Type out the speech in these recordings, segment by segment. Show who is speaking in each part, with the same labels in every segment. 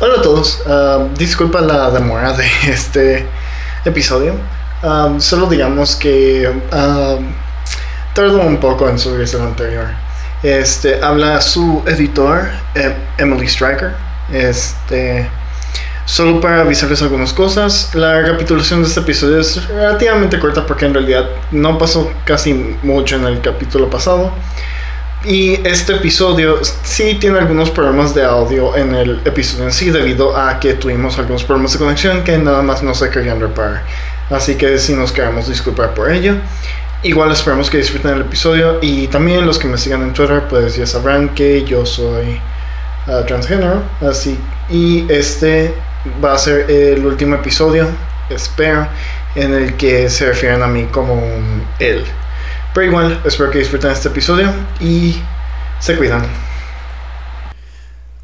Speaker 1: Hola a todos, ah, disculpa la demora de este episodio. Ah, solo digamos que ah, tardó un poco en subirse el anterior. Este, habla su editor, Em- Emily Stryker. Este, solo para avisarles algunas cosas, la recapitulación de este episodio es relativamente corta porque en realidad no pasó casi mucho en el capítulo pasado. Y este episodio sí tiene algunos problemas de audio en el episodio en sí, debido a que tuvimos algunos problemas de conexión que nada más no se querían reparar. Así que sí nos queremos disculpar por ello. Igual esperamos que disfruten el episodio y también los que me sigan en Twitter pues ya sabrán que yo soy ah, transgénero. Así y este va a ser el último episodio, espero, en el que se refieren a mí como un él. Pero igual, espero que disfruten este episodio y se cuidan.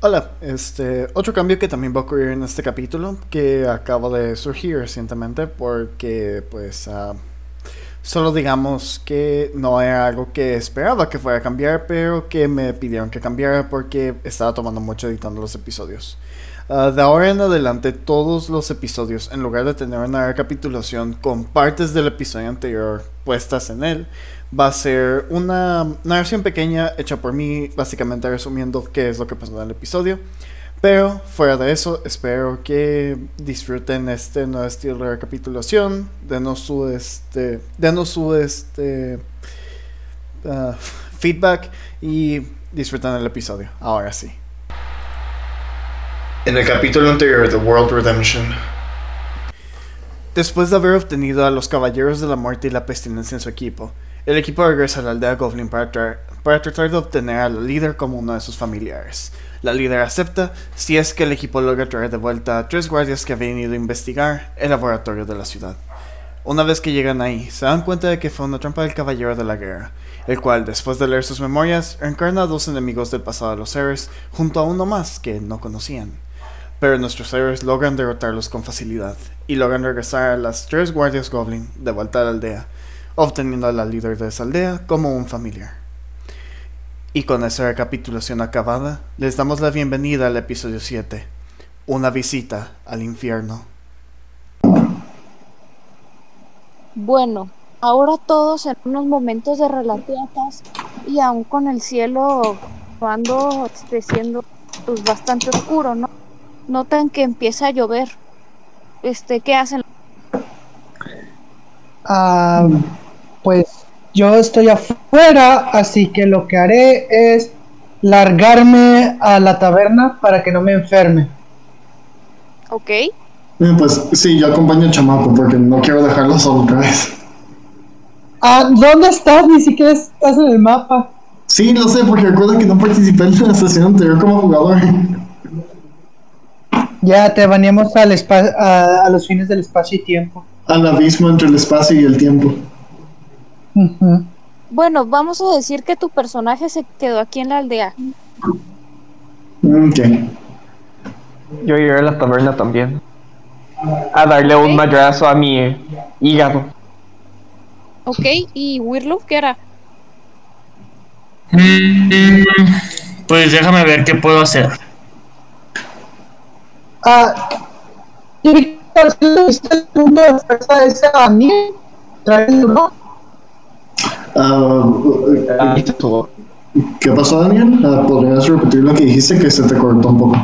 Speaker 1: Hola, este, otro cambio que también va a ocurrir en este capítulo, que acaba de surgir recientemente, porque pues ah, solo digamos que no era algo que esperaba que fuera a cambiar, pero que me pidieron que cambiara porque estaba tomando mucho editando los episodios. Ah, de ahora en adelante, todos los episodios, en lugar de tener una recapitulación con partes del episodio anterior puestas en él, va a ser una narración pequeña hecha por mí, básicamente resumiendo qué es lo que pasó en el episodio. Pero fuera de eso, espero que disfruten este nuevo estilo de recapitulación. Denos su este. Denos su este. ah, feedback y disfruten el episodio. Ahora sí. En el capítulo anterior, The World Redemption. Después de haber obtenido a los Caballeros de la Muerte y la Pestilencia en su equipo, el equipo regresa a la aldea Goblin para, tra- para tratar de obtener a la líder como uno de sus familiares. La líder acepta si es que el equipo logra traer de vuelta a tres guardias que habían ido a investigar el laboratorio de la ciudad. Una vez que llegan ahí, se dan cuenta de que fue una trampa del Caballero de la Guerra, el cual, después de leer sus memorias, encarna a dos enemigos del pasado de los héroes junto a uno más que no conocían pero nuestros héroes logran derrotarlos con facilidad y logran regresar a las tres guardias goblin de vuelta a la aldea, obteniendo a la líder de esa aldea como un familiar. Y con esa recapitulación acabada, les damos la bienvenida al episodio 7, una visita al infierno.
Speaker 2: Bueno, ahora todos en unos momentos de relativa paz y aún con el cielo cuando este, siendo pues, bastante oscuro, ¿no? Notan que empieza a llover. Este, ¿qué hacen?
Speaker 3: Ah, pues yo estoy afuera, así que lo que haré es largarme a la taberna para que no me enferme.
Speaker 2: ¿Ok?
Speaker 4: Eh, Pues sí, yo acompaño al chamaco porque no quiero dejarlo solo otra vez.
Speaker 3: Ah, ¿dónde estás? Ni siquiera estás en el mapa.
Speaker 4: Sí, lo sé, porque recuerdo que no participé en la sesión anterior como jugador.
Speaker 3: Ya te baneamos al espa- a, a los fines del espacio y tiempo.
Speaker 4: Al abismo entre el espacio y el tiempo.
Speaker 3: Ujú.
Speaker 2: Bueno, vamos a decir que tu personaje se quedó aquí en la aldea.
Speaker 4: Mm, Ok.
Speaker 5: Yo iré a la taberna también. A darle
Speaker 2: Ok.
Speaker 5: un madrazo a mi eh, hígado.
Speaker 2: ¿Ok? ¿Y Wirloof qué era?
Speaker 6: Mm, Pues déjame ver qué puedo hacer.
Speaker 3: Ah, ¿tiene que hacer el punto de fuerza de ese Daniel? Tráelo, ¿no?
Speaker 4: Ah, ¿Qué pasó, Daniel? Ah, ¿Podrías repetir lo que dijiste que se te cortó un poco?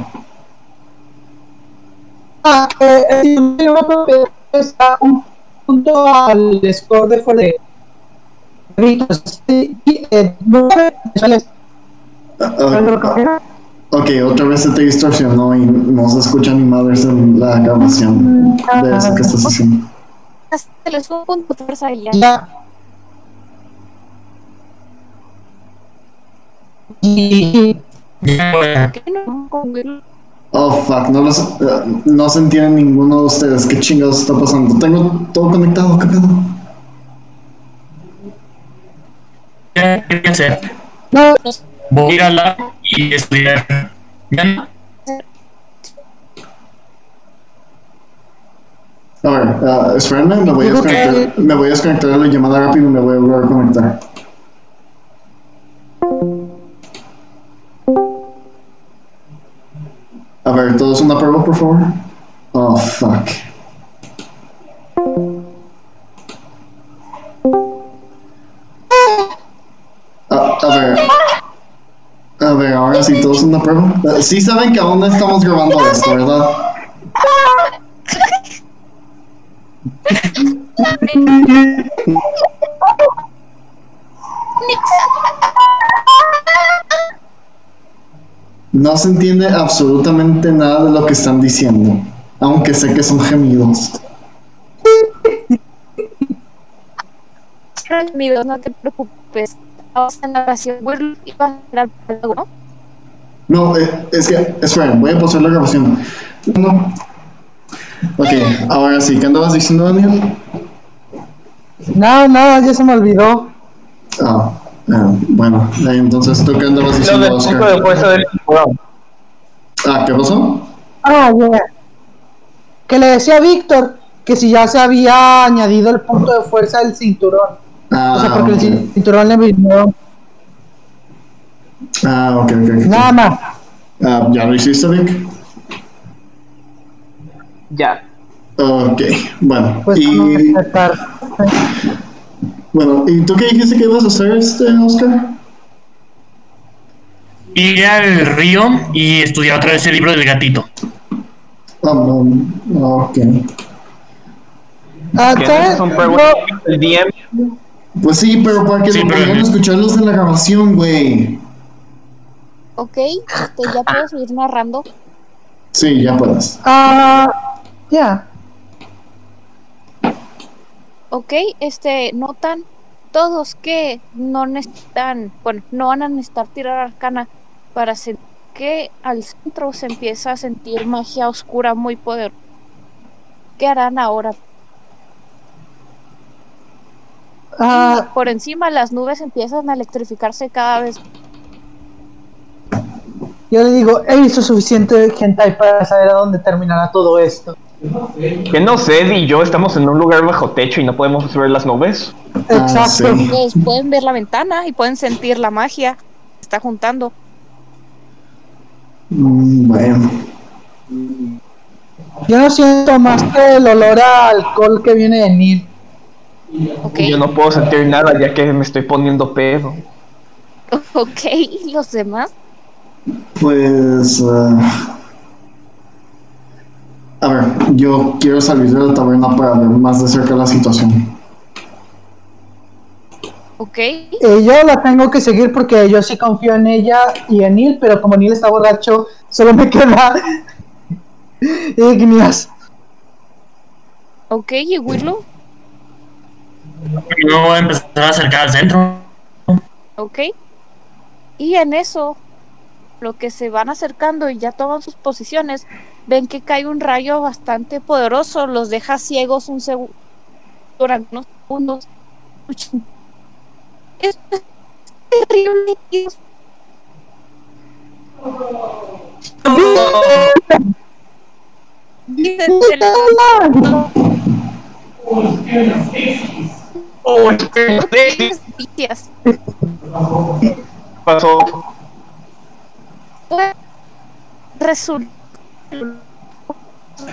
Speaker 3: Ah, eh, eh, si no tiene una propiedad, está un punto al score de fuera de Ritos. Sí, sí, eh, no sé, sales,
Speaker 4: Ah,
Speaker 3: sales,
Speaker 4: ah,
Speaker 3: sales.
Speaker 4: ok, otra vez se te distorsionó y no se escucha ni madres en la grabación de eso que estás haciendo.
Speaker 2: Se les fue un punto de fuerza y ya.
Speaker 3: Ya. Y
Speaker 6: Bueno,
Speaker 2: ¿Qué no? Con Wirloof.
Speaker 4: Oh, fuck, no, los, ah, no se entiende ninguno de ustedes. ¿Qué chingados está pasando? Tengo todo conectado, ¿qué pedo?
Speaker 6: ¿qué voy a hacer?
Speaker 3: no,
Speaker 6: Voy a ir al lab y estudiar. Ya no-
Speaker 4: A ver, ah, espérenme, me voy a
Speaker 3: Digo que-
Speaker 4: desconectar. Me voy a desconectar de la llamada rápido y me voy a volver a conectar.
Speaker 6: A
Speaker 4: A
Speaker 6: ver, todos una prueba, por favor. Oh, fuck.
Speaker 4: Ah,
Speaker 6: A, a ver. A ver, ahora sí, todos una prueba. Eh,
Speaker 4: Ah,
Speaker 6: Sí saben que aún estamos grabando esto, ¿verdad? No se entiende absolutamente nada de lo que están diciendo, aunque sé que son gemidos.
Speaker 2: Mi Dios, no te preocupes. Vamos a narración Will, y vas a hablar por algo, ¿no?
Speaker 6: No, eh, es que, esperen, voy a pausar la grabación. No. Ok, ahora sí, ¿qué andabas diciendo, Daniel?
Speaker 3: No, no, ya se me olvidó.
Speaker 6: Ah, eh, bueno, eh, entonces tú qué andabas
Speaker 5: Lo
Speaker 6: diciendo,
Speaker 5: del chico de
Speaker 6: Oscar.
Speaker 5: fuerza del tiburón.
Speaker 6: Ah, ¿qué pasó?
Speaker 3: Ah, ya. Que le decía a Víctor que si ya se había añadido el punto de fuerza del cinturón. O sea,
Speaker 6: Ah,
Speaker 3: porque el
Speaker 6: ok.
Speaker 3: cin- cinturón le vino
Speaker 6: Ah, ok, ok. ok.
Speaker 3: nada más.
Speaker 6: Ah, ¿Ya lo hiciste, Vic?
Speaker 5: Ya.
Speaker 6: Ok, bueno.
Speaker 3: Pues vamos a
Speaker 6: y,
Speaker 3: intentar.
Speaker 6: bueno, ¿y tú qué dijiste que ibas a hacer, este, Oscar?
Speaker 7: Ir al río y estudiar otra vez el libro del gatito.
Speaker 6: Ah, no, ok.
Speaker 3: Ah,
Speaker 5: Que
Speaker 3: ¿sabes?
Speaker 5: esas son
Speaker 3: No,
Speaker 5: preguntas del DM.
Speaker 6: Pues sí, pero para que
Speaker 7: Sí,
Speaker 6: lo
Speaker 7: pero-
Speaker 6: podrían escuchar los de la grabación, güey.
Speaker 2: Ok, este, ya puedo seguir narrando.
Speaker 6: Sí, ya puedes.
Speaker 3: ah, ya.
Speaker 2: Ok, este, notan todos que no necesitan, bueno, no van a necesitar tirar arcana para sentir que al centro se empieza a sentir magia oscura muy poderosa. ¿Qué harán ahora?
Speaker 3: Ah,
Speaker 2: Por encima las nubes empiezan a electrificarse cada vez.
Speaker 3: yo le digo, he visto suficiente gente ahí para saber a dónde terminará todo esto.
Speaker 5: Que no sé, y yo estamos en un lugar bajo techo y no podemos ver las nubes.
Speaker 6: Ah,
Speaker 3: Exacto.
Speaker 6: sí.
Speaker 2: Ustedes pueden ver la ventana y pueden sentir la magia. que Está juntando.
Speaker 6: Mm, Bueno,
Speaker 3: Yo no siento más que el olor a alcohol que viene de Neil.
Speaker 2: Ok,
Speaker 5: Yo no puedo sentir nada ya que me estoy poniendo pedo.
Speaker 2: ok, ¿y los demás?
Speaker 6: pues... ah, a ver, yo quiero salir de la taberna para ver más de cerca la situación.
Speaker 2: Ok,
Speaker 3: Eh, yo la tengo que seguir porque yo sí confío en ella y en Neil, pero como Neil está borracho, solo me queda Igneas.
Speaker 2: ok, ¿y Willow?
Speaker 7: Yo voy a empezar a acercar al centro.
Speaker 2: Ok. Y en eso, lo que se van acercando y ya toman sus posiciones, ven que cae un rayo bastante poderoso, los deja ciegos un segu- durante unos segundos. Escuchen. Esto es terrible. Dios. Dicen, se les-
Speaker 5: Oh, espérate,
Speaker 2: las noticias.
Speaker 5: ¿qué pasó?
Speaker 2: resulta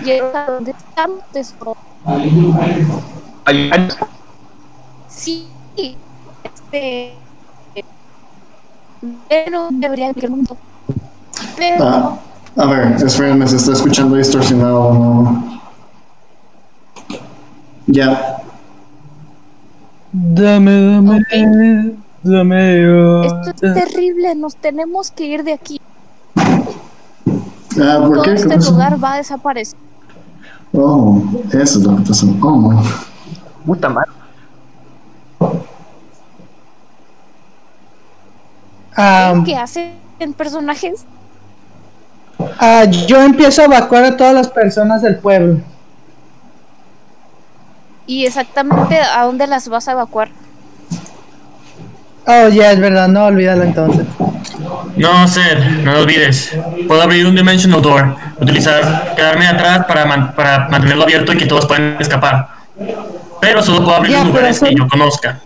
Speaker 2: llega donde están pues, tesoro.
Speaker 5: Ay, ay,
Speaker 2: sí este pero debería vivir el mundo pero
Speaker 6: Ah, a ver, espérenme, se está escuchando distorsionado. ¿no? Ya.
Speaker 3: Dame, dame, dame. oh,
Speaker 2: esto es terrible nos tenemos que ir de aquí
Speaker 6: Ah, ¿Por
Speaker 2: todo
Speaker 6: qué? ¿Qué
Speaker 2: este
Speaker 6: pasó?
Speaker 2: lugar va a desaparecer
Speaker 6: Oh, eso es lo que pasó. Oh,
Speaker 5: puta madre.
Speaker 3: Ah,
Speaker 2: que hacen personajes
Speaker 3: ah, yo empiezo a evacuar a todas las personas del pueblo.
Speaker 2: y exactamente a dónde las vas a evacuar
Speaker 3: Oh, ya es verdad, no olvídalo entonces.
Speaker 7: No, Seth, no lo olvides. Puedo abrir un Dimensional Door, utilizar, quedarme atrás para, man- para mantenerlo abierto y que todos puedan escapar. Pero solo puedo abrir
Speaker 3: Ya,
Speaker 7: los
Speaker 3: pero
Speaker 7: lugares
Speaker 3: eso-
Speaker 7: que yo conozca.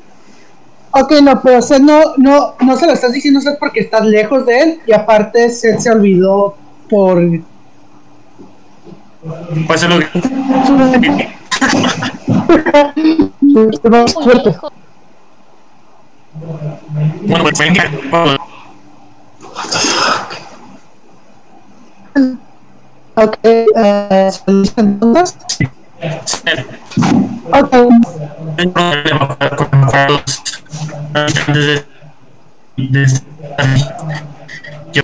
Speaker 3: Ok, no, pero Seth no, no, no se lo estás diciendo Seth porque estás lejos de él y aparte Seth se olvidó por
Speaker 7: Pues es lo que.
Speaker 3: Más suerte.
Speaker 2: Hijo,
Speaker 7: Bueno, pues venga.
Speaker 3: Ok, eh, ¿saliste entonces? Ok,
Speaker 7: Antes de. Yo.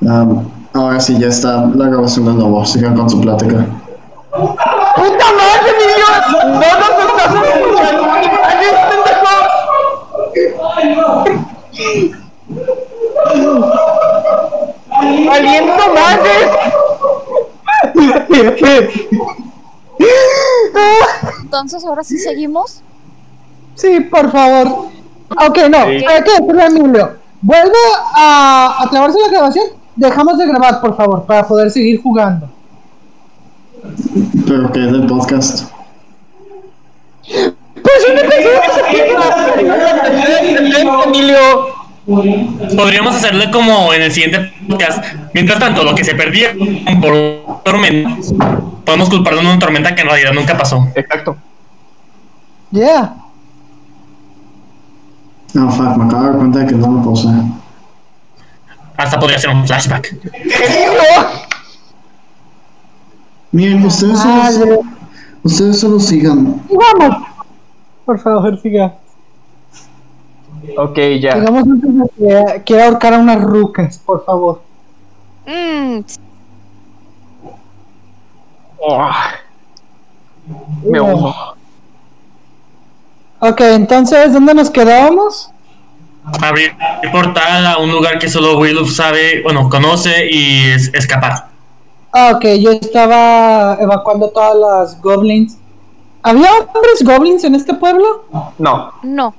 Speaker 6: Um, ahora sí, ya está la grabación de nuevo. Sigan con su plática.
Speaker 8: ¡Puta madre, mi Dios! ¡No nos estás escuchando! ¡Alguien pendejo! ¡Aliento madres!
Speaker 2: Entonces, ahora sí seguimos.
Speaker 3: sí, por favor. Ok, no,
Speaker 5: Sí.
Speaker 3: hay que decirle a Emilio. Vuelve a, a clavarse la grabación. Dejamos de grabar, por favor, para poder seguir jugando.
Speaker 6: Pero que es del podcast.
Speaker 3: Pues yo no
Speaker 8: Emilio!
Speaker 7: Podríamos hacerle como en el siguiente podcast. Mientras tanto, lo que se perdía por una tormenta, podemos culparlo de una tormenta que en realidad nunca pasó.
Speaker 5: Exacto.
Speaker 3: Yeah.
Speaker 6: No, Ah, fuck, me acabo de dar cuenta de que no lo puse.
Speaker 7: Hasta podría ser un flashback.
Speaker 6: Miren, ustedes
Speaker 3: Ah,
Speaker 6: solo, ustedes solo sigan.
Speaker 3: Vamos. Por favor, siga.
Speaker 5: Ok, ya.
Speaker 3: Digamos antes de que quiera ahorcar a unas rucas, por favor.
Speaker 2: Mm,
Speaker 5: Ah, me uno.
Speaker 3: Ok, entonces, ¿dónde nos quedábamos?
Speaker 7: Abrir el portal a un lugar que solo Willow sabe, bueno, conoce y es escapar.
Speaker 3: Ah, ok, yo estaba evacuando todas las goblins. ¿Había hombres goblins en este pueblo?
Speaker 5: No.
Speaker 2: no.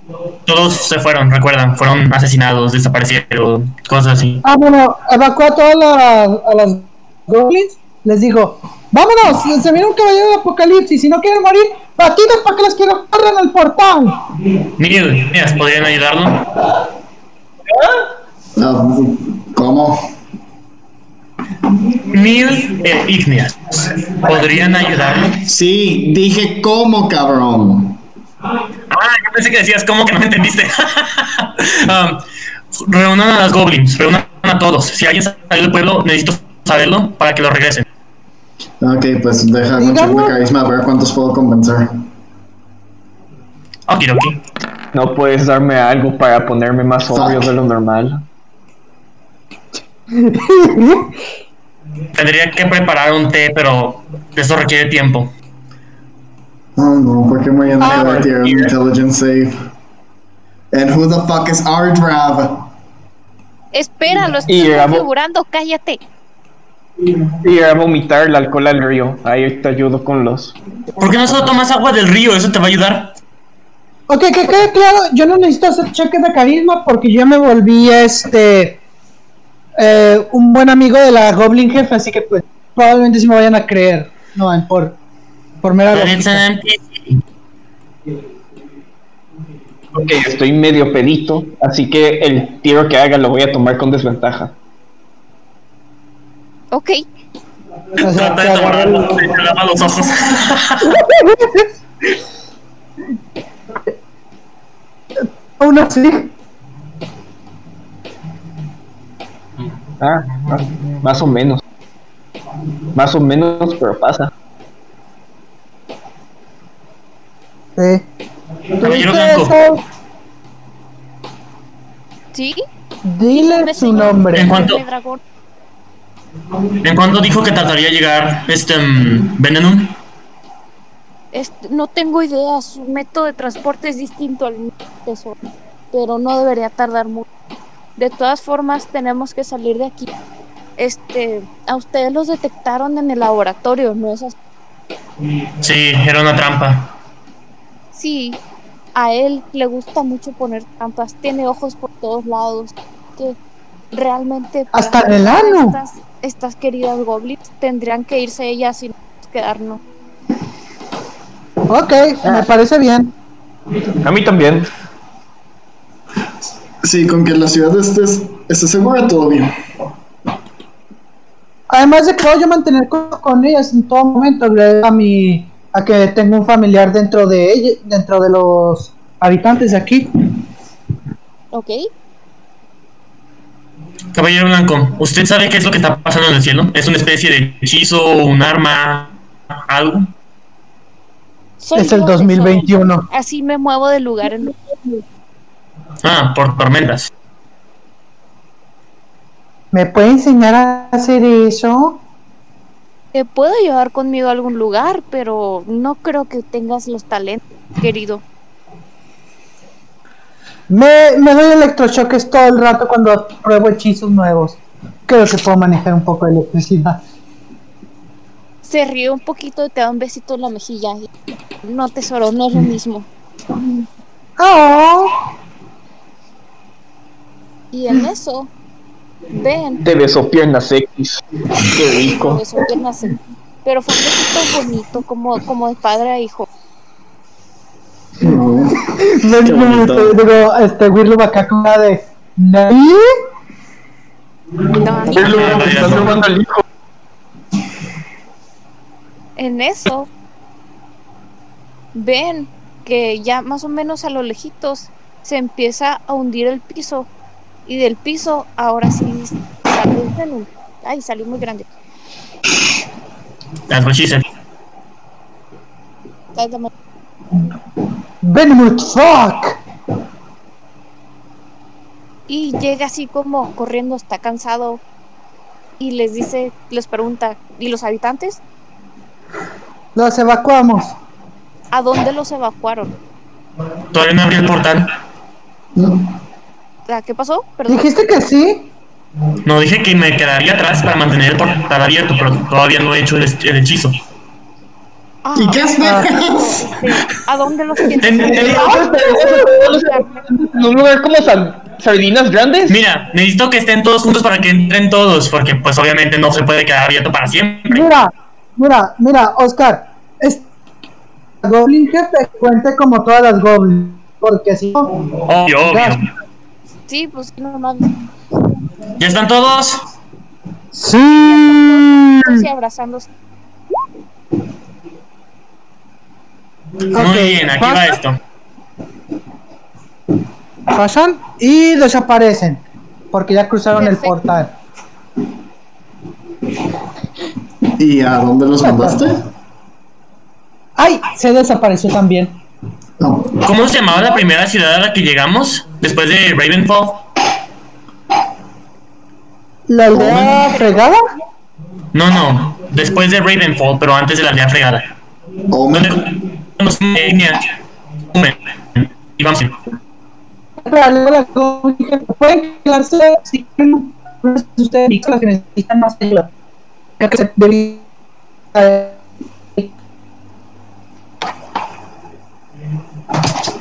Speaker 7: Todos se fueron, recuerdan, fueron asesinados, desaparecieron, cosas así.
Speaker 3: Ah, bueno, evacué a todas las, a las goblins. Les digo, vámonos, se viene un caballero del apocalipsis. Si no quieren morir, batidos para que los que nos corran al portal.
Speaker 7: Neil, Neas, ¿podrían ayudarlo?
Speaker 6: Ah, ¿Cómo?
Speaker 7: Neil e Igneas, ¿podrían ayudarlo?
Speaker 6: Sí, dije cómo, cabrón.
Speaker 7: Ah, yo pensé que decías, ¿cómo que no me entendiste? Um, reúnan a las goblins, reúnan a todos. Si alguien sale del pueblo, necesito saberlo para que lo regresen.
Speaker 6: Ok, pues deja un check de
Speaker 3: Digamos-
Speaker 6: carisma a ver cuántos puedo compensar.
Speaker 7: Ok, ok.
Speaker 5: No puedes darme algo para ponerme más obvio de lo normal.
Speaker 7: Tendría que preparar un té, pero eso requiere tiempo.
Speaker 6: Oh no, ¿por qué me voy a
Speaker 3: Ah,
Speaker 6: negar tirar un intelligence save? And who the fuck is Ardrav?
Speaker 2: Espera, lo
Speaker 5: Y
Speaker 2: estoy
Speaker 5: llegamos-
Speaker 2: configurando, cállate.
Speaker 5: Y a vomitar el alcohol al río. Ahí te ayudo con los.
Speaker 7: ¿Por qué no solo tomas agua del río? Eso te va a ayudar.
Speaker 3: Ok, que quede claro, yo no necesito hacer cheques de carisma porque yo me volví este eh, un buen amigo de la Goblin Jefe, así que pues probablemente sí me vayan a creer, no van por, por mera
Speaker 7: But it's
Speaker 3: lógica.
Speaker 7: an eh,
Speaker 5: Ok, estoy medio pedito. Así que el tiro que haga lo voy a tomar con desventaja.
Speaker 2: Ok.
Speaker 3: O sea,
Speaker 7: Trata
Speaker 3: que
Speaker 7: de
Speaker 3: agarré
Speaker 7: tomarlo,
Speaker 3: el-
Speaker 7: te lava los ojos.
Speaker 3: aún así.
Speaker 5: Ah, ah, más o menos. Más o menos, pero pasa.
Speaker 3: Sí.
Speaker 7: Caballero
Speaker 3: ¿Tuviste
Speaker 7: blanco.
Speaker 3: eso?
Speaker 2: ¿Sí?
Speaker 3: Dile
Speaker 2: Me
Speaker 3: su
Speaker 2: sigo.
Speaker 3: nombre.
Speaker 7: En cuanto,
Speaker 2: El dragón.
Speaker 7: en cuanto dijo que tardaría llegar este mm, Venenum,
Speaker 2: Este, no tengo idea, su método de transporte es distinto al mío, tesoro, pero no debería tardar mucho. De todas formas, tenemos que salir de aquí. Este, a ustedes los detectaron en el laboratorio, ¿no es así?
Speaker 7: sí, era una trampa.
Speaker 2: Sí, a él le gusta mucho poner trampas, tiene ojos por todos lados, que realmente... para
Speaker 3: Hasta en el
Speaker 2: salvar a
Speaker 3: ano.
Speaker 2: Estas, estas queridas goblins tendrían que irse ellas y nosotros quedarnos.
Speaker 3: Ok,
Speaker 2: Ah.
Speaker 3: me parece bien.
Speaker 5: A mí también.
Speaker 6: Sí, con que la ciudad esté, esté segura, todo bien.
Speaker 3: Además de que voy a mantener con, con ellas en todo momento, gracias a mi a que tengo un familiar dentro de ella, dentro de los habitantes de aquí.
Speaker 2: Ok.
Speaker 7: Caballero Blanco, ¿usted sabe qué es lo que está pasando en el cielo? ¿Es una especie de hechizo, un arma, algo?
Speaker 2: Soy
Speaker 3: es el
Speaker 2: yo, soy-
Speaker 3: 2021.
Speaker 2: Así me muevo de lugar en lugar.
Speaker 7: Ah, por tormentas.
Speaker 3: ¿Me puede enseñar a hacer eso?
Speaker 2: Te puedo llevar conmigo a algún lugar, pero no creo que tengas los talentos, querido.
Speaker 3: Me, me doy electrochoques todo el rato cuando pruebo hechizos nuevos. Creo que puedo manejar un poco de electricidad.
Speaker 2: Se ríe un poquito y te da un besito en la mejilla. No, tesoro, no es lo mismo.
Speaker 3: Oh,
Speaker 2: Y en eso, ven,
Speaker 5: Te beso piernas X. Qué rico.
Speaker 2: eso que nace. Pero fue un besito bonito, como, como de padre a hijo.
Speaker 3: ven
Speaker 6: Qué
Speaker 3: como
Speaker 6: bonito.
Speaker 3: este- digo, este Wirlo va acá con una de ¿Nadie?
Speaker 2: No,
Speaker 7: lo que estás robando
Speaker 5: al hijo.
Speaker 2: en eso, ven que ya más o menos a lo lejitos se empieza a hundir el piso. Y del piso, ahora sí sale un penú- Ay, salió muy grande.
Speaker 7: Las rochices.
Speaker 2: Ay, dame-
Speaker 3: Venomous fuck.
Speaker 2: Y llega así como corriendo, está cansado. Y les dice, les pregunta, ¿y los habitantes?
Speaker 3: Los evacuamos.
Speaker 2: ¿A dónde los evacuaron?
Speaker 7: Todavía no abrí el portal.
Speaker 2: Ah, ¿Qué pasó? Perdón.
Speaker 3: ¿Dijiste que sí?
Speaker 7: No dije que me quedaría atrás para mantener el portal abierto, pero todavía no he hecho el, el hechizo.
Speaker 2: Ah,
Speaker 6: ¿Y qué
Speaker 2: no,
Speaker 6: haces?
Speaker 2: este, ¿A dónde los tienes?
Speaker 7: Ten- ten-
Speaker 5: En un lugar como sal- sardinas grandes.
Speaker 7: Mira, necesito que estén todos juntos para que entren todos, porque pues obviamente no se puede quedar abierto para siempre.
Speaker 3: Mira, mira, mira, Oscar. Es... Goblin jefe cuente como todas las goblins. Porque si no,
Speaker 7: Obvio, obvio.
Speaker 2: Sí, pues no mames.
Speaker 7: ¿Ya están todos?
Speaker 3: Sí.
Speaker 2: Y abrazándose.
Speaker 7: Muy bien, aquí va
Speaker 3: ¿pasa?
Speaker 7: esto.
Speaker 3: Pasan y desaparecen. Porque ya cruzaron
Speaker 2: Perfecto.
Speaker 3: el portal.
Speaker 6: ¿Y a dónde los mandaste?
Speaker 3: ¡Ay! Se desapareció también.
Speaker 6: No.
Speaker 7: ¿Cómo se llamaba la primera ciudad a la que llegamos después de Ravenfall?
Speaker 3: ¿La aldea fregada?
Speaker 7: No, no, después de Ravenfall, pero antes de la aldea fregada.
Speaker 6: Omen.
Speaker 7: ¿Dónde nos etnia? Humen. Y vamos a ir.
Speaker 3: Pero luego la goblin jefe- Pueden quedarse si quieren ustedes mismos los que necesitan más ayuda. Creo que se debería-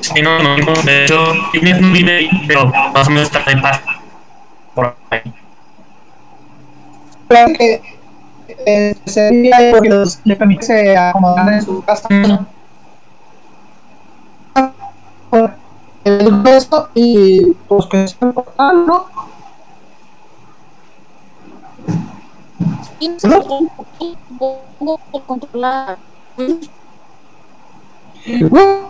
Speaker 7: Sí, no, no, no, De hecho, Ignis no vive ahí, pero más o menos está en paz. Por ahí.
Speaker 3: Creo que eh, sería porque los le permite se acomodar en su casa. Por el resto y pues que es portal, ¿no?
Speaker 2: Y no se pongo por controlar.
Speaker 3: pues,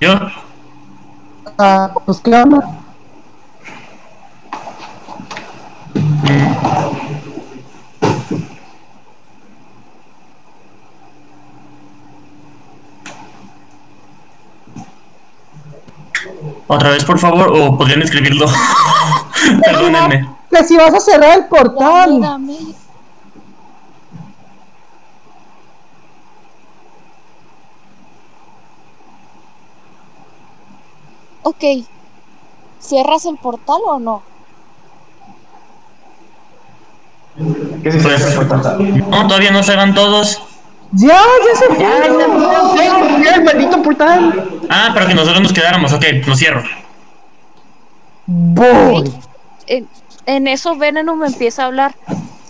Speaker 7: Yo,
Speaker 3: Ah, pues qué onda.
Speaker 7: otra vez, por favor, o podrían escribirlo. Perdónenme.
Speaker 3: Que si vas a cerrar el portal.
Speaker 2: Dame, Ok. ¿Cierras el portal o no?
Speaker 7: Pues, no, todavía no se van todos.
Speaker 3: Ya, ya se fue.
Speaker 5: el maldito portal!
Speaker 7: Ah, pero que nosotros nos quedáramos. Ok, lo cierro.
Speaker 3: Voy.
Speaker 2: En, en eso Venenum empieza a hablar.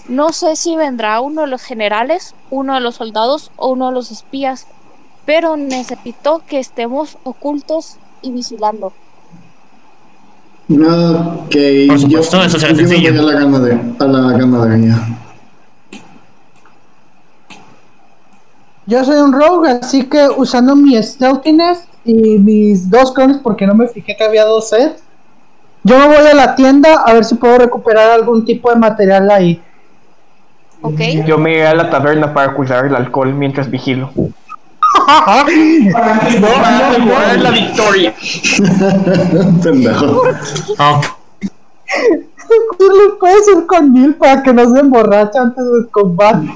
Speaker 2: No sé si vendrá uno de los generales, uno de los soldados o uno de los espías, pero necesito que estemos ocultos y vigilando.
Speaker 6: Ok.
Speaker 7: Por supuesto,
Speaker 6: yo,
Speaker 7: eso será
Speaker 6: yo me
Speaker 7: sencillo.
Speaker 6: voy a la ganadería. A la ganadería.
Speaker 3: Yo soy un rogue, así que usando mi stealthiness y mis dos clones, porque no me fijé que había dos sets, yo me voy a la tienda a ver si puedo recuperar algún tipo de material ahí.
Speaker 2: ¿Ok?
Speaker 5: Yo me iré a la taberna para cuidar el alcohol mientras vigilo.
Speaker 7: Para asegurar la victoria.
Speaker 6: Pendejo.
Speaker 7: Ok.
Speaker 3: Kirli, puedes ir con Neil para que no se emborrache antes del combate.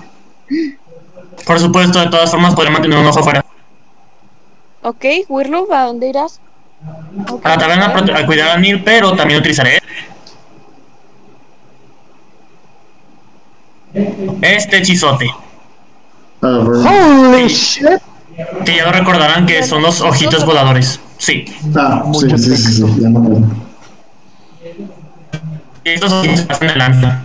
Speaker 7: Por supuesto, de todas formas, podría mantener un ojo fuera.
Speaker 2: ¿Ok? Wirloop, ¿a dónde irás?
Speaker 7: A la taberna prote- a cuidar a Neil, pero también utilizaré. Este hechizote.
Speaker 6: A ver.
Speaker 3: Holy shit.
Speaker 7: Que ya lo recordarán que son los ojitos voladores. Sí.
Speaker 6: Ah, sí, sí, sí, sí, ya me acuerdo.
Speaker 7: Estos ojitos pasan de lanza.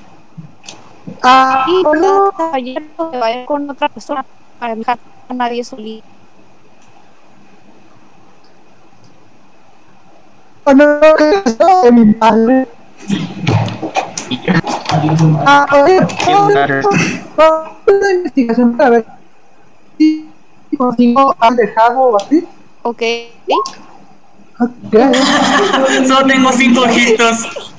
Speaker 3: Ah,
Speaker 2: Y
Speaker 3: no.
Speaker 2: cada caballero se va a ir con otra persona para dejar a nadie solito.
Speaker 3: Oh, no, ¿qué es eso de mi padre? Ah, oye, ¿puedo hacer una investigación para ver si consigo al dejado o así?
Speaker 2: ¿Ok?
Speaker 3: Ah, gracias.
Speaker 7: Solo tengo cinco ojitos.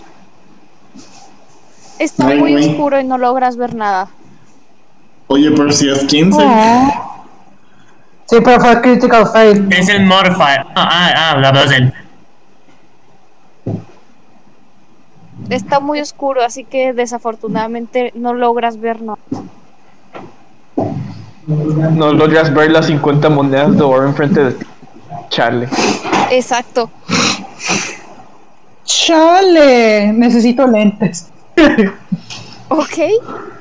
Speaker 2: Está
Speaker 6: Ay,
Speaker 2: muy
Speaker 6: güey.
Speaker 2: oscuro y no logras ver nada.
Speaker 6: Oye, pero si es 15.
Speaker 3: Ah. Sí, pero fue critical fail.
Speaker 7: Es el modifier. Ah, ah, ah, la verdad es él.
Speaker 2: Está muy oscuro, así que desafortunadamente no logras ver nada.
Speaker 5: No logras ver las 50 monedas de oro enfrente de ti. Charlie.
Speaker 2: Exacto.
Speaker 3: Chale, necesito lentes.
Speaker 2: Ok,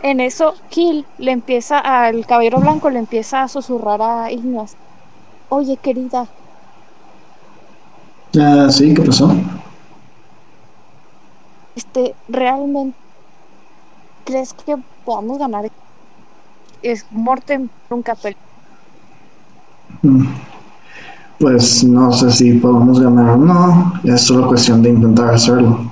Speaker 2: en eso Kill le empieza al caballero blanco le empieza a susurrar a Ignas. Oye, querida,
Speaker 6: Ah, sí, ¿qué pasó?
Speaker 2: este, realmente crees que podamos ganar. Es Mortem nunca peleó.
Speaker 6: Mm. Pues no sé si podemos ganar o no. Es solo cuestión de intentar hacerlo.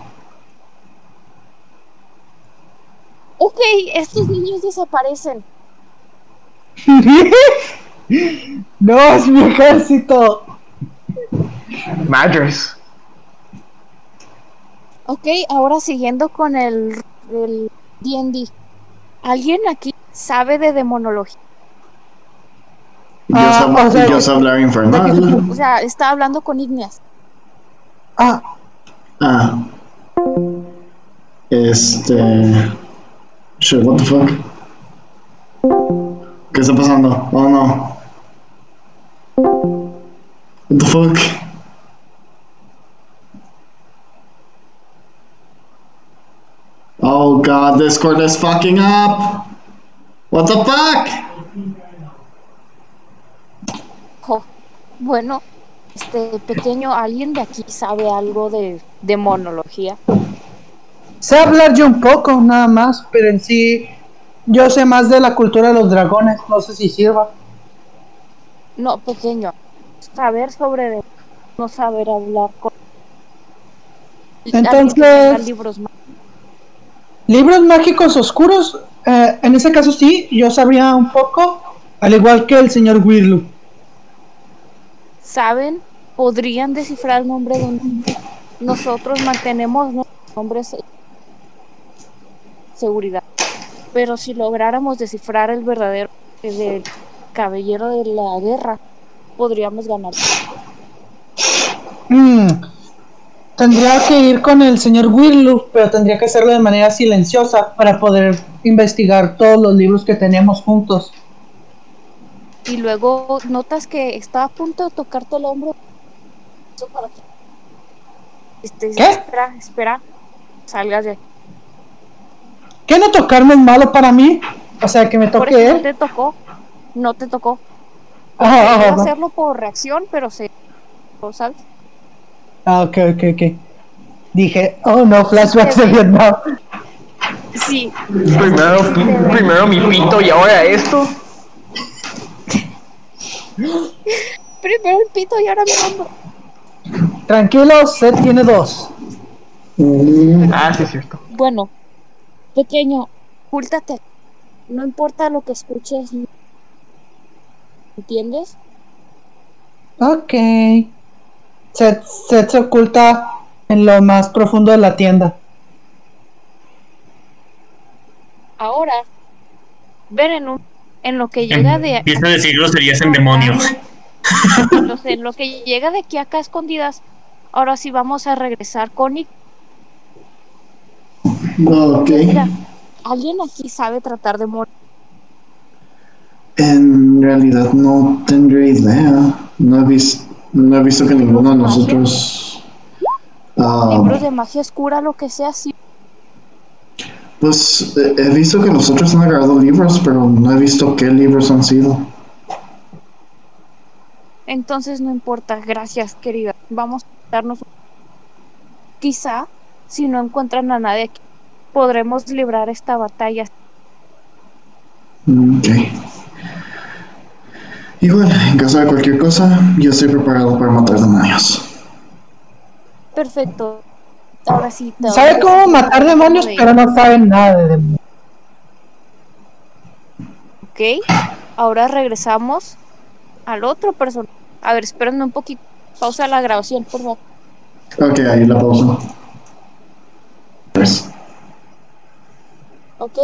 Speaker 2: Ok, estos niños desaparecen.
Speaker 3: No, es mi ejército.
Speaker 5: Madres.
Speaker 2: Ok, ahora siguiendo con el el D&D. ¿Alguien aquí sabe de demonología?
Speaker 6: Yo,
Speaker 3: Ah,
Speaker 6: sab-
Speaker 3: o sea,
Speaker 6: yo sé hablar infernal.
Speaker 2: O sea, está hablando con Ignas.
Speaker 3: Ah,
Speaker 6: Ah. Este. Shit, what the fuck? ¿Qué está pasando? Oh no. What the fuck? Oh god, Discord is fucking up! What the fuck?
Speaker 2: Jo, Bueno, este pequeño, ¿alguien de aquí sabe algo de demonología?
Speaker 3: sé hablar yo un poco, nada más, pero en sí, yo sé más de la cultura de los dragones. No sé si sirva.
Speaker 2: No, pequeño. Saber sobre de- no saber hablar con
Speaker 3: Entonces-
Speaker 2: alguien que tenga libros más.
Speaker 3: Libros mágicos oscuros, eh, en ese caso sí, yo sabría un poco, al igual que el señor Wirlu.
Speaker 2: saben, podrían descifrar el nombre de un nosotros mantenemos nuestros nombres en seguridad. Pero si lográramos descifrar el verdadero nombre del caballero de la guerra, podríamos ganar.
Speaker 3: Mm, Tendría que ir con el señor Wirlu, pero tendría que hacerlo de manera silenciosa para poder investigar todos los libros que tenemos juntos.
Speaker 2: Y luego notas que está a punto de tocarte el hombro. Eso para ti. Este,
Speaker 3: ¿Qué?
Speaker 2: Espera, espera. Salgas de aquí.
Speaker 3: ¿Qué no tocarme es malo para mí? O sea, que me
Speaker 2: Por
Speaker 3: toque
Speaker 2: eso no
Speaker 3: él.
Speaker 2: te tocó. No te tocó.
Speaker 3: Ah,
Speaker 2: Iba a
Speaker 3: ah, ah,
Speaker 2: hacerlo por reacción, pero se. ¿Sabes?
Speaker 3: ah, ok, ok, ok. Dije, oh no, flashbacks de Vietnam.
Speaker 2: Sí,
Speaker 5: Primero, primero mi pito y ahora esto.
Speaker 2: Primero el pito y ahora mi hombro.
Speaker 3: Tranquilo, Seth tiene dos.
Speaker 5: Ah, sí, es cierto.
Speaker 2: Bueno, pequeño, ocúltate. No importa lo que escuches. ¿Entiendes?
Speaker 3: Ok. Seth, Seth se oculta en lo más profundo de la tienda.
Speaker 2: Ahora, Verenum, en lo que llega de
Speaker 7: Empieza a decir groserías en Em, demonio.
Speaker 2: No sé, en lo que llega de aquí acá a escondidas. Ahora sí vamos a regresar con Nick.
Speaker 6: Ok.
Speaker 2: Mira, alguien aquí sabe tratar de morir.
Speaker 6: En realidad no tendría idea. No he, vis- no he visto que ninguno de nosotros. ah,
Speaker 2: Libros de magia oscura, lo que sea, sí.
Speaker 6: pues eh, he visto que nosotros han agarrado libros, pero no he visto qué libros han sido.
Speaker 2: Entonces no importa. Gracias, querida. Vamos a darnos un... Quizá, si no encuentran a nadie aquí, podremos librar esta batalla.
Speaker 6: Mm, Ok. Igual, en caso de cualquier cosa, yo estoy preparado para matar demonios.
Speaker 2: Perfecto. Ahora sí. te
Speaker 3: Sabe
Speaker 2: doy-
Speaker 3: cómo matar demonios,
Speaker 2: Rey.
Speaker 3: pero no sabe nada de demonios.
Speaker 2: Ok, ahora regresamos al otro personaje. A ver, espérenme un poquito. Pausa la grabación, por favor.
Speaker 6: Ok, ahí la pausa. Pues,
Speaker 2: Ok.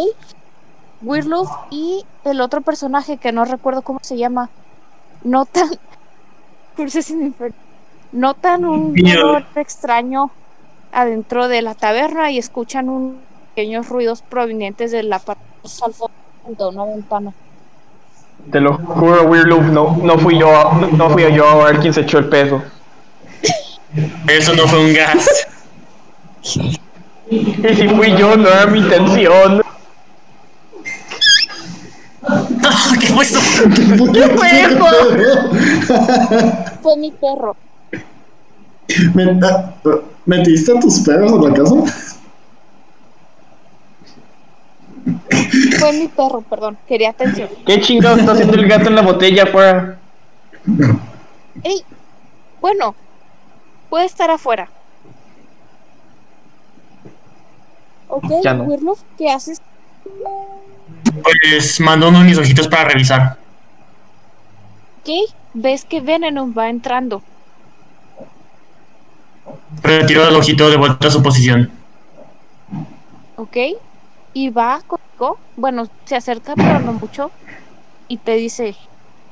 Speaker 2: Wirloof y el otro personaje que no recuerdo cómo se llama. Notan. Curses in Inferno. Notan un
Speaker 7: Niño.
Speaker 2: olor extraño adentro de la taberna y escuchan un pequeños ruidos provenientes de la parte al fondo de una ventana.
Speaker 5: Te lo juro, Weird Loop, no, no fui yo, no, no fui yo a ver quién se echó el peso.
Speaker 7: Eso no fue un gas.
Speaker 5: Y si fui yo, no era mi intención.
Speaker 7: Ah, ¿Qué fue eso?
Speaker 2: Fue mi perro.
Speaker 6: ¿met- ah, ¿Metiste a tus perros a la casa?
Speaker 2: Fue mi perro, perdón. Quería atención.
Speaker 5: ¿Qué chingados está haciendo el gato en la botella afuera?
Speaker 2: Ey, bueno, puede estar afuera. Ok,
Speaker 5: Ya no.
Speaker 2: Wirloof, ¿qué haces?
Speaker 7: Pues mando uno de mis ojitos para revisar.
Speaker 2: Ok, ves que Venom va entrando.
Speaker 7: Retiro el ojito de vuelta a su posición.
Speaker 2: Ok, y va contigo. Bueno, se acerca, pero no mucho. Y te dice: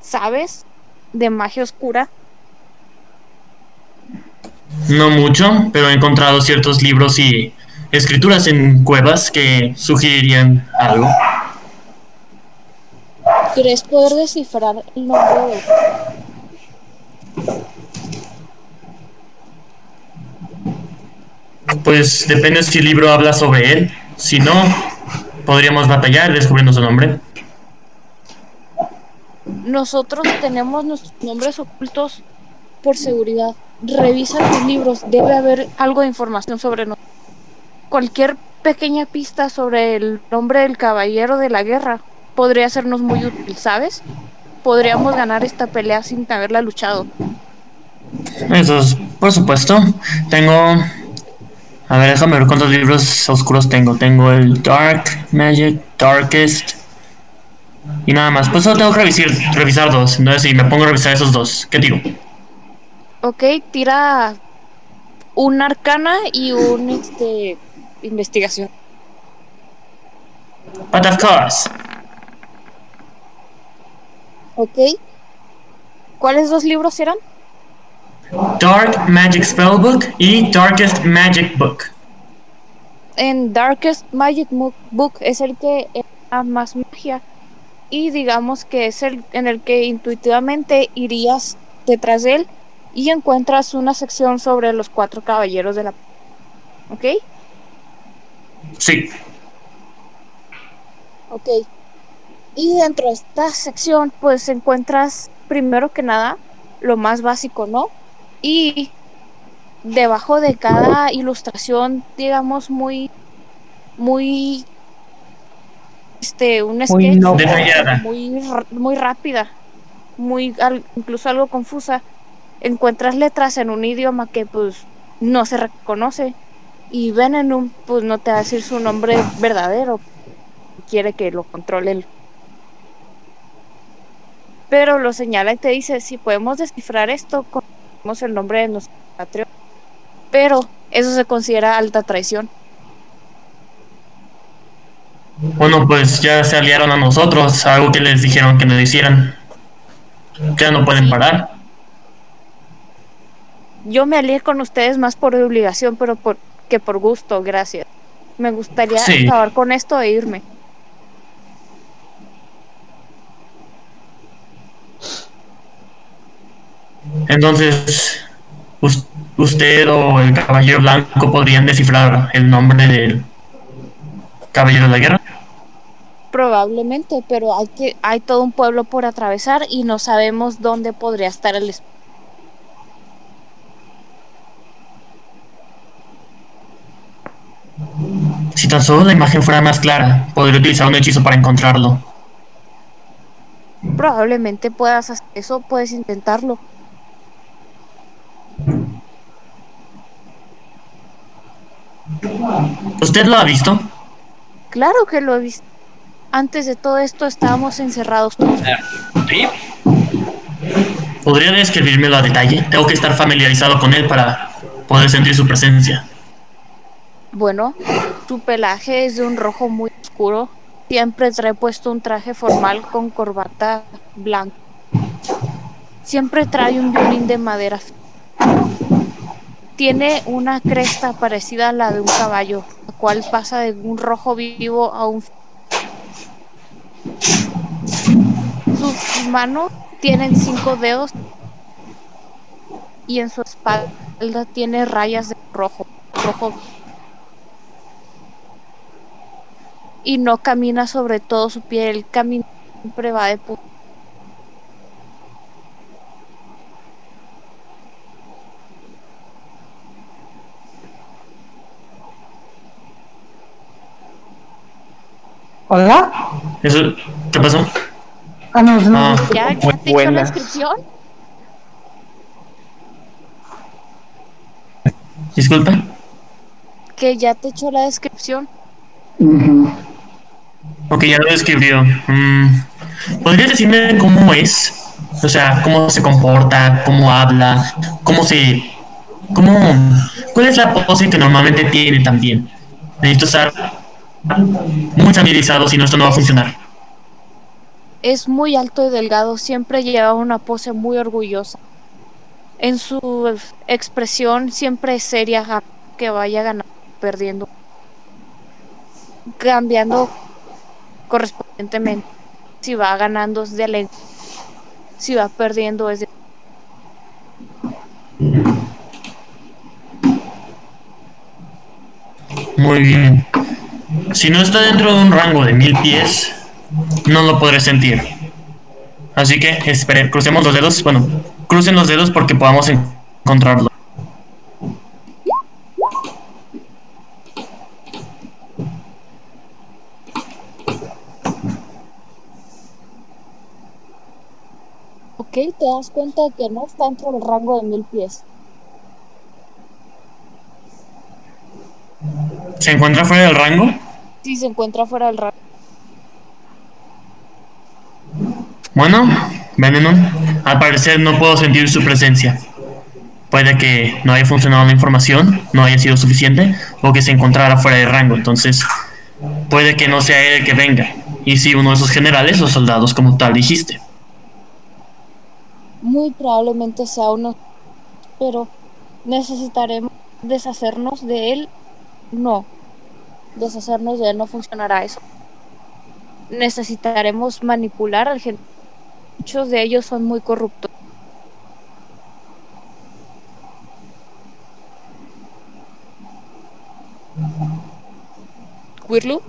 Speaker 2: ¿Sabes de magia oscura?
Speaker 7: No mucho, pero he encontrado ciertos libros y escrituras en cuevas que sugerirían algo.
Speaker 2: ¿Crees poder descifrar el nombre de.?
Speaker 7: Pues depende si el libro habla sobre él. Si no, podríamos batallar descubriendo su nombre.
Speaker 2: Nosotros tenemos nuestros nombres ocultos por seguridad. Revisa los libros, debe haber algo de información sobre nosotros. Cualquier pequeña pista sobre el nombre del caballero de la guerra podría sernos muy útil, ¿sabes? Podríamos ganar esta pelea sin haberla luchado.
Speaker 7: Eso es, por supuesto. Tengo. A ver, déjame ver cuántos libros oscuros tengo. Tengo el Dark Magic, Darkest. Y nada más. Pues solo tengo que revisir- revisar dos. Entonces, si me pongo a revisar esos dos, ¿qué digo?
Speaker 2: Ok, tira un arcana y un este investigación.
Speaker 7: But of course.
Speaker 2: Ok. ¿Cuáles dos libros eran?
Speaker 7: Dark Magic Spellbook y Darkest Magic Book.
Speaker 2: en Darkest Magic Mo- Book es el que eh, da más magia y digamos que es el en el que intuitivamente irías detrás de él y encuentras una sección sobre los cuatro caballeros de la ¿Ok?
Speaker 7: Sí.
Speaker 2: Ok. Y dentro de esta sección, pues encuentras primero que nada lo más básico, ¿no? Y debajo de cada ilustración, digamos, muy, muy, este, un sketch
Speaker 3: no.
Speaker 7: Detallada.
Speaker 2: muy, r- muy rápida. muy, al- incluso algo confusa, encuentras letras en un idioma que pues no se reconoce y Venenum pues no te va a decir su nombre verdadero, quiere que lo controle él. Pero lo señala y te dice, si podemos descifrar esto, conocemos el nombre de nuestro patriota. Pero eso se considera alta traición.
Speaker 7: Bueno, pues ya se aliaron a nosotros, algo que les dijeron que no hicieran. Ya no pueden parar.
Speaker 2: Yo me alié con ustedes más por obligación, pero por, que por gusto, gracias. Me gustaría
Speaker 7: Sí.
Speaker 2: acabar con esto e irme.
Speaker 7: Entonces, us- usted o el caballero blanco podrían descifrar el nombre del caballero de la guerra.
Speaker 2: Probablemente, pero hay que hay todo un pueblo por atravesar y no sabemos dónde podría estar el esp-
Speaker 7: Si tan solo la imagen fuera más clara, podría utilizar un hechizo para encontrarlo.
Speaker 2: Probablemente puedas hacer eso, puedes intentarlo.
Speaker 7: ¿Usted lo ha visto?
Speaker 2: Claro que lo he visto. Antes de todo esto estábamos encerrados todos.
Speaker 7: ¿Podría describírmelo a detalle? Tengo que estar familiarizado con él para poder sentir su presencia.
Speaker 2: Bueno, su pelaje es de un rojo muy oscuro. Siempre trae puesto un traje formal con corbata blanca. Siempre trae un violín de madera. Tiene una cresta parecida a la de un caballo, la cual pasa de un rojo vivo a un... Sus manos tienen cinco dedos y en su espalda tiene rayas de rojo, rojo y no camina sobre todo su pie, él camina siempre va de punta.
Speaker 3: ¿Hola?
Speaker 7: Eso, ¿Qué pasó?
Speaker 3: Ah, no, no.
Speaker 7: Ah,
Speaker 2: ¿Ya, ya te hizo la
Speaker 5: buena.
Speaker 2: inscripción?
Speaker 7: disculpe.
Speaker 2: Que ya te echó la descripción.
Speaker 9: Ujú.
Speaker 7: Ok, ya lo describió. Mm, ¿Podrías decirme cómo es? O sea, cómo se comporta, cómo habla, cómo se... Cómo, ¿Cuál es la pose que normalmente tiene también? Necesito estar muy familiarizado, si no esto no va a funcionar.
Speaker 2: Es muy alto y delgado, siempre lleva una pose muy orgullosa. En su ex- expresión siempre es seria, ja- que vaya ganando, perdiendo, cambiando correspondientemente. Si va ganando es de alegría, si va perdiendo es de
Speaker 7: Muy bien. Si no está dentro de un rango de mil pies, no lo podré sentir. Así que espere, crucemos los dedos. Bueno, crucen los dedos porque podamos en- encontrarlo.
Speaker 2: Ok, te das cuenta de que no está dentro del rango de mil pies.
Speaker 7: ¿Se encuentra fuera del rango?
Speaker 2: Si se encuentra fuera del rango.
Speaker 7: Bueno, Venenon, al parecer no puedo sentir su presencia. Puede que no haya funcionado la información, no haya sido suficiente, o que se encontrara fuera de rango. Entonces, puede que no sea él el que venga. Y si uno de esos generales o soldados, como tal dijiste.
Speaker 2: Muy probablemente sea uno, pero necesitaremos deshacernos de él. No, deshacernos de él no funcionará eso. Necesitaremos manipular al gen. Muchos de ellos son muy corruptos. ¿Quirlu?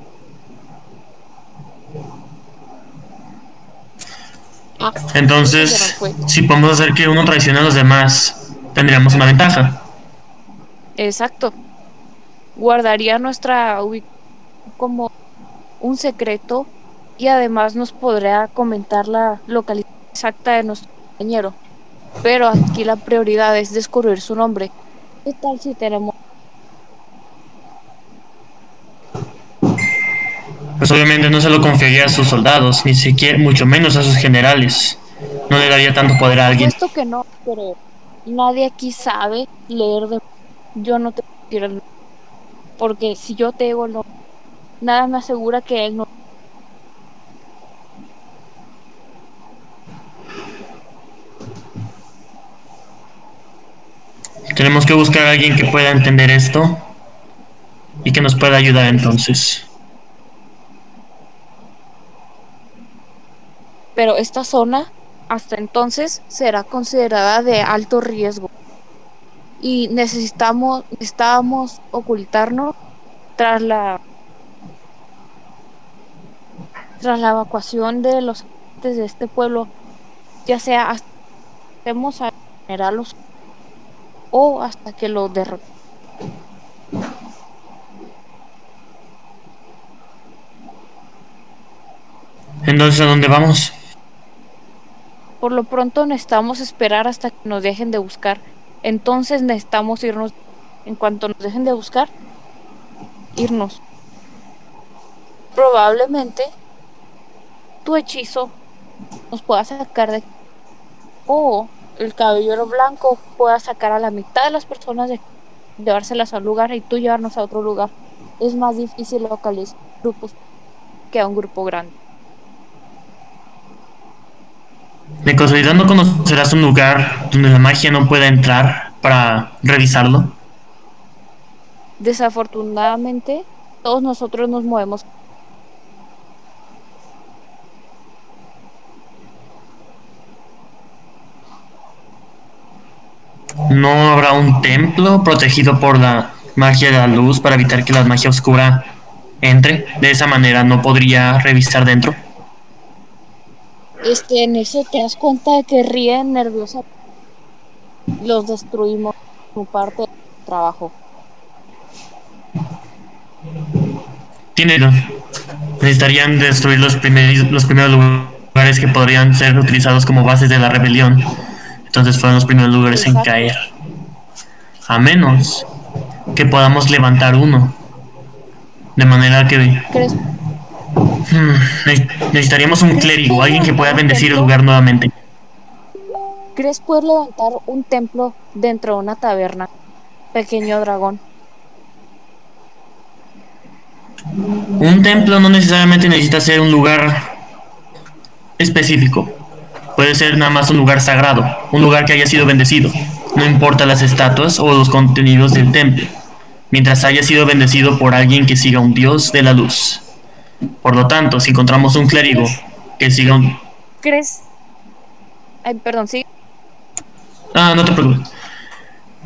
Speaker 2: Ah.
Speaker 7: Entonces, si podemos hacer que uno traicione a los demás, tendríamos una ventaja.
Speaker 2: Exacto. Guardaría nuestra ubicación como un secreto y además nos podría comentar la localización exacta de nuestro compañero. Pero aquí la prioridad es descubrir su nombre. ¿Qué tal si tenemos
Speaker 7: Pues obviamente no se lo confiaría a sus soldados, ni siquiera, mucho menos a sus generales. No le daría tanto poder a alguien.
Speaker 2: Puesto que no, pero nadie aquí sabe leer de yo no te puedo decir el nombre. Porque si yo te digo el nombre, nada me asegura que él no.
Speaker 7: Tenemos que buscar a alguien que pueda entender esto y que nos pueda ayudar entonces.
Speaker 2: Pero esta zona hasta entonces será considerada de alto riesgo. Y necesitamos, necesitábamos ocultarnos tras la tras la evacuación de los habitantes de este pueblo, ya sea hasta que estemos a generarlos o hasta que los derrotemos.
Speaker 7: Entonces, ¿a dónde vamos?
Speaker 2: Por lo pronto necesitamos esperar hasta que nos dejen de buscar. Entonces necesitamos irnos. En cuanto nos dejen de buscar, irnos. Probablemente tu hechizo nos pueda sacar de aquí. O el caballero blanco pueda sacar a la mitad de las personas de aquí, llevárselas a un lugar y tú llevarnos a otro lugar. Es más difícil localizar grupos que a un grupo grande.
Speaker 7: De casualidad no conocerás un lugar donde la magia no pueda entrar para revisarlo.
Speaker 2: Desafortunadamente, todos nosotros nos movemos.
Speaker 7: No habrá un templo protegido por la magia de la luz para evitar que la magia oscura entre. De esa manera no podría revisar dentro.
Speaker 2: Este, en eso te das cuenta de que ríen nerviosa. Los destruimos como parte del trabajo.
Speaker 7: Tiene. Necesitarían destruir los, primeros los primeros lugares que podrían ser utilizados como bases de la rebelión. Entonces fueron los primeros lugares en
Speaker 2: Exacto.
Speaker 7: caer. A menos que podamos levantar uno. De manera que
Speaker 2: ¿Crees
Speaker 7: Hmm, ne- necesitaríamos un clérigo, alguien que pueda bendecir el lugar nuevamente.
Speaker 2: ¿Crees poder levantar un templo dentro de una taberna? Pequeño dragón.
Speaker 7: Un templo no necesariamente necesita ser un lugar específico. Puede ser nada más un lugar sagrado, un lugar que haya sido bendecido. No importa las estatuas o los contenidos del templo, mientras haya sido bendecido por alguien que siga un dios de la luz. Por lo tanto, si encontramos un clérigo que siga un...
Speaker 2: ¿Crees? Ay, perdón, sí.
Speaker 7: Ah, no te preocupes.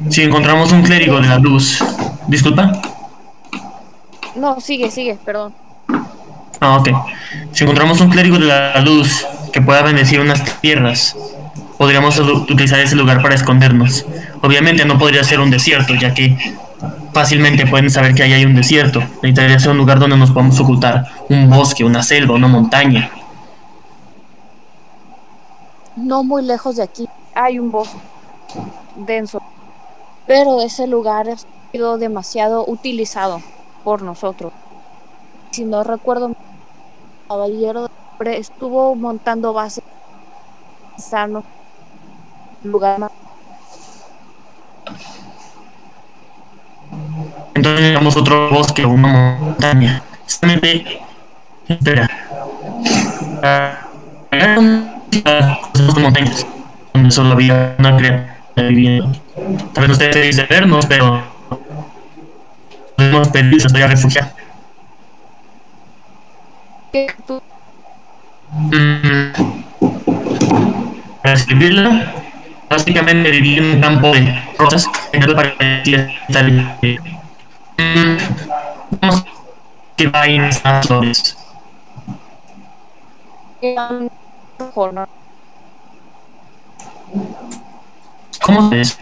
Speaker 7: Si encontramos un clérigo de la luz... Disculpa.
Speaker 2: No, sigue, sigue, perdón.
Speaker 7: Ah, ok. Si encontramos un clérigo de la luz que pueda bendecir unas tierras, podríamos u- utilizar ese lugar para escondernos. Obviamente no podría ser un desierto, ya que fácilmente pueden saber que ahí hay un desierto. Necesitaría ser un lugar donde nos podamos ocultar. Un bosque, una selva, una montaña.
Speaker 2: No muy lejos de aquí hay un bosque denso. Pero ese lugar ha sido demasiado utilizado por nosotros. Si no recuerdo, el caballero de Hombre estuvo montando bases sano lugar más
Speaker 7: Entonces necesitamos otro bosque o una montaña. Solamente... Espera. Ah, ah, cosas de montañas, donde solo había una criatura viviendo. Tal vez ustedes debéis de vernos, pero... Podemos pedirles a refugiar.
Speaker 2: que tú
Speaker 7: Mm. Para escribirla, básicamente viví en un campo de rosas, en el parecía estar bien. Mm, Vamos que va en estas flores.
Speaker 2: que han- ojo, ¿no?
Speaker 7: ¿Cómo se dice?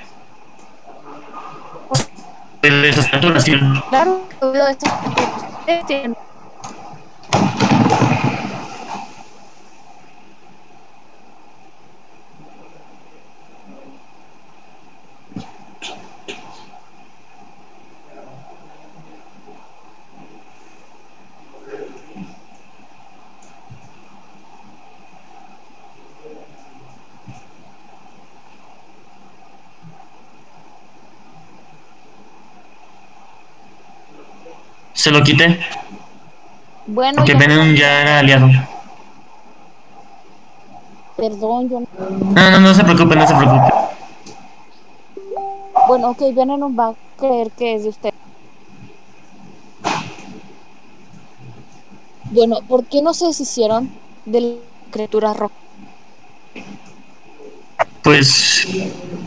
Speaker 7: De esas criaturas, ¿cierto?
Speaker 2: Claro que oído de estas cosas. Ustedes tienen-
Speaker 7: Se lo quité.
Speaker 2: Bueno,
Speaker 7: Porque
Speaker 2: yo-
Speaker 7: Venom ya era aliado.
Speaker 2: perdón, yo no-
Speaker 7: No, no, no se preocupe, no se preocupe.
Speaker 2: Bueno, ok, Venom va a creer que es de usted. Bueno, ¿por qué no se deshicieron de la criatura roja?
Speaker 7: Pues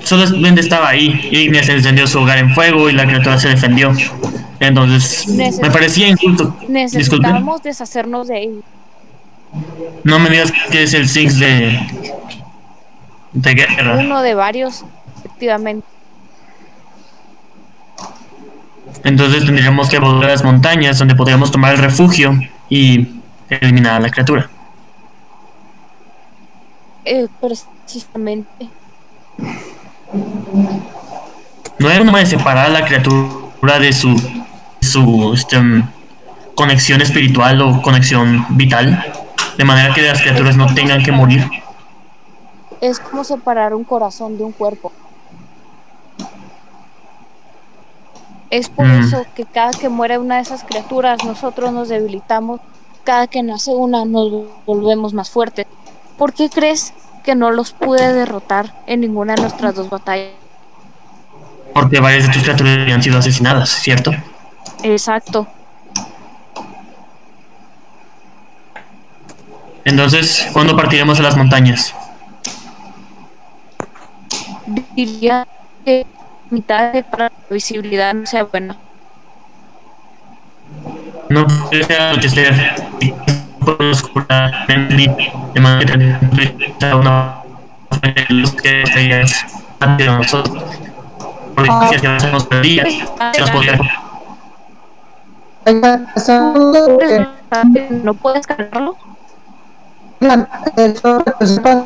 Speaker 7: solo Duende estaba ahí. Y Ignia se encendió su hogar en fuego y la criatura se defendió. Entonces, me parecía injusto. Disculpe.
Speaker 2: Necesitamos deshacernos de ella.
Speaker 7: No me digas que es el Six de. de guerra.
Speaker 2: Uno de varios, efectivamente.
Speaker 7: Entonces tendríamos que volver a las montañas donde podríamos tomar el refugio y eliminar a la criatura.
Speaker 2: Eh, precisamente.
Speaker 7: No hay forma de separar a la criatura de su. de su. este, mm, conexión espiritual o conexión vital. De manera que las criaturas no tengan que morir.
Speaker 2: Es como separar un corazón de un cuerpo. Es por
Speaker 7: Mm.
Speaker 2: eso que cada que muere una de esas criaturas, nosotros nos debilitamos. Cada que nace una, nos volvemos más fuertes. ¿Por qué crees que no los pude derrotar en ninguna de nuestras dos batallas?
Speaker 7: Porque varias de tus criaturas habían sido asesinadas, ¿cierto?
Speaker 2: Exacto.
Speaker 7: Entonces, ¿cuándo partiremos a las montañas?
Speaker 2: Diría que mitad de para la visibilidad no sea buena.
Speaker 7: No puede anochecer. y no puedo oscurar en mí, De manera que tendremos que una fuente de luz que seas hacia nosotros. Porque si avanzamos por día, se nos podría.
Speaker 3: Oiga, seguro que
Speaker 2: ¿No puedes cargarlo?
Speaker 3: oigan, el sol que se pasa,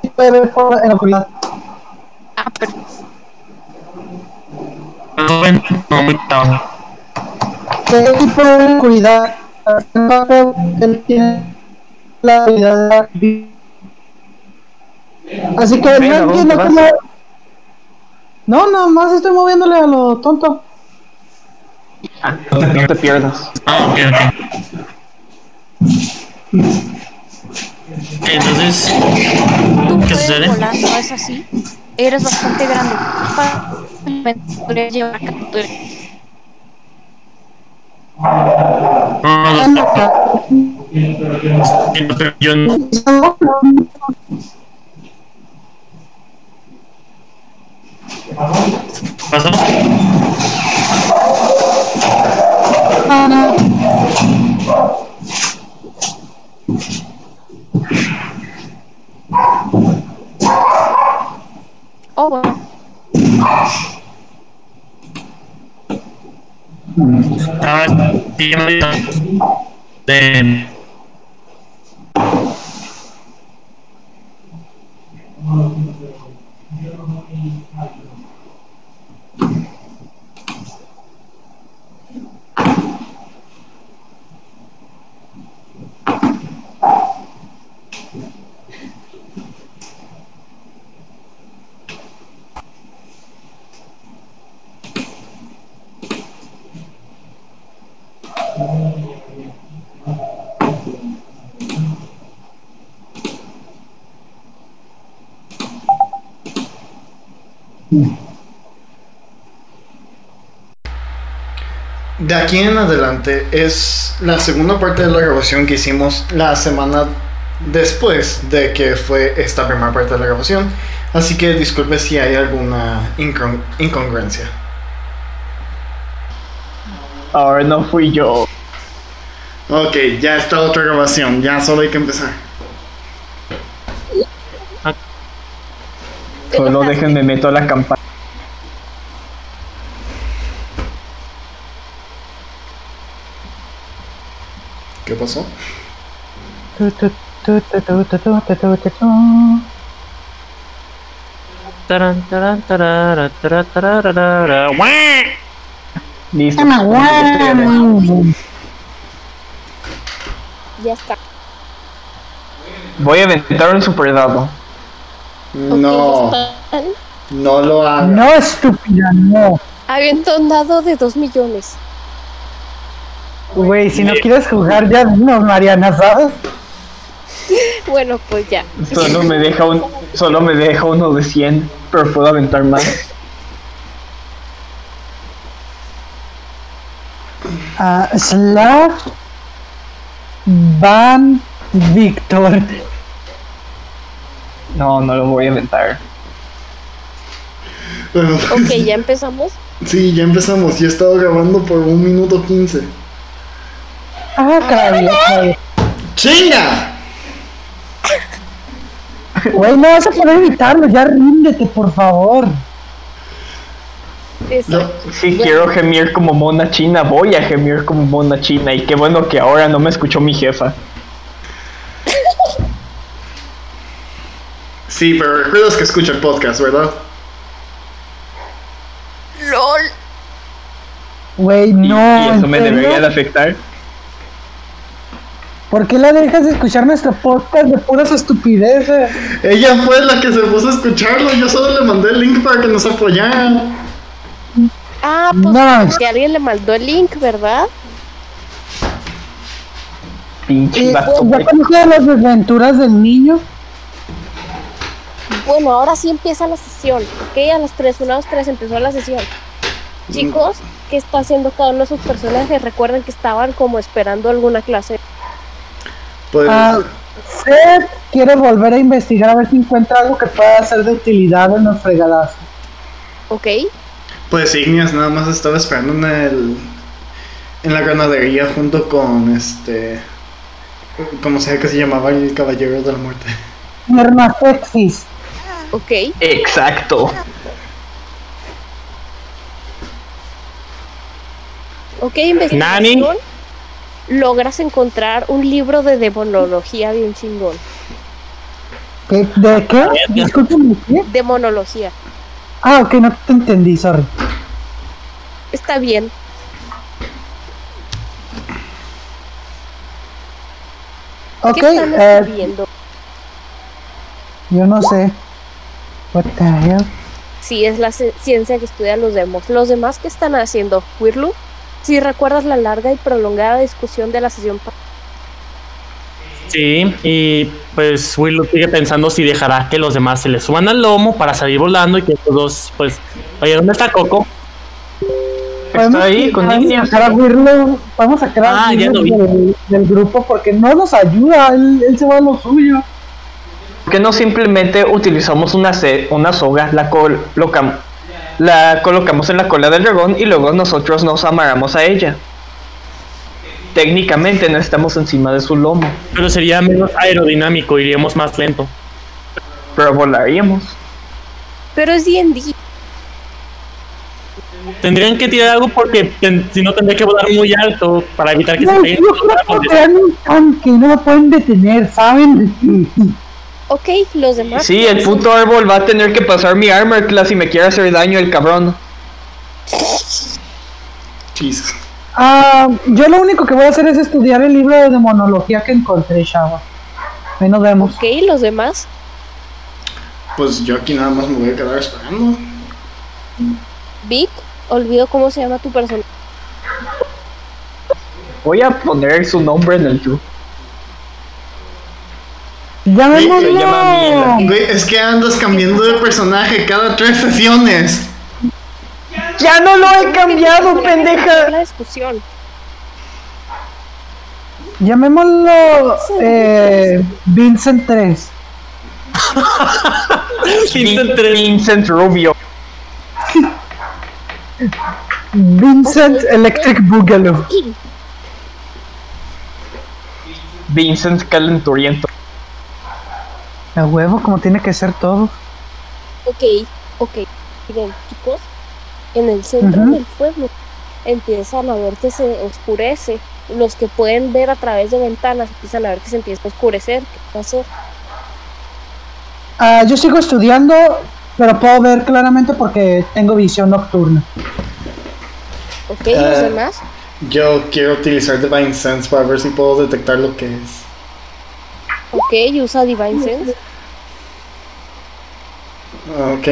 Speaker 3: sí puede ver por- en la oscuridad.
Speaker 2: Ah, perfecto.
Speaker 7: No, bueno, no me gustaba.
Speaker 3: ¿Qué tipo de oscuridad? El papel que él tiene la habilidad de la vi- Así que
Speaker 5: Venga,
Speaker 3: no
Speaker 5: ¿dónde
Speaker 3: entiendo
Speaker 5: vas?
Speaker 3: cómo. No, nada más estoy moviéndole a lo tonto.
Speaker 5: No te, no te pierdas.
Speaker 7: Ah, ok, ok. Ok, Entonces,
Speaker 2: Tú
Speaker 7: ¿Qué
Speaker 2: puedes
Speaker 7: sucede?
Speaker 2: volar, ¿no es así? Eres bastante grande. Fácilmente podrías llevar captura.
Speaker 7: no, no, no, no, pero yo no. ¿Qué pasó?
Speaker 2: Oh, bueno.
Speaker 7: Ahora Ah, sí yo me voy a- de
Speaker 4: De aquí en adelante es la segunda parte de la grabación que hicimos la semana después de que fue esta primera parte de la grabación. Así que disculpe si hay alguna incongru- incongruencia.
Speaker 5: Ahora no fui yo.
Speaker 4: Ok, ya está otra grabación, ya solo hay que empezar.
Speaker 2: ¿Qué
Speaker 5: Solo
Speaker 2: pasaste?
Speaker 5: déjenme meto a la campaña.
Speaker 4: ¿Qué pasó?
Speaker 3: Tu, tu, tu, tu, tu, tu, tu, tu, tu, tu, tu.
Speaker 10: Taran, taran, tarara, tarara, tarara. ¡Guau!
Speaker 5: Listo.
Speaker 3: Ama, guau.
Speaker 2: Ya está.
Speaker 5: Voy a aventar un super dado.
Speaker 4: No,
Speaker 2: Ok, ya está.
Speaker 4: no lo hagas.
Speaker 3: No, estúpida, no.
Speaker 2: Aviento un dado de dos millones.
Speaker 3: Güey, si no quieres jugar, ya no, Mariana, ¿sabes?
Speaker 2: Bueno, pues ya.
Speaker 5: Solo me deja un, solo me deja uno de 100, pero puedo aventar más.
Speaker 3: Ah, Slav Van Víctor.
Speaker 5: No, no lo voy a aventar.
Speaker 6: Bueno,
Speaker 2: Ok, ya empezamos.
Speaker 6: sí, ya empezamos. Ya he estado grabando por un minuto 15.
Speaker 3: Ah, caray,
Speaker 6: ¡Chinga!
Speaker 3: Güey, no vas a poder evitarlo, ya ríndete, por favor.
Speaker 2: Exacto.
Speaker 5: Si quiero gemir como mona china, voy a gemir como mona china. Y qué bueno que ahora no me escuchó mi jefa.
Speaker 6: Sí, pero recuerdas que escucha el podcast, ¿verdad?
Speaker 2: LOL.
Speaker 3: Güey,
Speaker 5: Y,
Speaker 3: no.
Speaker 5: y eso me
Speaker 3: ¿en serio?
Speaker 5: debería de afectar.
Speaker 3: ¿Por qué la dejas de escuchar nuestro podcast de puras estupideces?
Speaker 6: Ella fue la que se puso a escucharlo. Yo solo le mandé el link para que nos apoyaran.
Speaker 2: Ah, pues
Speaker 3: No.
Speaker 2: que alguien le mandó el link, ¿verdad?
Speaker 5: Pinche
Speaker 3: Eh,
Speaker 5: vato,
Speaker 3: ¿Ya
Speaker 5: güey.
Speaker 3: conoces las desventuras del niño?
Speaker 2: Bueno, ahora sí empieza la sesión, ¿ok? A las 3, 1, 2, 3 empezó la sesión. Chicos, ¿qué está haciendo cada uno de sus personajes? Recuerden que estaban como esperando alguna clase.
Speaker 6: Pues,
Speaker 3: Ah, Seth quiere volver a investigar a ver si encuentra algo que pueda ser de utilidad en los fregadazos.
Speaker 2: ¿Ok?
Speaker 6: pues Igneas nada más estaba esperando en el. En la ganadería junto con este. Como sea que se llamaba el Caballero de la Muerte.
Speaker 3: Mernafexis.
Speaker 2: ¿Ok?
Speaker 5: Exacto.
Speaker 2: ¿Ok? Investigación. Logras encontrar un libro de demonología bien chingón.
Speaker 3: ¿Qué- ¿De qué? Disculpen, ¿qué?
Speaker 2: Demonología.
Speaker 3: Ah, ok, no te entendí, sorry.
Speaker 2: Está bien.
Speaker 3: Ok,
Speaker 2: ¿Qué están
Speaker 3: eh,
Speaker 2: escribiendo?
Speaker 3: yo no sé. What the hell?
Speaker 2: Sí, es la ci- ciencia que estudian los demos. Los demás, ¿qué están haciendo? ¿Wirlu? Si recuerdas la larga y prolongada discusión de la sesión pa-
Speaker 7: Sí, y pues Willow sigue pensando si dejará que los demás se le suban al lomo para salir volando y que estos dos, pues, oye, ¿dónde está Coco?
Speaker 5: Está ahí con
Speaker 3: Vamos a
Speaker 5: Igneas.
Speaker 3: sacar a Wirlo- vamos a sacar a
Speaker 7: Ah, ya
Speaker 3: Wirlo
Speaker 7: lo vi.
Speaker 3: del, del grupo porque no nos ayuda, él, él se va a lo suyo.
Speaker 5: ¿Por qué no simplemente utilizamos una, se- una soga, la, colocam- la colocamos en la cola del dragón y luego nosotros nos amarramos a ella? Técnicamente no estamos encima de su lomo,
Speaker 7: Pero sería menos aerodinámico, iríamos más lento.
Speaker 5: pero volaríamos.
Speaker 2: Pero es D&D.
Speaker 7: Tendrían que tirar algo porque ten- si no tendría que volar muy alto para evitar que se
Speaker 3: No,
Speaker 7: peguen.
Speaker 3: yo creo que crean un tanque, no lo pueden detener, ¿saben?
Speaker 2: Ok, los demás.
Speaker 5: Sí, el puto árbol va a tener que pasar mi armor class y me quiere hacer daño el cabrón.
Speaker 6: Jesus.
Speaker 3: Ah, yo lo único que voy a hacer es estudiar el libro de demonología que encontré, chava. Ahí nos vemos.
Speaker 2: Ok, los demás.
Speaker 6: Pues yo aquí nada más me voy a quedar esperando.
Speaker 2: Vic, olvido cómo se llama tu personaje.
Speaker 5: Voy a poner su nombre en el grupo.
Speaker 3: Llamémoslo.
Speaker 5: Se llama Miela.
Speaker 6: Güey, es que andas cambiando de personaje cada tres sesiones.
Speaker 5: ¡Ya no lo he cambiado,
Speaker 2: Es
Speaker 5: pendeja!
Speaker 2: La discusión.
Speaker 3: Llamémoslo eh, Vincent 3.
Speaker 7: Vincent tres.
Speaker 5: Vincent Rubio.
Speaker 3: Vincent Electric Boogaloo.
Speaker 5: Vincent Calenturiento.
Speaker 3: A huevo, como tiene que ser todo.
Speaker 2: Ok, ok. Miren, chicos, en el centro
Speaker 3: Ujú.
Speaker 2: del pueblo empiezan a ver que se oscurece. Los que pueden ver a través de ventanas empiezan a ver que se empieza a oscurecer. ¿Qué van a hacer?
Speaker 3: Ah, yo sigo estudiando, pero puedo ver claramente porque tengo visión nocturna.
Speaker 2: Ok, los
Speaker 3: Ah.
Speaker 6: Eh,
Speaker 2: demás.
Speaker 6: Yo quiero utilizar Divine Sense para ver si puedo detectar lo que es.
Speaker 2: Ok, usa Divine Sense.
Speaker 6: Ah, Ok.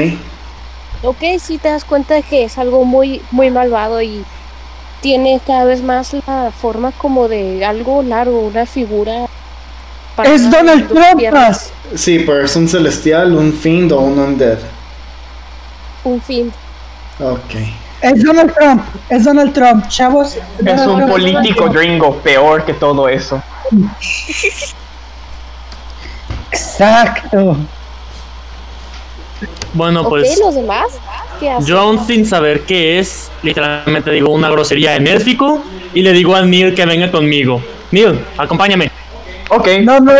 Speaker 2: Ok, sí te das cuenta de que es algo muy, muy malvado y
Speaker 11: tiene cada vez más la forma como de algo largo, una figura.
Speaker 3: Es Donald Trump. más.
Speaker 4: Sí, pero es un celestial, un fiend o un undead.
Speaker 11: Un fin.
Speaker 4: Ok.
Speaker 3: Es Donald Trump. Es Donald Trump, chavos.
Speaker 5: Es
Speaker 3: Donald
Speaker 5: un
Speaker 3: Trump,
Speaker 5: político
Speaker 3: Donald Trump.
Speaker 5: gringo, peor que todo eso.
Speaker 3: Exacto.
Speaker 7: Bueno,
Speaker 11: ok,
Speaker 7: pues
Speaker 11: los demás, ¿qué hacen?
Speaker 7: yo aún sin saber qué es, literalmente digo una grosería enérgico y le digo a Neil que venga conmigo. Neil, acompáñame.
Speaker 5: Ok,
Speaker 3: No, no.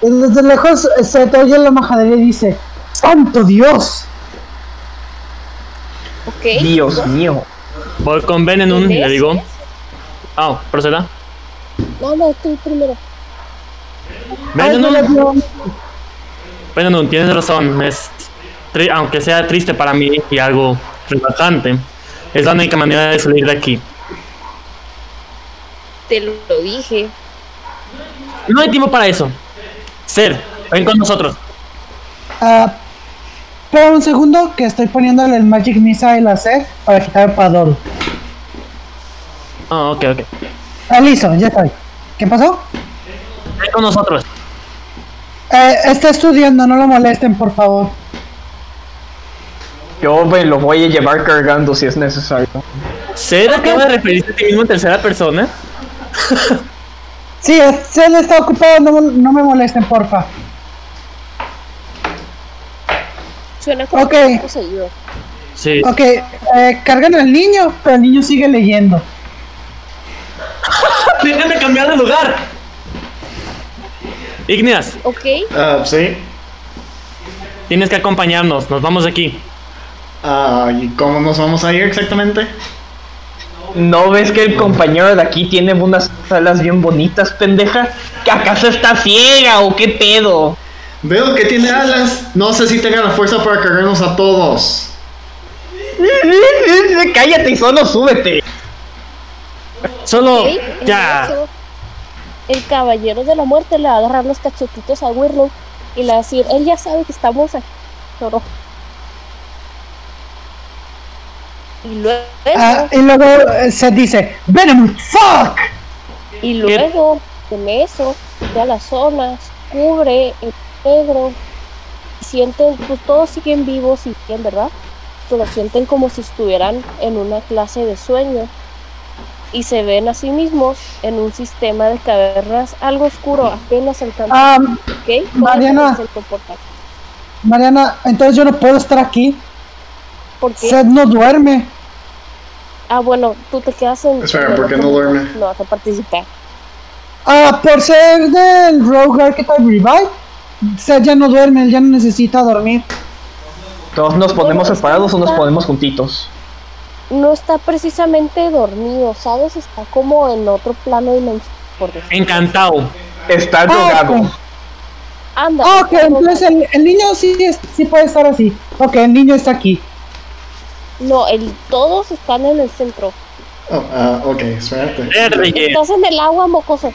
Speaker 3: Desde lejos se te oye la majadería y dice: ¡Santo Dios!
Speaker 11: Ok.
Speaker 5: Dios mío.
Speaker 7: Voy con Ben en un y le
Speaker 11: ¿Ves?
Speaker 7: digo. Ah, proceda.
Speaker 11: No, no, tú primero.
Speaker 7: Ben
Speaker 3: Ay,
Speaker 7: en un.
Speaker 3: Donald Trump.
Speaker 7: Bueno, no, tienes razón. Es tri- aunque sea triste para mí y algo relajante, es la única manera de salir de aquí.
Speaker 11: Te lo dije.
Speaker 7: No hay tiempo para eso. Ser, ven con nosotros.
Speaker 3: Ah, espera un segundo que estoy poniéndole el Magic Missile a Seth para quitar el padón.
Speaker 7: Ah, ok, ok.
Speaker 3: Ah, listo, ya estoy. ¿Qué pasó?
Speaker 7: Ven con nosotros.
Speaker 3: Eh, está estudiando, no lo molesten, por favor.
Speaker 5: Yo me lo voy a llevar cargando si es necesario.
Speaker 7: Ser acaba de referirse a ti mismo en tercera persona.
Speaker 3: Sí, es- Seth está ocupado, no, mol- no me molesten, porfa.
Speaker 11: Suena como
Speaker 3: Ok.
Speaker 11: que poseído.
Speaker 7: Sí.
Speaker 3: Ok, eh, cargan al niño, pero el niño sigue leyendo.
Speaker 7: Ah, Déjame cambiar de lugar. Igneas,
Speaker 11: Ok,
Speaker 4: Ah, sí.
Speaker 7: tienes que acompañarnos. Nos vamos de aquí.
Speaker 4: Ah, ¿y cómo nos vamos a ir exactamente?
Speaker 5: ¿No ves que el compañero de aquí tiene unas salas bien bonitas, pendeja? ¿Que acaso está ciega o qué pedo?
Speaker 4: Veo que tiene alas. No sé si tenga la fuerza para cargarnos a todos.
Speaker 5: Cállate y solo súbete.
Speaker 7: Solo
Speaker 11: ok. en
Speaker 7: ya.
Speaker 11: eso, El caballero de la muerte le va a agarrar los cachetitos a Whirlow y le va a decir, él ya sabe que estamos aquí. Toro. Y luego,
Speaker 3: Ah, y luego eh, Seth dice: ¡Venom, fuck!
Speaker 11: y luego, con eso, ya la zona se cubre el negro. y Sienten, pues todos siguen vivos y bien, ¿verdad? Pero sienten como si estuvieran en una clase de sueño. Y se ven a sí mismos en un sistema de cavernas algo oscuro, apenas alcanzan.
Speaker 3: Ah,
Speaker 11: ¿ok? Todos
Speaker 3: Mariana.
Speaker 11: alcanzan por portal.
Speaker 3: Mariana, entonces yo no puedo estar aquí.
Speaker 11: ¿Por qué?
Speaker 3: Seth no duerme.
Speaker 11: Ah, bueno, tú te quedas en.
Speaker 4: Espera,
Speaker 11: en el
Speaker 4: ¿por qué
Speaker 11: otro
Speaker 4: no
Speaker 11: lugar,
Speaker 4: duerme?
Speaker 11: No vas a participar.
Speaker 3: Ah, por ser del Rogue Archetype Revive, Seth ya no duerme, él ya no necesita dormir.
Speaker 5: ¿Todos nos ponemos
Speaker 11: Bueno,
Speaker 5: separados o nos
Speaker 11: está-
Speaker 5: ponemos juntitos?
Speaker 11: No está precisamente dormido, ¿sabes? Está como en otro plano dimensional, por decirlo
Speaker 7: Encantado.
Speaker 5: Está
Speaker 3: Ah,
Speaker 5: drogado.
Speaker 3: ok.
Speaker 11: Anda.
Speaker 3: Ah, ok,
Speaker 11: está
Speaker 3: entonces
Speaker 11: drogado.
Speaker 3: el, el niño sí, es- sí puede estar así. Ok, el niño está aquí.
Speaker 11: No, el, todos están en el centro.
Speaker 4: Oh, ah, ok, espérate.
Speaker 7: Verde, yeah.
Speaker 11: Estás en el agua, mocoso.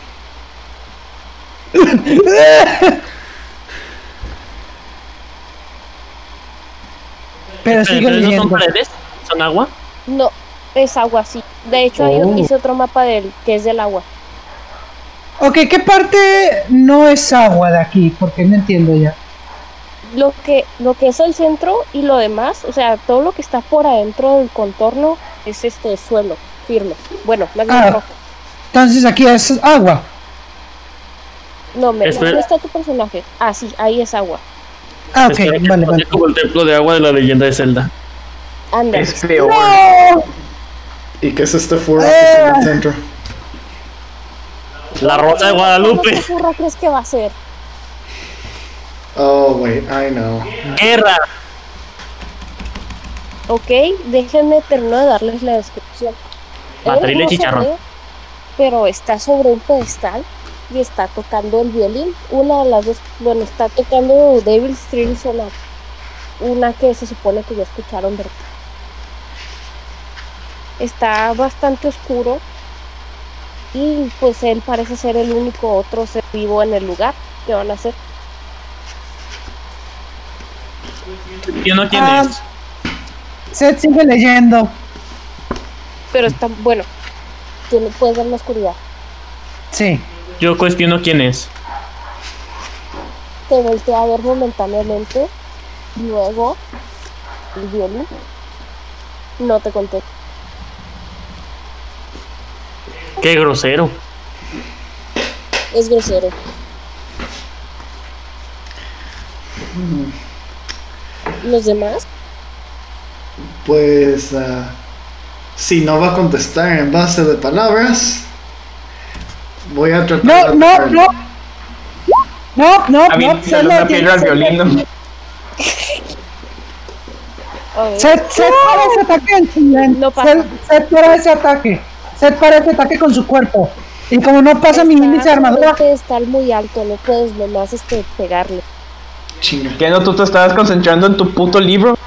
Speaker 3: Pero sigue
Speaker 7: Entonces, ¿No son
Speaker 3: leyendo.
Speaker 7: paredes? ¿Son agua?
Speaker 11: No, es agua, sí. De hecho, ahí
Speaker 7: Oh.
Speaker 11: hice otro mapa del que es del agua.
Speaker 3: Ok, ¿qué parte no es agua de aquí? Porque no entiendo ya.
Speaker 11: Lo que, lo que es el centro y lo demás, o sea, todo lo que está por adentro del contorno es este suelo firme. Bueno, más bien
Speaker 3: Ah.
Speaker 11: roca.
Speaker 3: Entonces aquí es agua.
Speaker 11: No, me,
Speaker 7: Espera.
Speaker 11: ¿dónde está tu personaje? Ah, sí, ahí es agua.
Speaker 3: Ah, ok,
Speaker 7: Espero que
Speaker 3: vale,
Speaker 7: sea
Speaker 3: vale.
Speaker 7: como el templo de agua de la leyenda de Zelda.
Speaker 11: Anda.
Speaker 5: Es peor.
Speaker 4: ¿Y qué es este furro que está en el centro?
Speaker 7: La rosa de Guadalupe.
Speaker 11: ¿Qué furra crees que va a ser?
Speaker 4: Oh, wait, I know.
Speaker 7: Guerra.
Speaker 11: Ok, déjenme terminar de darles la descripción. Él
Speaker 7: Matarile
Speaker 11: no se
Speaker 7: chicharrón.
Speaker 11: ve, Pero está sobre un pedestal y está tocando el violín. Una de las dos, bueno, está tocando Devil String Sonata. Una que se supone que ya escucharon, ¿verdad? Está bastante oscuro y pues él parece ser el único otro ser vivo en el lugar. ¿Qué van a hacer?
Speaker 7: Yo no quién
Speaker 3: Ah.
Speaker 7: es.
Speaker 3: Seth sigue leyendo.
Speaker 11: Pero está, bueno, tiene- puedes ver la oscuridad.
Speaker 3: Sí.
Speaker 7: Yo cuestiono quién es.
Speaker 11: Te voltea a ver momentáneamente, luego el violín no te contesta.
Speaker 7: Qué grosero.
Speaker 11: Es grosero. Los demás,
Speaker 4: Pues ah, si no va a contestar en base de palabras, voy a tratar
Speaker 3: No,
Speaker 4: de
Speaker 3: no,
Speaker 4: atacarlo.
Speaker 3: no. No, no,
Speaker 5: A mí
Speaker 3: no.
Speaker 5: me
Speaker 3: Seth
Speaker 5: lo
Speaker 3: lo tiene-
Speaker 5: da piedra al
Speaker 3: Seth-
Speaker 5: violín.
Speaker 11: a ver,
Speaker 3: Seth, Seth para ese ataque en silencio.
Speaker 11: No pasa.
Speaker 3: Seth, Seth para ese ataque. Seth para ese ataque con su cuerpo. Y como no pasa mi
Speaker 11: está
Speaker 3: mini de armadura,
Speaker 11: sobre un pedestal muy alto, no puedes nomás este, pegarle.
Speaker 4: Chinga.
Speaker 5: ¿Qué no tú te estabas concentrando en tu puto libro?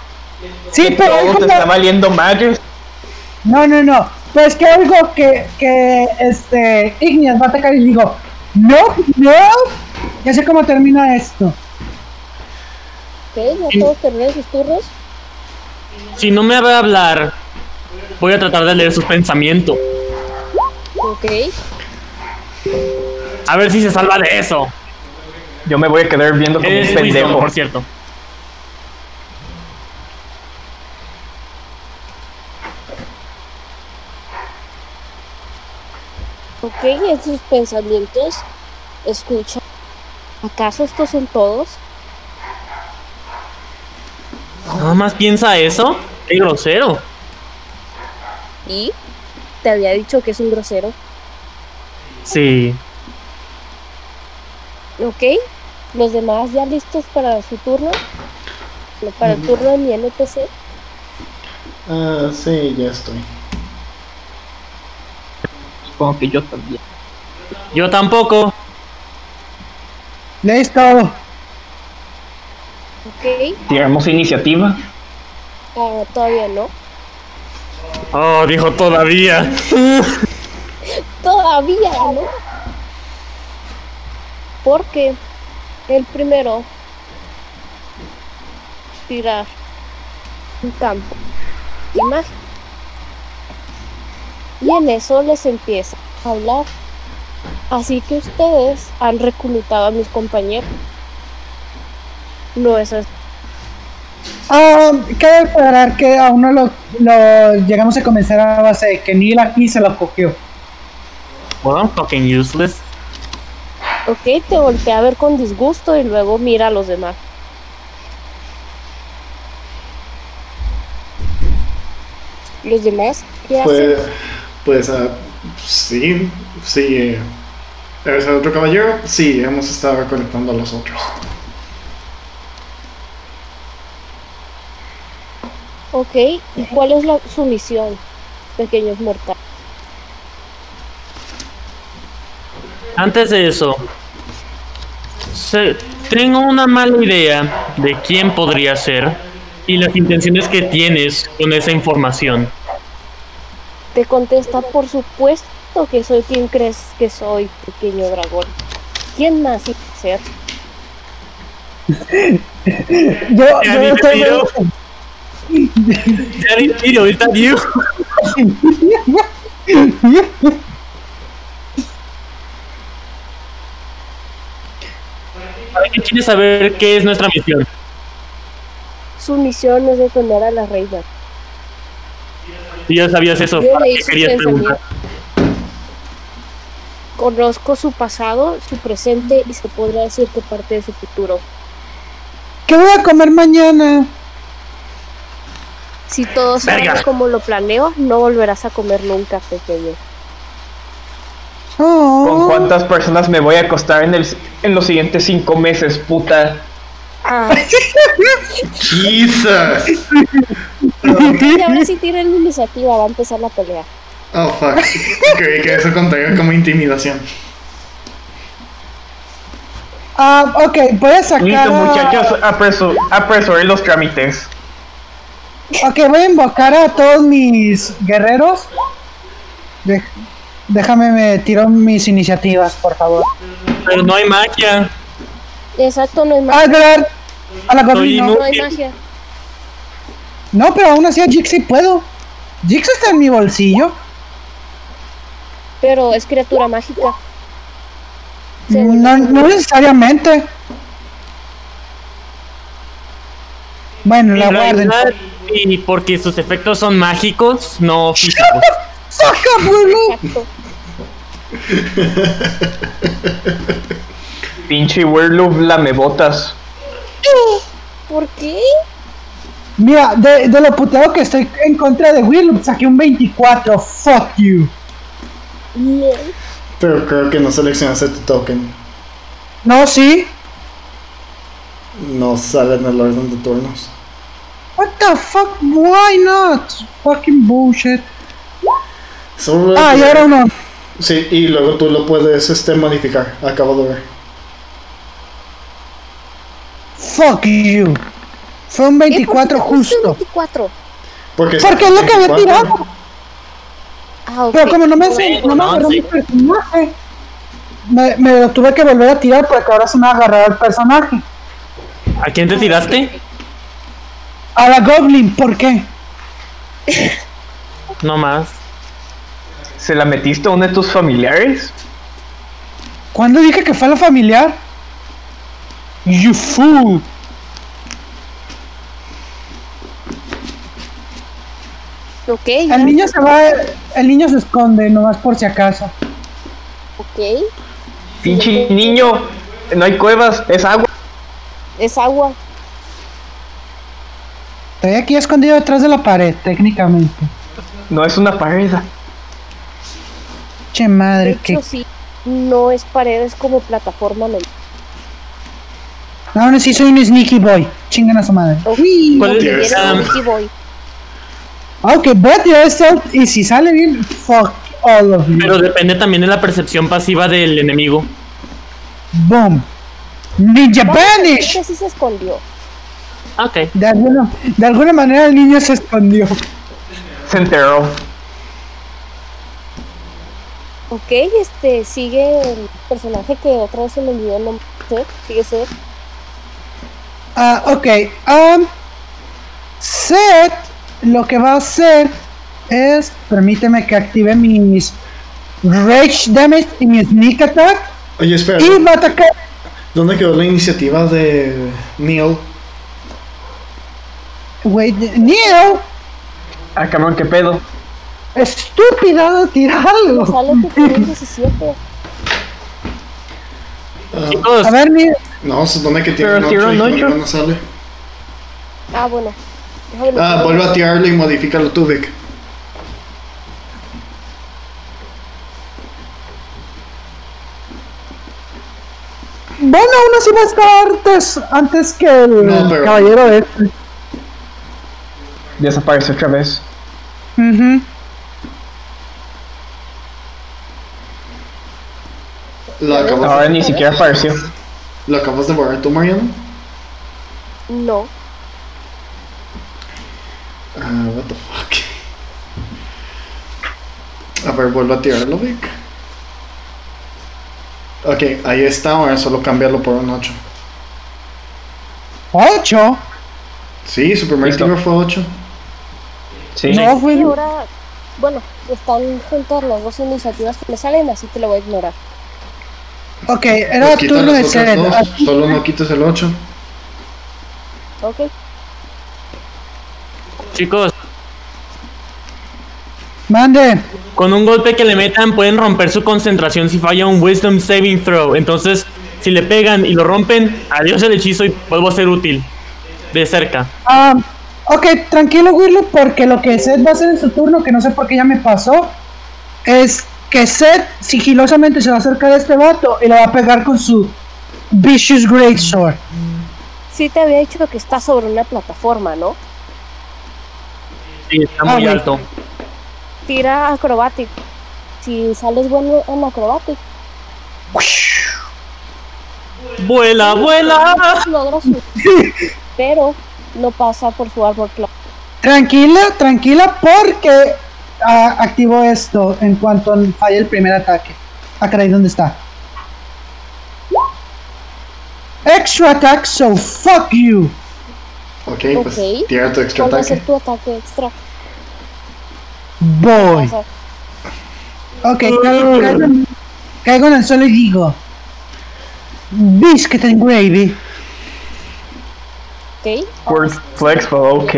Speaker 3: sí, pero él
Speaker 5: Todo te
Speaker 3: como-
Speaker 5: está valiendo madres.
Speaker 3: No, no, no. Pues que oigo que, que este Igneas va a atacar y digo, no, no. Ya sé cómo termina esto.
Speaker 11: ¿Ok? Ya todos terminan sus turnos.
Speaker 7: Si no me va a hablar, voy a tratar de leer sus pensamientos.
Speaker 11: Ok.
Speaker 7: A ver si se salva de eso.
Speaker 5: Yo me voy a quedar viendo como
Speaker 7: Es
Speaker 5: un
Speaker 7: Wisdom,
Speaker 5: pendejo.
Speaker 7: por cierto.
Speaker 11: Ok, en sus pensamientos, escucha. ¿Acaso estos son todos?
Speaker 7: Nada más piensa eso. Qué grosero.
Speaker 11: Y te había dicho que es un grosero.
Speaker 7: Sí.
Speaker 11: Ok. Los demás ya listos para su turno. No, Para el turno de mi NPC.
Speaker 4: Ah, sí, ya estoy.
Speaker 5: Supongo que yo también.
Speaker 7: Yo tampoco.
Speaker 3: Listo.
Speaker 11: Ok.
Speaker 5: Tiramos iniciativa.
Speaker 11: Ah, todavía no.
Speaker 7: Oh, dijo todavía.
Speaker 11: Todavía no. Porque el primero tirar un campo de magia. Y en eso les empieza a hablar. Así que ustedes han reclutado a mis compañeros. No eso es
Speaker 3: Ah, cabe aclarar que aún no lo, lo llegamos a comenzar a base de que Neil aquí se lo cogió.
Speaker 7: Well, I'm fucking useless.
Speaker 11: ok, te voltea a ver con disgusto y luego mira a los demás. Los demás, ¿qué hacen?
Speaker 4: Pues, pues ah, sí, sí. eh, ¿Eres el otro caballero? Sí, hemos estado recolectando a los otros.
Speaker 11: Ok, ¿y cuál es la, su misión, pequeños mortales?
Speaker 7: Antes de eso, se- tengo una mala idea de quién podría ser y las intenciones que tienes con esa información.
Speaker 11: Te contesta, por supuesto que soy quien crees que soy, pequeño dragón. ¿Quién más iba a ser?
Speaker 3: Yo, yo
Speaker 7: Ya ni me
Speaker 3: estoy-
Speaker 7: tiro. Daddy Tito, is that you? ¿Para qué quieres saber qué es nuestra misión?
Speaker 11: Su misión es detonar a la reina.
Speaker 7: Si ya sabías eso,
Speaker 11: Yo
Speaker 7: ¿para
Speaker 11: leí
Speaker 7: qué
Speaker 11: sus
Speaker 7: querías preguntar?
Speaker 11: Conozco su pasado, su presente y se podría decir que parte de su futuro.
Speaker 3: ¿Qué voy a comer mañana?
Speaker 11: Si todo sale
Speaker 7: Verga.
Speaker 11: como lo planeo, no volverás a comer nunca, pequeño.
Speaker 3: Oh.
Speaker 5: ¿Con cuántas personas me voy a acostar en, el, en los siguientes cinco meses, puta?
Speaker 3: Ah.
Speaker 4: Jesus.
Speaker 11: Y ahora sí tienen la iniciativa, va a empezar la pelea.
Speaker 4: Oh, fuck. Creí que eso contaría como intimidación.
Speaker 3: Ah, ok, voy a sacar.
Speaker 5: Listo,
Speaker 3: a-
Speaker 5: muchachos, apresu- apresuré los trámites.
Speaker 3: Ok, voy a invocar a todos mis guerreros. Dej- déjame, me tiro mis iniciativas, por favor.
Speaker 7: Pero no hay magia.
Speaker 11: Exacto, no hay
Speaker 3: Ah,
Speaker 11: magia.
Speaker 3: es verdad. A la Goblin no.
Speaker 11: No hay magia.
Speaker 3: No, pero aún así a Jixi puedo. Jixi está en mi bolsillo.
Speaker 11: pero es criatura mágica. Según-
Speaker 3: No, no necesariamente. Bueno, la
Speaker 7: Y la
Speaker 3: guarden.
Speaker 7: verdad, y porque sus efectos son mágicos, no físicos.
Speaker 3: ¡Saca, abuelo!
Speaker 11: Exacto.
Speaker 5: Pinche Werewolf lamebotas.
Speaker 11: ¿Por qué?
Speaker 3: Mira, de, de lo puteado que estoy en contra de Will, saqué un 24. Fuck you.
Speaker 11: Bien.
Speaker 4: Pero creo que no seleccionaste tu token.
Speaker 3: No, sí.
Speaker 4: No sale en el orden de turnos.
Speaker 3: What the fuck? Why not? Fucking bullshit.
Speaker 4: Solo-
Speaker 3: Ah, y ahora uno.
Speaker 4: Sí, y luego tú lo puedes este, modificar. Acabo de ver.
Speaker 3: Fuck you. Fue un
Speaker 11: Eh, ¿por qué te
Speaker 3: 24
Speaker 11: puse un
Speaker 3: justo.
Speaker 11: 24.
Speaker 4: Porque,
Speaker 3: Porque es lo que había
Speaker 4: 24.
Speaker 3: tirado.
Speaker 11: Ah, ok.
Speaker 3: Pero como no me, se-
Speaker 7: Bueno,
Speaker 3: no me
Speaker 7: no,
Speaker 3: agarró
Speaker 7: sí.
Speaker 3: mi personaje, me, me lo tuve que volver a tirar porque ahora se me agarrará el personaje.
Speaker 7: ¿A quién te tiraste?
Speaker 3: A la Goblin, ¿por qué?
Speaker 7: No más.
Speaker 5: ¿Se la metiste a uno de tus familiares?
Speaker 3: ¿Cuándo dije que fue a la familiar? You fool.
Speaker 11: Ok,
Speaker 3: El niño se va, el niño se esconde, nomás por si acaso.
Speaker 11: ok.
Speaker 5: Pinche niño, no hay cuevas, es agua.
Speaker 11: Es agua.
Speaker 3: Estoy aquí escondido detrás de la pared, técnicamente.
Speaker 5: No es una pared.
Speaker 3: Che
Speaker 11: De
Speaker 3: madre, que...
Speaker 11: hecho, sí. No es pared, es como plataforma. ¿no?
Speaker 3: No, no, sí soy un sneaky boy. Chingan a su madre.
Speaker 11: Ok,
Speaker 7: ¿Cuál
Speaker 11: no
Speaker 7: es?
Speaker 11: te vieron,
Speaker 7: Ah.
Speaker 11: Mickey Boy.
Speaker 3: Ah, Ok, voy a tirar esto y si sale bien, fuck all of you.
Speaker 7: Pero depende también de la percepción pasiva del enemigo.
Speaker 3: Boom. Ninja Vanish.
Speaker 11: Este sí se escondió.
Speaker 7: Ok.
Speaker 3: De alguna, de alguna manera el niño se escondió.
Speaker 5: Se enteró.
Speaker 11: Ok, este sigue el personaje que otra vez se me olvidó el nombre. Seth, Sigue Seth.
Speaker 3: Ah, ok. Um, Seth lo que va a hacer es. Permíteme que active mis Rage Damage y mi Sneak Attack.
Speaker 4: Oye, espera.
Speaker 3: Y va a atacar.
Speaker 4: ¿Dónde quedó la iniciativa de Neil?
Speaker 3: Wait, Neo,
Speaker 5: Ah, cabrón, qué pedo.
Speaker 3: estúpida,
Speaker 11: Me
Speaker 3: tirarlo.
Speaker 11: sale que tiene 17.
Speaker 7: Chicos,
Speaker 3: A ver, Neo.
Speaker 4: No, se supone que tiene
Speaker 5: Pero tiró
Speaker 4: y
Speaker 5: un
Speaker 4: con
Speaker 5: ocho.
Speaker 4: el no sale.
Speaker 11: Ah, bueno. Déjame lo
Speaker 4: Ah,
Speaker 11: pongo.
Speaker 4: vuelve a tirarlo y modifícalo tú, Vic.
Speaker 3: Bueno, aún así va a estar antes, antes que el
Speaker 4: No, pero-
Speaker 3: caballero este.
Speaker 5: Desapareció otra vez.
Speaker 3: Ujú.
Speaker 4: Lo acabas,
Speaker 5: Ahora ni siquiera apareció.
Speaker 4: lo acabas de borrar tú, Mariano.
Speaker 11: No.
Speaker 4: Ah, what the fuck. A ver, vuelve a tirarlo, Vic. Ok, ahí está, ahora solo cambiarlo por un 8.
Speaker 3: ¿Ocho?
Speaker 4: Sí, su primer
Speaker 5: Listo.
Speaker 4: tiro fue 8.
Speaker 5: Sí.
Speaker 3: No, fue.
Speaker 11: Y ahora, bueno, están juntas las dos iniciativas que me salen, así te lo voy a ignorar.
Speaker 3: Ok, era
Speaker 4: Quita
Speaker 3: turno de Ah,
Speaker 4: las otras
Speaker 3: Seth.
Speaker 4: dos, solo no quites el 8.
Speaker 11: Ok.
Speaker 7: chicos,
Speaker 3: Mande.
Speaker 7: con un golpe que le metan pueden romper su concentración si falla un Wisdom Saving Throw. Entonces, si le pegan y lo rompen, adiós el hechizo y vuelvo a ser útil. De cerca.
Speaker 3: Ah, ok, tranquilo, Willow, porque lo que Seth va a hacer en su turno, que no sé por qué ya me pasó, es que Seth sigilosamente se va a acercar a este vato y le va a pegar con su Vicious Great Sword.
Speaker 11: Sí te había dicho que está sobre una plataforma, ¿no?
Speaker 7: Sí, está
Speaker 3: Ah,
Speaker 7: muy
Speaker 3: güey.
Speaker 7: alto.
Speaker 11: Tira acrobatic. Si sales bueno en acrobatic,
Speaker 7: Vuela, vuela.
Speaker 11: logra su... Pero no pasa por su árbol claro.
Speaker 3: Tranquila, tranquila, porque ah, activo esto en cuanto falle el primer ataque. Ah, caray, ¿dónde está? Extra attack, so fuck you.
Speaker 4: Ok, pues
Speaker 11: Ok.
Speaker 4: tira tu extra
Speaker 11: ¿Cuál va a ser
Speaker 4: ataque.
Speaker 11: tu ataque extra?
Speaker 3: Boy.
Speaker 11: O sea,
Speaker 3: Ok, caigo, caigo en- caigo en el suelo y digo: Biscuit and gravy.
Speaker 11: ¿ok?
Speaker 5: Word flex, pero ok.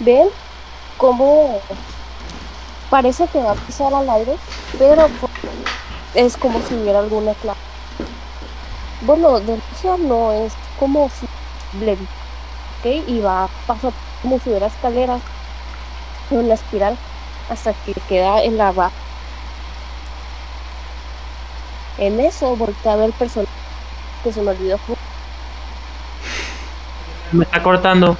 Speaker 11: ven cómo parece que va a pisar al aire, pero es como si hubiera alguna clave. Bueno, de hecho no, es como si levita, ¿ok? Y va paso como si hubiera escaleras en una espiral hasta que queda en la barra. En eso volteé a ver el personaje que se me olvidó
Speaker 7: Me está cortando.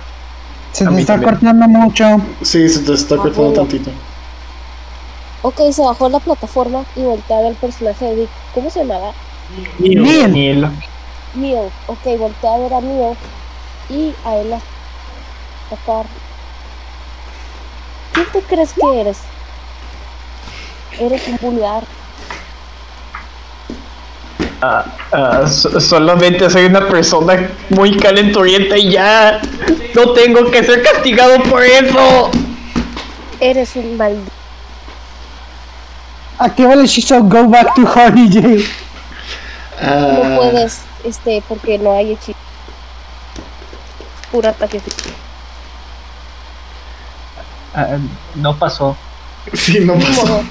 Speaker 3: Se
Speaker 4: A
Speaker 3: te
Speaker 4: mí
Speaker 3: está
Speaker 4: también.
Speaker 3: cortando mucho.
Speaker 4: Sí, se te está
Speaker 11: Ah,
Speaker 4: cortando
Speaker 11: bueno.
Speaker 4: tantito.
Speaker 11: Ok, se bajó la plataforma y volteé a ver el personaje de Dick. ¿Cómo se llamaba?
Speaker 3: Bien.
Speaker 5: Neil.
Speaker 11: Mio, ok, volteé a ver a Mio y a él a tocar. ¿Quién te crees que eres? Eres un vulgar.
Speaker 5: Ah, so- solamente soy una persona muy calenturienta y ya. No tengo que ser castigado por eso.
Speaker 11: Eres un maldito.
Speaker 3: Activa el hechizo Go Back to Honey Jail.
Speaker 11: No puedes, este, porque no hay hechizo. Pura ataque. físico.
Speaker 5: Ah, no pasó.
Speaker 4: Sí, no
Speaker 11: Ni
Speaker 4: pasó.
Speaker 11: modo.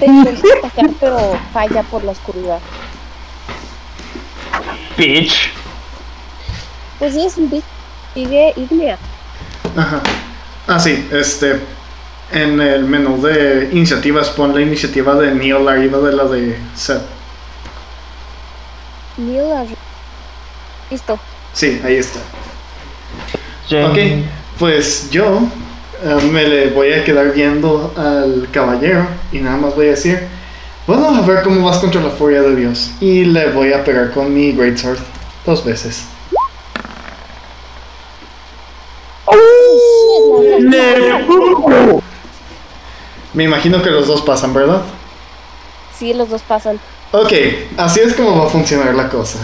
Speaker 11: Te intenta atacar, pero falla por la oscuridad.
Speaker 5: Bitch.
Speaker 11: Pues sí, es un bit. Sigue Ignea.
Speaker 4: Ajá. Ah, sí, este. En el menú de iniciativas, pon la iniciativa de Neil arriba de la de Seth.
Speaker 11: Mio, arri- listo.
Speaker 4: Sí, ahí está.
Speaker 5: Jen.
Speaker 4: Ok, pues yo eh, me le voy a quedar viendo al caballero y nada más voy a decir, "Pues vamos a ver cómo vas contra la furia de Dios. Y le voy a pegar con mi Great Sword dos veces. Me imagino que los dos pasan, ¿verdad?
Speaker 11: Sí, los dos pasan.
Speaker 4: Ok, así es como va a funcionar la cosa.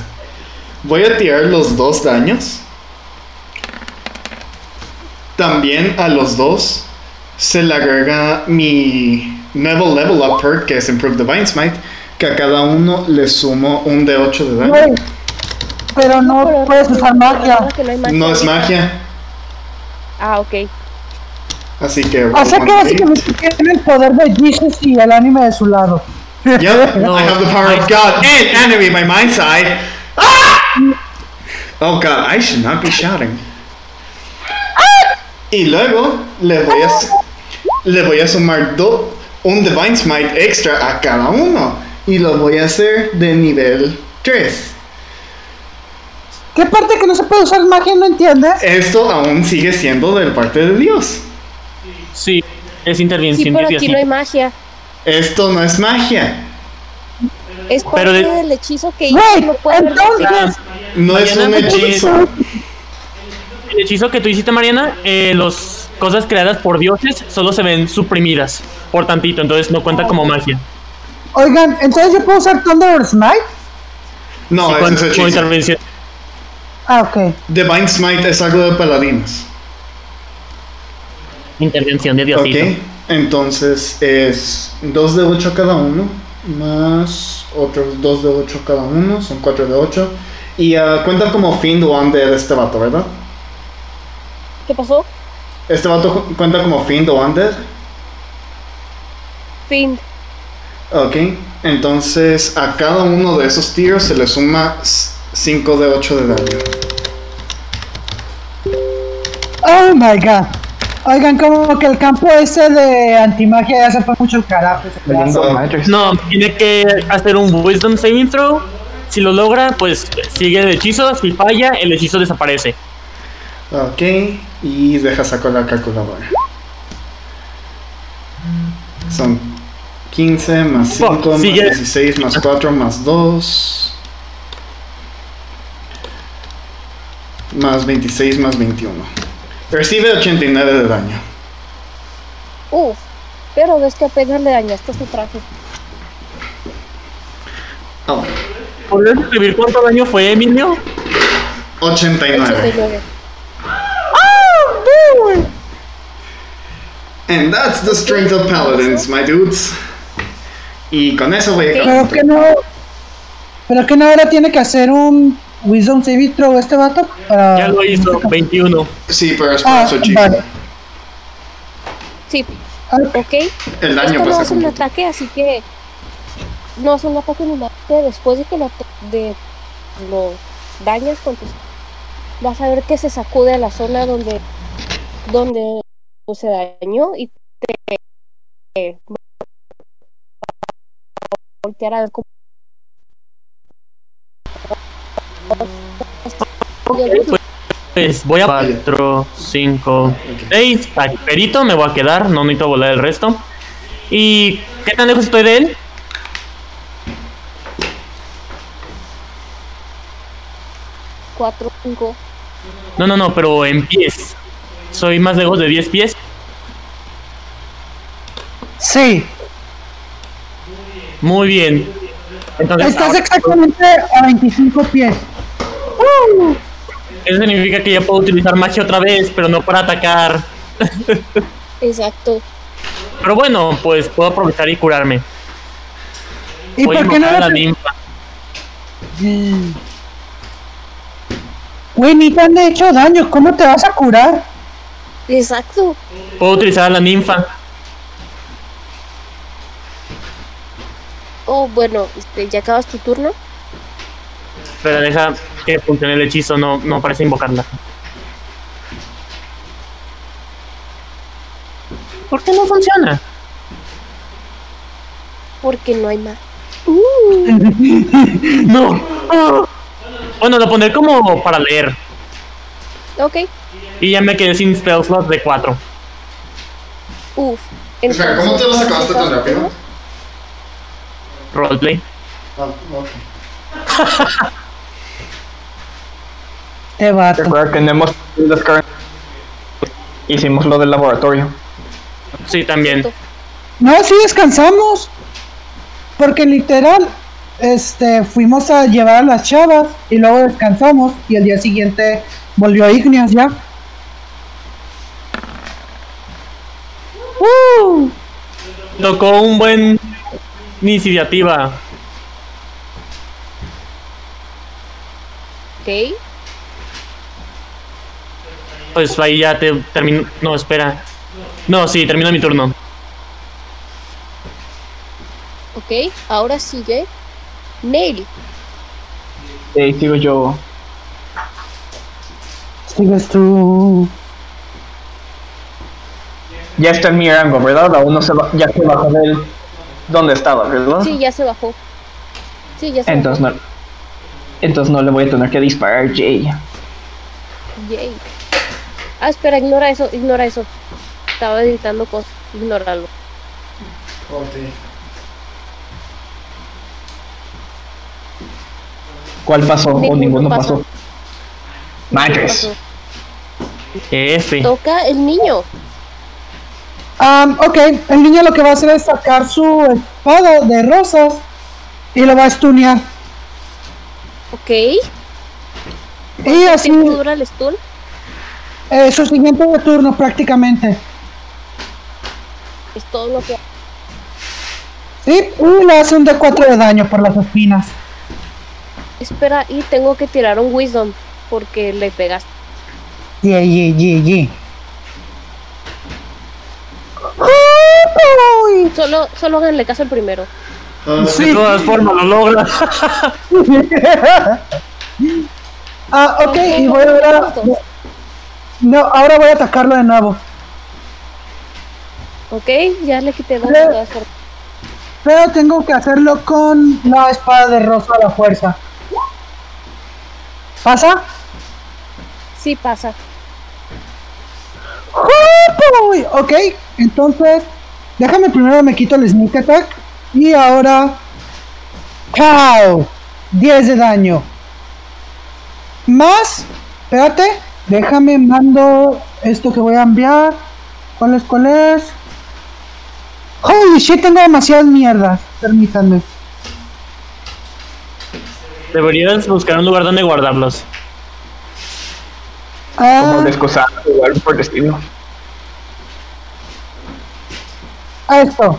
Speaker 4: Voy a tirar los dos daños. También a los dos se le agrega mi nuevo level up perk, que es Improve Divine Smite, que a cada uno le sumo un D8 de daño.
Speaker 3: Güey, Pero no puedes usar magia.
Speaker 11: Claro que no hay
Speaker 4: No es magia,
Speaker 11: Ah, ok.
Speaker 4: así que...
Speaker 3: O sea que básicamente tiene el poder de Jesus y el anime de su lado.
Speaker 4: Yep,
Speaker 12: No.
Speaker 4: I have the power of God and enemy by my side. Ah! Oh God, I should not be shouting.
Speaker 7: Ah!
Speaker 4: Y luego le voy a s- le voy a sumar do- un Divine Smite extra a cada uno y lo voy a hacer de nivel 3.
Speaker 3: ¿Qué parte que no se puede usar magia no entiendes?
Speaker 4: Esto aún sigue siendo del parte de Dios.
Speaker 7: Sí, es
Speaker 11: Sí,
Speaker 7: intervención
Speaker 11: pero
Speaker 7: de
Speaker 11: aquí no hay magia.
Speaker 4: Esto no es magia.
Speaker 11: Es parte
Speaker 7: Pero de-
Speaker 11: del hechizo que hizo.
Speaker 3: Güey,
Speaker 11: No puede haber magia.
Speaker 3: entonces,
Speaker 4: No es un
Speaker 7: Mañana me-
Speaker 4: hechizo.
Speaker 7: El hechizo que tú hiciste, Mariana, eh, las cosas creadas por dioses solo se ven suprimidas por tantito, entonces no cuenta como magia.
Speaker 3: oigan, entonces yo puedo usar Thunder Smite.
Speaker 4: No,
Speaker 7: Sí,
Speaker 4: eso
Speaker 7: con-
Speaker 4: es
Speaker 7: como
Speaker 4: hechizo.
Speaker 7: intervención.
Speaker 3: Ah, ok.
Speaker 4: Divine Smite es algo de paladinos.
Speaker 7: Intervención de diosito.
Speaker 4: Ok, entonces es 2 de 8 cada uno, más otros 2 de 8 cada uno, son 4 de 8. Y ah, cuenta como fin one de este vato, ¿verdad?
Speaker 11: ¿Qué pasó?
Speaker 4: Este vato cu- cuenta como fin de Undead.
Speaker 11: Fin.
Speaker 4: Ok, entonces a cada uno de esos tiros se le suma 5 de 8 de daño.
Speaker 3: Oh my god. Oigan, como que el campo ese de antimagia ya se fue mucho el carajo. ese pedazo.
Speaker 4: Ah,
Speaker 7: No, tiene que hacer un Wisdom Saving Throw. Si lo logra, pues sigue el hechizo. Si falla, el hechizo desaparece.
Speaker 4: Ok, y deja saco la calculadora. Son 15 más
Speaker 7: Fuck,
Speaker 4: 5 más
Speaker 7: Oh, sigue.
Speaker 4: 16 más 4 más 2. Más 26 más 21. Recibe 89 de daño.
Speaker 11: Uf. Pero ves que apenas le dañaste su traje.
Speaker 4: Oh,
Speaker 7: ¿Podrías escribir cuánto daño fue, Emilio?
Speaker 4: Ah. 89.
Speaker 11: 89.
Speaker 4: And that's the strength of paladins, my dudes. Y con eso voy a acabar.
Speaker 3: Pero que no. Pero que no ahora tiene que hacer un Wisdom Saving Throw este vato para.
Speaker 7: Ya lo hizo, 21.
Speaker 4: Sí, pero es por
Speaker 3: Ah,
Speaker 4: eso, chico.
Speaker 3: vale.
Speaker 11: Sí,
Speaker 3: Ah,
Speaker 11: ok.
Speaker 4: El daño
Speaker 11: Esto no
Speaker 4: pasa
Speaker 11: es un
Speaker 4: completo.
Speaker 11: ataque, así que. No es un ataque ni nada. Después de que lo, ata- de, lo dañas con tus. Vas a ver que se sacude a la zona donde. donde se dañó y te. va a voltear a ver cómo.
Speaker 7: Pues voy a
Speaker 4: Vale.
Speaker 7: 4, 5, 6. Perito, me voy a quedar. No necesito volar el resto. ¿Y qué tan lejos estoy de él?
Speaker 11: Cuatro, cinco.
Speaker 7: No, no, no, pero en pies. Soy más lejos de 10 pies.
Speaker 3: Sí.
Speaker 7: Muy bien. Entonces,
Speaker 3: Estás
Speaker 7: ahora-
Speaker 3: exactamente a 25 pies.
Speaker 7: eso significa que ya puedo utilizar magia otra vez, pero no para atacar.
Speaker 11: Exacto.
Speaker 7: Pero bueno, pues puedo aprovechar y curarme.
Speaker 3: ¿Y
Speaker 7: Voy a
Speaker 3: por qué no
Speaker 7: invocar a la
Speaker 3: le-
Speaker 7: ninfa.
Speaker 3: Mm. Güey, ni te han hecho daño. ¿Cómo te vas a curar?
Speaker 11: Exacto.
Speaker 7: Puedo utilizar a la ninfa.
Speaker 11: Oh, bueno, este, ya acabas tu turno.
Speaker 7: Pero deja que funcione el hechizo, no, no parece invocarla. ¿Por qué no funciona?
Speaker 11: Porque no hay más.
Speaker 7: No. Bueno, lo pondré como para leer.
Speaker 11: Ok.
Speaker 7: Y ya me quedé sin spell slots de 4.
Speaker 11: Uf.
Speaker 4: Espera, ¿cómo te lo sacaste tan rápido?
Speaker 7: Roleplay.
Speaker 4: Ah, ok.
Speaker 3: Te vato.
Speaker 5: Recuerda que no hemos las car- Hicimos lo del laboratorio.
Speaker 7: Sí, también.
Speaker 3: No, sí descansamos. Porque literal, este, fuimos a llevar a las chavas y luego descansamos y el día siguiente volvió Igneas ya. ¡Uh!
Speaker 7: Tocó un buen iniciativa.
Speaker 11: Ok.
Speaker 7: Pues ahí ya te termino. No, espera. No, sí, termino mi turno.
Speaker 11: Ok. Ahora sigue. Nelly.
Speaker 5: Y ahí sigo yo.
Speaker 3: Sigues tú.
Speaker 5: Ya está en mi rango, ¿verdad? Aún no se ba- ya se bajó del donde estaba, ¿verdad?
Speaker 11: Sí, ya se bajó. Sí, ya se
Speaker 5: Entonces no, entonces no le voy a tener que disparar, Jay.
Speaker 11: bajó. Yay. Ah, espera, ignora eso, ignora eso. Estaba editando cosas. Ignóralo.
Speaker 5: ¿Cuál pasó? o
Speaker 11: Ninguno
Speaker 5: ninguno
Speaker 11: pasó.
Speaker 5: pasó. Madres.
Speaker 11: Pasó.
Speaker 7: F.
Speaker 11: Toca el niño.
Speaker 3: Am, um, ok, el niño lo que va a hacer es sacar su espada de rosas y lo va a stunear.
Speaker 11: Ok.
Speaker 3: Y así,
Speaker 11: ¿Tiempo dura el stun?
Speaker 3: eh, su siguiente turno prácticamente.
Speaker 11: Es todo lo que.
Speaker 3: Sí, y le hace un D4 de daño por las espinas.
Speaker 11: Espera, y tengo que tirar un Wisdom. Porque le pegaste.
Speaker 3: Yeah, yeah, yeah, yeah. ¡Ay!
Speaker 11: Solo, solo háganle caso al primero.
Speaker 4: Ah,
Speaker 7: De todas formas, lo logra.
Speaker 3: Ah, ok, y voy ahora. No, ahora voy a atacarlo de nuevo.
Speaker 11: Ok, ya le quité dos de
Speaker 3: Claro.
Speaker 11: todas formas.
Speaker 3: Pero tengo que hacerlo con la espada de rosa a la fuerza. ¿Pasa?
Speaker 11: Sí pasa.
Speaker 3: ¡Uy! Ok, entonces. Déjame primero me quito el sneak attack. Y ahora. ¡Chao! 10 de daño. Más. Espérate. Déjame mando esto que voy a enviar. ¿Cuál es? ¿Cuál es? Holy shit, tengo demasiadas mierdas. Permítanme.
Speaker 7: Deberías buscar un lugar donde guardarlos.
Speaker 3: Ah,
Speaker 5: Como descosar, jugar por destino.
Speaker 3: a esto.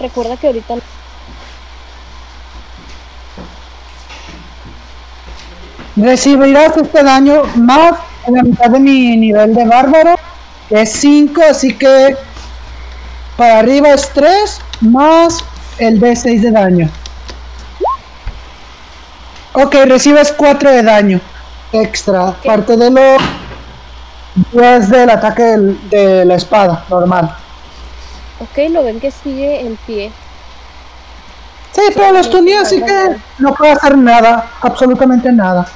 Speaker 11: Recuerda que ahorita.
Speaker 3: Recibirás este daño más en la mitad de mi nivel de bárbaro, que es 5, así que para arriba es 3 más el D6 de daño. Ok, recibes 4 de daño extra, parte de lo 10 del ataque del- de la espada normal.
Speaker 11: Ok, lo ven que sigue el pie.
Speaker 3: Sí, pero los tuneé, así que no puedo hacer nada, absolutamente nada.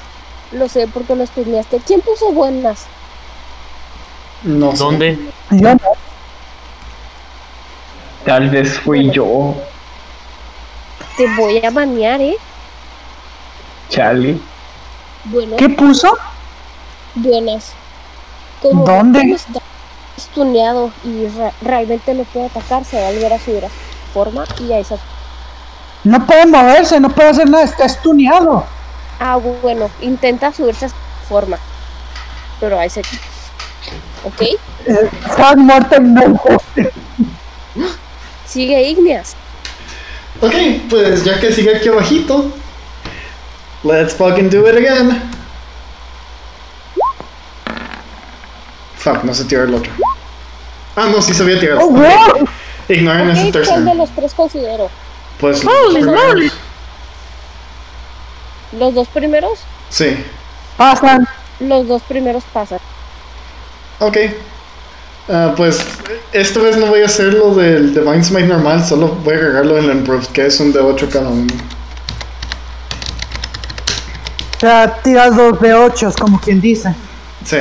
Speaker 11: Lo sé porque lo estudiaste. ¿Quién puso buenas?
Speaker 13: No sé.
Speaker 7: ¿Dónde?
Speaker 3: Yo no.
Speaker 5: Tal vez fui yo,
Speaker 11: Te voy a banear, ¿eh?
Speaker 5: Charlie.
Speaker 11: Bueno,
Speaker 3: ¿Qué puso?
Speaker 11: buenas. Como
Speaker 3: ¿Dónde?
Speaker 11: como está stuneado y ra- realmente no puede atacar, se va a volver a su gran forma y a esa.
Speaker 3: No puede moverse, no puede hacer nada, está estuneado.
Speaker 11: Ah, bueno, intenta subirse a su forma. Pero ahí se. Ok,
Speaker 3: Eh, Está muerto en
Speaker 11: sigue Igneas.
Speaker 4: Ok, pues ya que sigue aquí abajito. Let's fucking do it again. Fuck, no se tiró el otro. Ah, no, sí se había tirado.
Speaker 3: ¡Oh, wow!
Speaker 4: Ignoren ese
Speaker 11: Ok, ¿cuál de
Speaker 4: tercero.
Speaker 11: los tres considero?
Speaker 4: Pues
Speaker 3: Holy moly.
Speaker 11: ¿Los dos primeros?
Speaker 4: Sí.
Speaker 3: Pasan.
Speaker 11: Los dos primeros pasan.
Speaker 4: Ok. Ah, pues esta vez no voy a hacer lo del Divine Smite normal, solo voy a agregarlo en el Improved, que es un de 8 cada uno.
Speaker 3: O sea, tiras dos de ocho, como quien dice.
Speaker 4: Sí.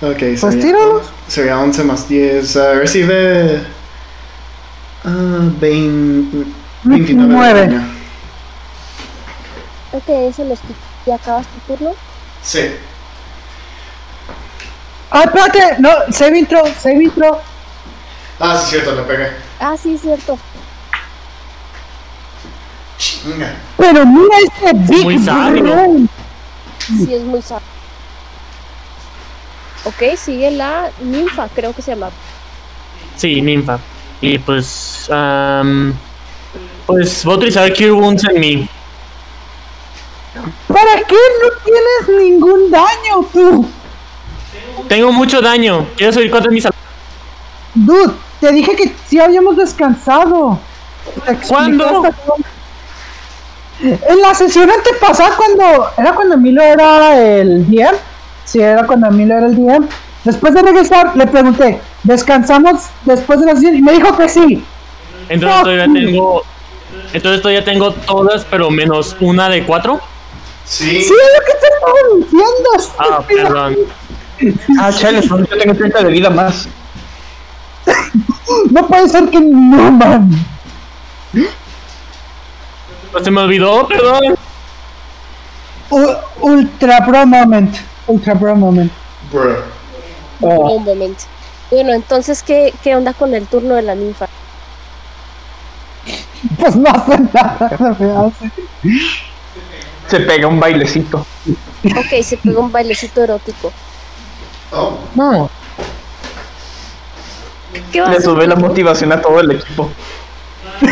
Speaker 4: Ok,
Speaker 3: Pues tíralos.
Speaker 4: Sería 11 más 10. ah, recibe. ah, 20 29 de
Speaker 3: Nueve.
Speaker 4: daño.
Speaker 11: Ok, ese los quito. ¿Ya acabas tu turno?
Speaker 4: Sí.
Speaker 3: Ah, espérate, no, save intro, save intro.
Speaker 4: Ah, sí, cierto, le pegué.
Speaker 11: Ah, sí, cierto.
Speaker 4: Chinga.
Speaker 3: Pero mira este Big
Speaker 7: Muy sabio.
Speaker 3: Brain.
Speaker 11: Sí, es muy sabio. Ok, sigue la ninfa, creo que se llama.
Speaker 7: Sí, ninfa. Y pues. am, pues voy a utilizar Cure Wounds en mí.
Speaker 3: ¿Para qué no tienes ningún daño tú?
Speaker 7: Tengo mucho daño. Quiero subir cuánto es mi salud.
Speaker 3: Dude, te dije que sí habíamos descansado. Te expliqué
Speaker 7: ¿Cuándo?
Speaker 3: hasta cómo- En la sesión antepasada, cuando era cuando Emilio era el DM, sí, era cuando Emilio era el DM. Después de regresar, le pregunté, ¿descansamos después de la sesión? Y me dijo que sí.
Speaker 7: Entonces todavía tengo. Entonces todavía tengo todas, pero menos una de cuatro.
Speaker 4: Sí.
Speaker 3: Sí, es lo que te estaba diciendo.
Speaker 7: Ah,
Speaker 3: estúpida.
Speaker 7: perdón.
Speaker 5: Ah, Charlie, yo tengo 30 de vida más.
Speaker 3: No puede ser que no, man.
Speaker 7: Pues se me olvidó, perdón.
Speaker 3: U- ultra pro moment. Ultra pro moment.
Speaker 4: Bro.
Speaker 5: Ah.
Speaker 11: Por Un momento. Bueno, entonces, ¿qué, ¿qué onda con el turno de la ninfa?
Speaker 3: Pues no hacen nada, no me hace.
Speaker 5: Se pega un bailecito.
Speaker 11: Ok, se pega un bailecito erótico.
Speaker 4: Oh.
Speaker 3: No.
Speaker 11: ¿Qué va a
Speaker 5: Le
Speaker 11: hacer?
Speaker 5: sube la motivación a todo el equipo.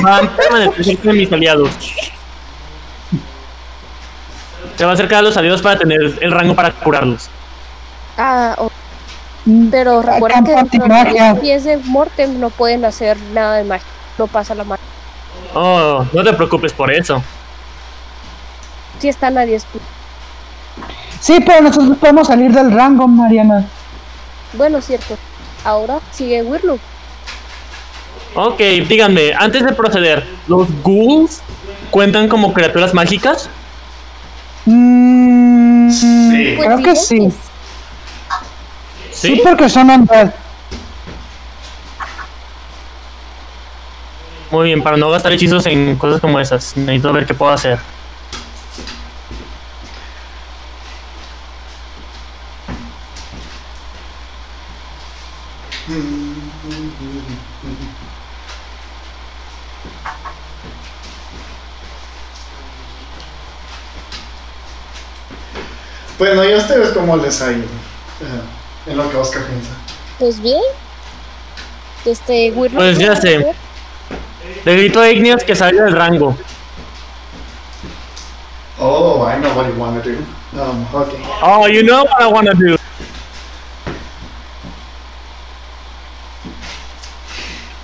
Speaker 7: Van a permanecer cerca de mis aliados. Se va a acercar a los aliados para tener el rango para curarlos.
Speaker 11: Ah, o-
Speaker 3: Mm.
Speaker 11: pero recuerda que
Speaker 3: Acampa
Speaker 11: dentro de
Speaker 3: antimagia.
Speaker 11: los pies de Mortem no pueden hacer nada de magia. No pasa la magia.
Speaker 7: Oh, no te preocupes por eso.
Speaker 11: Si están a 10 pi-
Speaker 3: Sí, pero nosotros podemos salir del rango, Mariana.
Speaker 11: Bueno, cierto. Ahora sigue Wirlo.
Speaker 7: Ok, díganme, antes de proceder, ¿los ghouls cuentan como criaturas mágicas?
Speaker 3: Mm,
Speaker 4: Sí.
Speaker 11: Pues
Speaker 3: Creo que
Speaker 11: digo
Speaker 3: sí. Sí,
Speaker 7: Sí.
Speaker 3: porque son android.
Speaker 7: Muy bien, para no gastar hechizos en cosas como esas, necesito ver qué puedo hacer.
Speaker 4: Bueno, ¿y a ustedes cómo les ha ido? Ajá, en lo que Oscar piensa.
Speaker 11: Pues bien. Este, Wirlock.
Speaker 7: Pues ya sé. Le grito a Igneos que salga del rango.
Speaker 4: Oh, I know what you want to do. Um, okay.
Speaker 7: Oh, you know what I wanna do.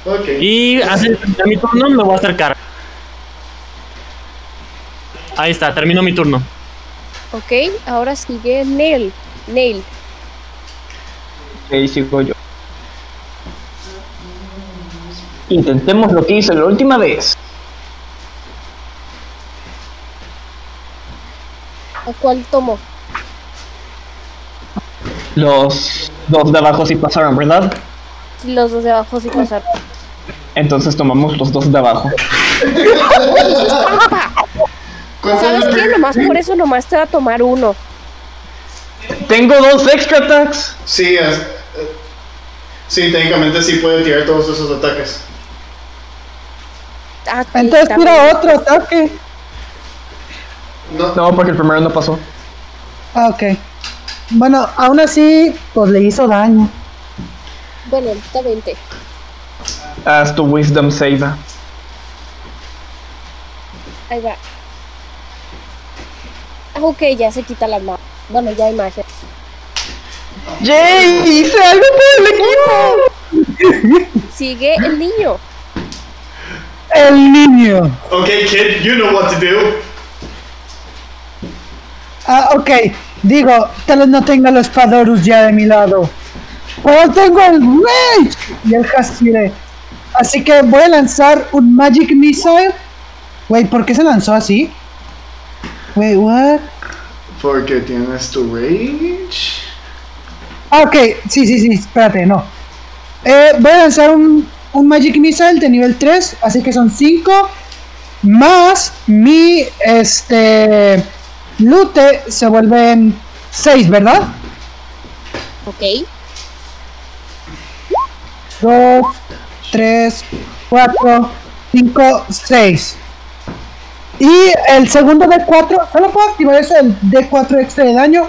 Speaker 4: Okay.
Speaker 7: Y hace a mi turno me voy a acercar. Ahí está, termino mi turno.
Speaker 11: Ok, ahora sigue Nail. Nail.
Speaker 5: Ahí sigo yo. Intentemos lo que hice la última vez.
Speaker 11: ¿A cuál tomó?
Speaker 5: Los dos de abajo sí pasaron, ¿verdad?
Speaker 11: Los dos de abajo sí pasaron.
Speaker 5: Entonces tomamos los dos de abajo.
Speaker 11: ¿Sabes qué? Nomás por eso nomás te va a tomar uno.
Speaker 5: Tengo dos extra attacks.
Speaker 4: Sí, es- eh, sí, técnicamente sí puede tirar todos esos ataques.
Speaker 11: Ah, sí,
Speaker 3: Entonces
Speaker 11: también.
Speaker 3: tira otro ataque.
Speaker 4: No,
Speaker 5: No, porque el primero no pasó.
Speaker 3: Ah, ok. Bueno, aún así, pues le hizo daño.
Speaker 11: Bueno, ahorita 20.
Speaker 5: Haz tu wisdom save.
Speaker 11: Ahí va. Ah, ok, ya se quita la magia. Bueno, ya hay magia.
Speaker 5: ¡Yay! ¡Hice algo por el equipo!
Speaker 11: Sigue el niño.
Speaker 3: El niño.
Speaker 4: Okay, kid, you know what to do.
Speaker 3: Ah, ok. Digo, tal vez no tenga los Padorus ya de mi lado. Pero tengo el Rage y el Hastire. Así que voy a lanzar un Magic Missile. Wey, ¿por qué se lanzó así? Wey, what?
Speaker 4: Porque tienes tu rage.
Speaker 3: Ah, ok. Sí, sí, sí. Espérate, no. Eh, voy a lanzar un, un Magic Missile de nivel 3. Así que son 5. Más mi, este... Lute se vuelven 6, ¿verdad?
Speaker 11: Ok.
Speaker 3: 2, 3, 4, 5, 6. Y el segundo D4, solo puedo activar eso el D4 extra de daño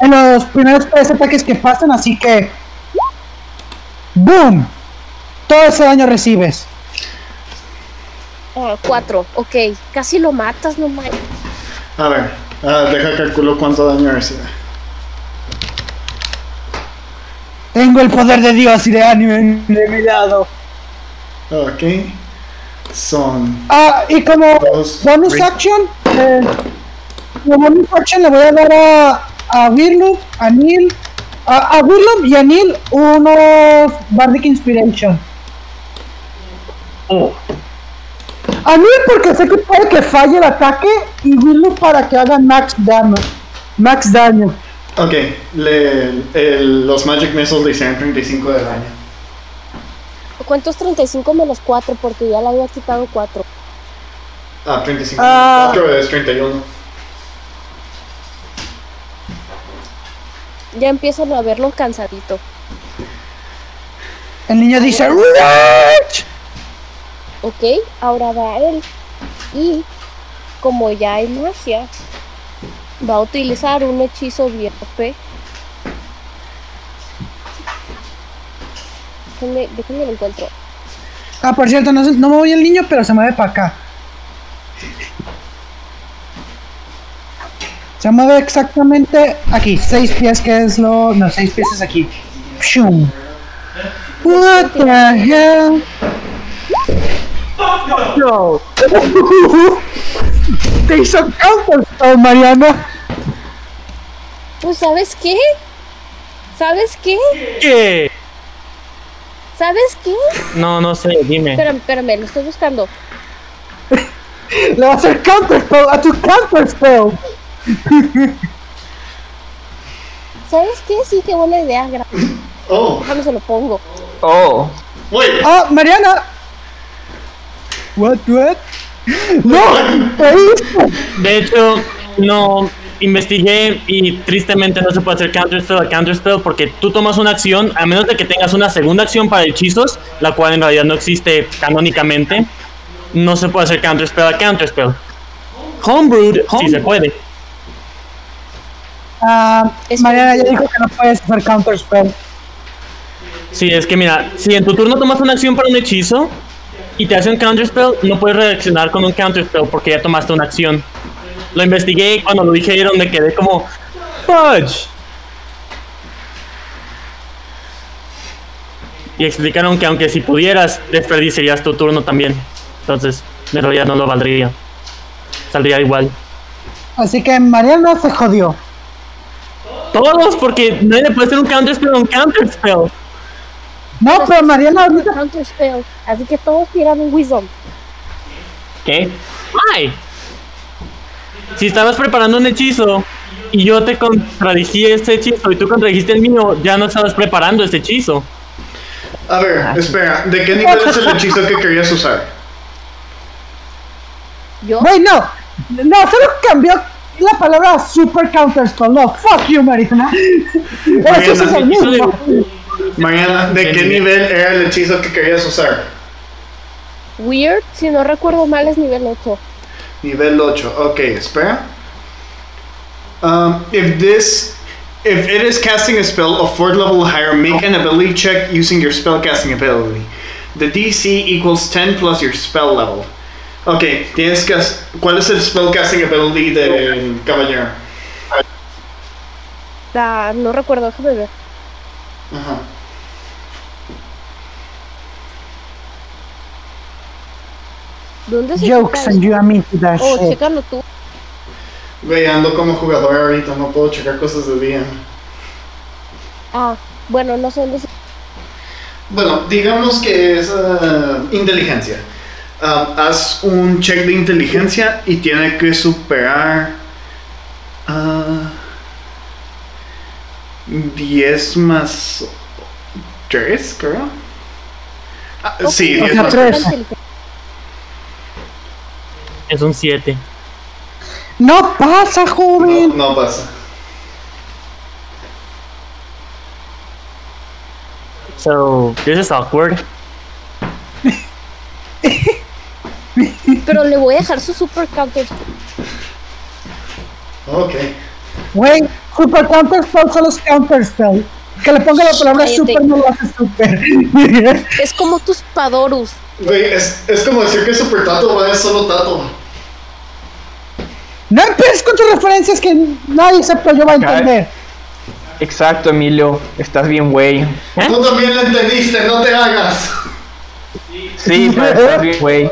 Speaker 3: en los primeros tres ataques que pasan, así que. ¡Boom! Todo ese daño recibes.
Speaker 11: Ah, cuatro. Ok. Casi lo matas, no mames.
Speaker 4: A ver, ah, deja calculo cuánto daño recibe.
Speaker 3: Tengo el poder de Dios y de anime de mi lado.
Speaker 4: Ok. Son
Speaker 3: Ah, y como
Speaker 4: Dos,
Speaker 3: bonus
Speaker 4: three.
Speaker 3: action, eh, como bonus action le voy a dar a, a Wirloop, a Neil, a, a Wirloop y a Neil unos Bardic Inspiration.
Speaker 5: Oh,
Speaker 3: A Neil porque sé que puede que falle el ataque y Wirloop para que haga max daño. Max daño.
Speaker 4: Ok, le, el- los Magic Missiles le hicieron 35 de daño.
Speaker 11: ¿Cuánto es 35 menos 4? Porque ya le había quitado 4.
Speaker 4: Ah, 35.
Speaker 3: Ah.
Speaker 4: 4 es 31.
Speaker 11: Ya empiezan a verlo cansadito.
Speaker 3: El niño dice "Rage".
Speaker 11: Ok. Ahora va él. Y como ya hay magia, va a utilizar un hechizo bien OP. Déjenme, déjenme lo encuentro.
Speaker 3: Ah, por cierto, no, se- no me voy el niño, pero se mueve para acá. Se mueve exactamente aquí, seis pies, que es lo. No, seis pies es aquí. Shum. What the hell? No. Te hizo campo, Mariana.
Speaker 11: Pues ¿sabes qué? ¿Sabes qué?
Speaker 7: ¿Qué?
Speaker 11: ¿Sabes qué?
Speaker 7: No, no sé, dime.
Speaker 11: Espérame, espérame, lo estoy buscando.
Speaker 3: Le va a hacer counter spell a tu counter spell.
Speaker 11: ¿Sabes qué? Sí, qué buena idea. gra-
Speaker 4: Oh,
Speaker 11: Déjame se lo pongo.
Speaker 5: oh.
Speaker 4: wait.
Speaker 3: Ah, Mariana. What, what? No, te hizo.
Speaker 7: De hecho, no investigué y tristemente no se puede hacer counterspell a counterspell porque tú tomas una acción, a menos de que tengas una segunda acción para hechizos, la cual en realidad no existe canónicamente, no se puede hacer counterspell a counterspell. Homebrewed, sí se puede.
Speaker 3: Ah,
Speaker 11: Es
Speaker 3: Mariana ya
Speaker 11: que-
Speaker 3: Ah, dijo que no puedes hacer counter spell.
Speaker 7: Sí, es que mira, si en tu turno tomas una acción para un hechizo y te hace un counterspell, no puedes reaccionar con un counterspell porque ya tomaste una acción. Lo investigué y cuando lo dijeron me quedé como... ¡Fudge! Y explicaron que aunque si pudieras, desperdiciarías tu turno también. Entonces, pero ya no lo valdría. Saldría igual.
Speaker 3: Así que Mariana se jodió.
Speaker 7: Todos, porque nadie puede hacer un counterspell a un counterspell.
Speaker 3: No, pero Mariana ahorita.
Speaker 2: Counter spell. Así que todos tiran un wisdom.
Speaker 5: ¿Qué?
Speaker 7: ¡Ay! Si estabas preparando un hechizo y yo te contradije este hechizo y tú contradijiste el mío, ya no estabas preparando este hechizo.
Speaker 4: A ver, espera, ¿de qué nivel es el hechizo que querías usar?
Speaker 2: Yo,
Speaker 3: Güey, no. No, solo cambió la palabra a super counterspell. No, fuck you, Mariana. Eso es el
Speaker 7: Hechizo de-
Speaker 3: mismo.
Speaker 4: Mariana, ¿de qué nivel era el hechizo que querías usar?
Speaker 2: Weird, si no recuerdo mal, es nivel 8.
Speaker 4: Nivel 8. Ok, espera. Um, if this. If it is casting a spell of 4th level or higher, make an ability check using your spellcasting ability. The DC equals 10 plus your spell level. Ok, tienes que. hac- ¿Cuál es el spellcasting ability de Caballero?
Speaker 2: Da, no recuerdo, déjame ver.
Speaker 4: Ajá.
Speaker 2: ¿Dónde se
Speaker 3: Jokes
Speaker 2: checa
Speaker 3: and
Speaker 2: eso?
Speaker 3: you, I mean, to that
Speaker 2: Oh,
Speaker 3: shit.
Speaker 2: chécalo tú.
Speaker 4: Güey, ando como jugador ahorita, no puedo checar cosas de DM.
Speaker 2: Ah, bueno, no sé dónde se...
Speaker 4: Bueno, digamos que es ah, inteligencia. Ah, haz un check de inteligencia y tiene que superar ah, 10 más 3, creo. Ah, Sí,
Speaker 2: Ok,
Speaker 4: 10
Speaker 3: sea,
Speaker 2: no,
Speaker 4: más
Speaker 3: tres.
Speaker 2: era inteligente.
Speaker 7: Es un 7.
Speaker 3: No pasa,
Speaker 4: No,
Speaker 3: joven.
Speaker 4: no pasa.
Speaker 7: So, this is awkward.
Speaker 2: Pero le voy a dejar su super counter spell.
Speaker 4: Ok.
Speaker 3: Güey, super counterspell solo es counterspell. Que le ponga la palabra
Speaker 2: Cállate.
Speaker 3: super, no lo hace super.
Speaker 2: Es como tus Padorus.
Speaker 4: Güey, es, es como decir que Super Tato va es solo Tato.
Speaker 3: no empieces con tus referencias que nadie excepto yo va a entender.
Speaker 5: Exacto, Emilio. Estás bien, güey.
Speaker 4: Tú también la entendiste, no te hagas.
Speaker 5: Sí, pero estás bien, güey.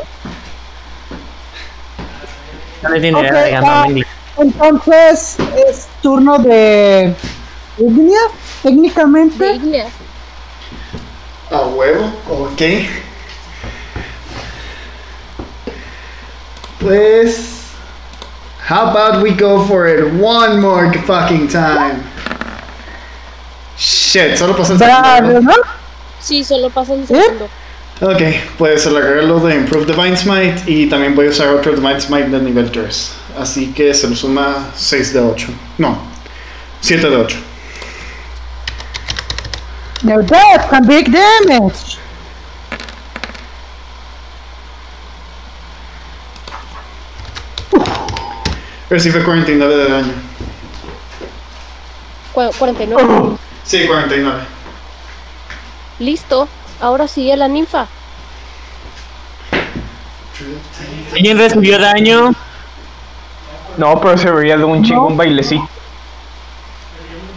Speaker 7: No le tiene idea
Speaker 3: Ok,
Speaker 7: de ganar
Speaker 3: ah,
Speaker 7: en inglés.
Speaker 3: Entonces es turno de Ignia,
Speaker 2: De
Speaker 3: técnicamente.
Speaker 2: Igneas.
Speaker 4: A huevo, ok. Pues. How about we go for it one more fucking time? Shit, solo pasó el
Speaker 3: Bravo,
Speaker 4: segundo.
Speaker 3: ¿no?
Speaker 2: Sí, solo pasa
Speaker 3: ¿Eh?
Speaker 2: un segundo.
Speaker 4: Ok, pues el arreglo de Improve Divine Smite y también voy a usar otro Divine Smite de nivel 3. Así que se le suma 6 de 8. No, 7 de 8.
Speaker 3: Now that's some big damage.
Speaker 4: Recibe 49 de daño.
Speaker 2: Cua- 49.
Speaker 3: Oh.
Speaker 4: Sí, 49.
Speaker 2: Listo. Ahora sigue la ninfa.
Speaker 7: ¿Alguien recibió daño?
Speaker 5: No, pero se vería de un chingo un bailecito.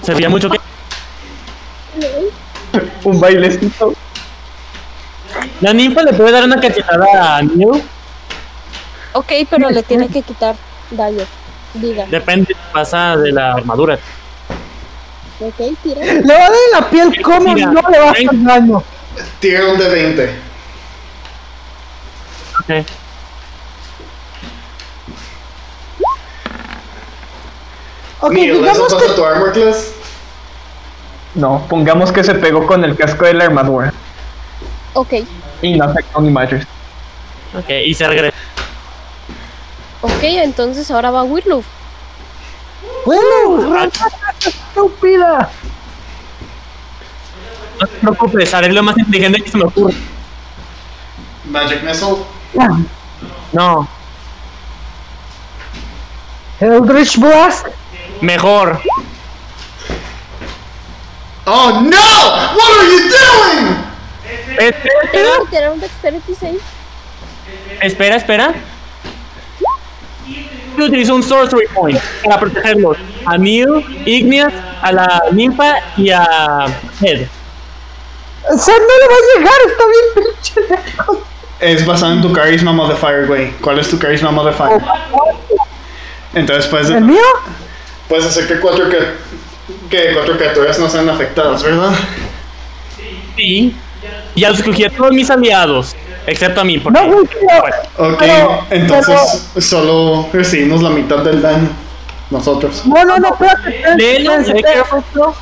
Speaker 7: Se veía mucho que...
Speaker 5: Un bailecito.
Speaker 7: ¿La ninfa le puede dar una cachetada a New?
Speaker 2: Ok, pero le tiene que quitar daño. Diga.
Speaker 7: Depende, pasa de la armadura.
Speaker 2: Ok, tira.
Speaker 3: Le va a dar en la piel como
Speaker 7: Mira,
Speaker 3: no le va a hacer
Speaker 7: ven.
Speaker 3: daño.
Speaker 4: Tira un de 20.
Speaker 7: Ok.
Speaker 3: Ok,
Speaker 4: Neil, ¿eso
Speaker 3: digamos
Speaker 4: pasa
Speaker 3: que
Speaker 4: tu armor class?
Speaker 5: No, pongamos que se pegó con el casco de la armadura.
Speaker 2: Ok,
Speaker 5: Y no afectó ni madres.
Speaker 7: Ok, y se regresa.
Speaker 2: ok, entonces ahora va Wirloof.
Speaker 3: bueno,
Speaker 7: Uh,
Speaker 3: rata estúpida.
Speaker 7: No te preocupes, haré lo más inteligente que se me ocurre.
Speaker 4: Magic Missile.
Speaker 7: No,
Speaker 3: Eldritch Blast.
Speaker 7: mejor.
Speaker 4: Oh no! What are you doing?
Speaker 7: Espera, espera,
Speaker 11: Tengo que tirar un dexterity save.
Speaker 7: espera, espera. Yo utilizo un sorcery point para protegerlos a Mew, Igneas, a la ninfa y a Head.
Speaker 3: O sea, no le va a llegar, está bien pinche lejos.
Speaker 4: Es basado en tu carisma modifier, güey. ¿Cuál es tu carisma modifier? Entonces puedes,
Speaker 3: ¿El mío?
Speaker 4: puedes hacer que cuatro, que, que cuatro criaturas no sean afectadas, ¿verdad?
Speaker 7: Sí. Ya escogí a todos mis aliados, excepto a mí. Porque,
Speaker 3: No, güey, pero-
Speaker 7: Bueno,
Speaker 4: Ok,
Speaker 3: Pero-
Speaker 4: entonces solo recibimos la mitad del daño. Nosotros.
Speaker 3: No, no, no, espérate. espérate,
Speaker 7: Lelo,
Speaker 3: espérate,
Speaker 7: be
Speaker 3: espérate.
Speaker 7: careful, bro.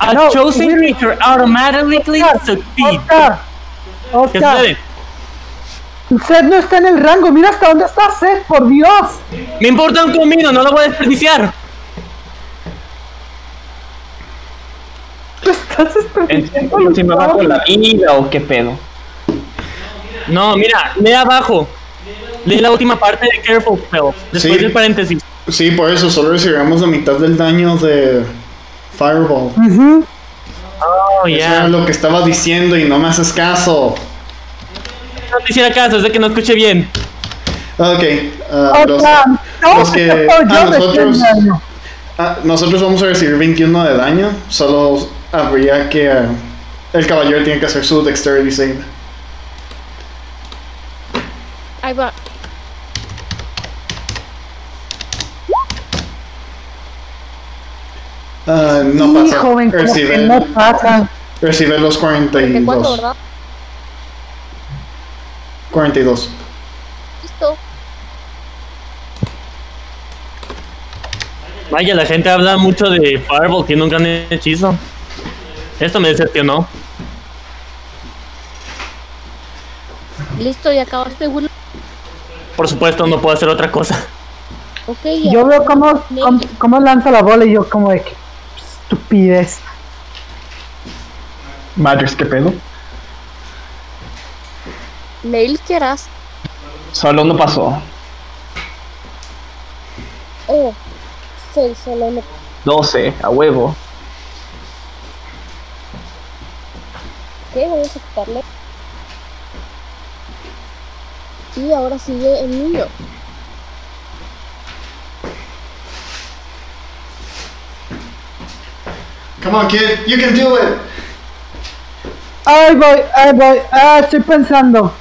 Speaker 7: A
Speaker 3: No,
Speaker 7: chosen
Speaker 3: really-
Speaker 7: creature automatically succeeds.
Speaker 3: Oscar,
Speaker 7: ¿Qué
Speaker 3: Oscar,
Speaker 7: sucede?
Speaker 3: Seth no está en el rango, mira hasta dónde está Seth, por Dios.
Speaker 7: Me importa un comino, no lo voy a desperdiciar.
Speaker 3: Te estás desperdiciando
Speaker 5: ¿Entonces
Speaker 3: los
Speaker 5: si me va
Speaker 3: dados.
Speaker 5: con la vida o qué pedo?
Speaker 7: No, mira, lee abajo. Lee la última parte de Careful Spell. Después
Speaker 4: Sí.
Speaker 7: del paréntesis.
Speaker 4: Sí, por eso solo recibimos la mitad del daño de Fireball.
Speaker 3: Ujú.
Speaker 7: Oh,
Speaker 4: Eso era
Speaker 7: ya.
Speaker 4: lo que estaba diciendo y no me haces caso.
Speaker 7: No te hiciera caso, es de que no escuché bien.
Speaker 4: Ok, ah, los-
Speaker 3: Oscar, no,
Speaker 4: los que-
Speaker 3: yo
Speaker 4: a
Speaker 3: recién
Speaker 4: nosotros-
Speaker 3: daño.
Speaker 4: ah, nosotros vamos a recibir 21 de daño. Solo habría que. ah, el caballero tiene que hacer su dexterity save.
Speaker 11: Ahí va.
Speaker 4: Ah, no pasa.
Speaker 3: Sí, joven, como
Speaker 4: recibe,
Speaker 3: que no pasa.
Speaker 4: recibe los 42.
Speaker 11: ¿De cuánto, verdad?
Speaker 4: 42.
Speaker 11: Listo.
Speaker 7: Vaya, la gente habla mucho de Fireball, tiene un gran hechizo. Esto me decepcionó.
Speaker 11: Listo, y acabaste, Willow.
Speaker 7: Por supuesto, no puedo hacer otra cosa.
Speaker 11: Ok,
Speaker 3: Yo veo cómo, cómo, cómo lanza la bola y yo como de que estupidez.
Speaker 5: Madres, qué pedo.
Speaker 11: Leil quieras.
Speaker 5: Solo no pasó.
Speaker 11: Oh, seis solo no.
Speaker 5: 12, a huevo.
Speaker 11: ¿Qué? Voy a quitarle. Y ahora sigue el niño.
Speaker 4: Come on, kid, you can do it.
Speaker 3: Ay, voy, ay, voy, ah, estoy pensando.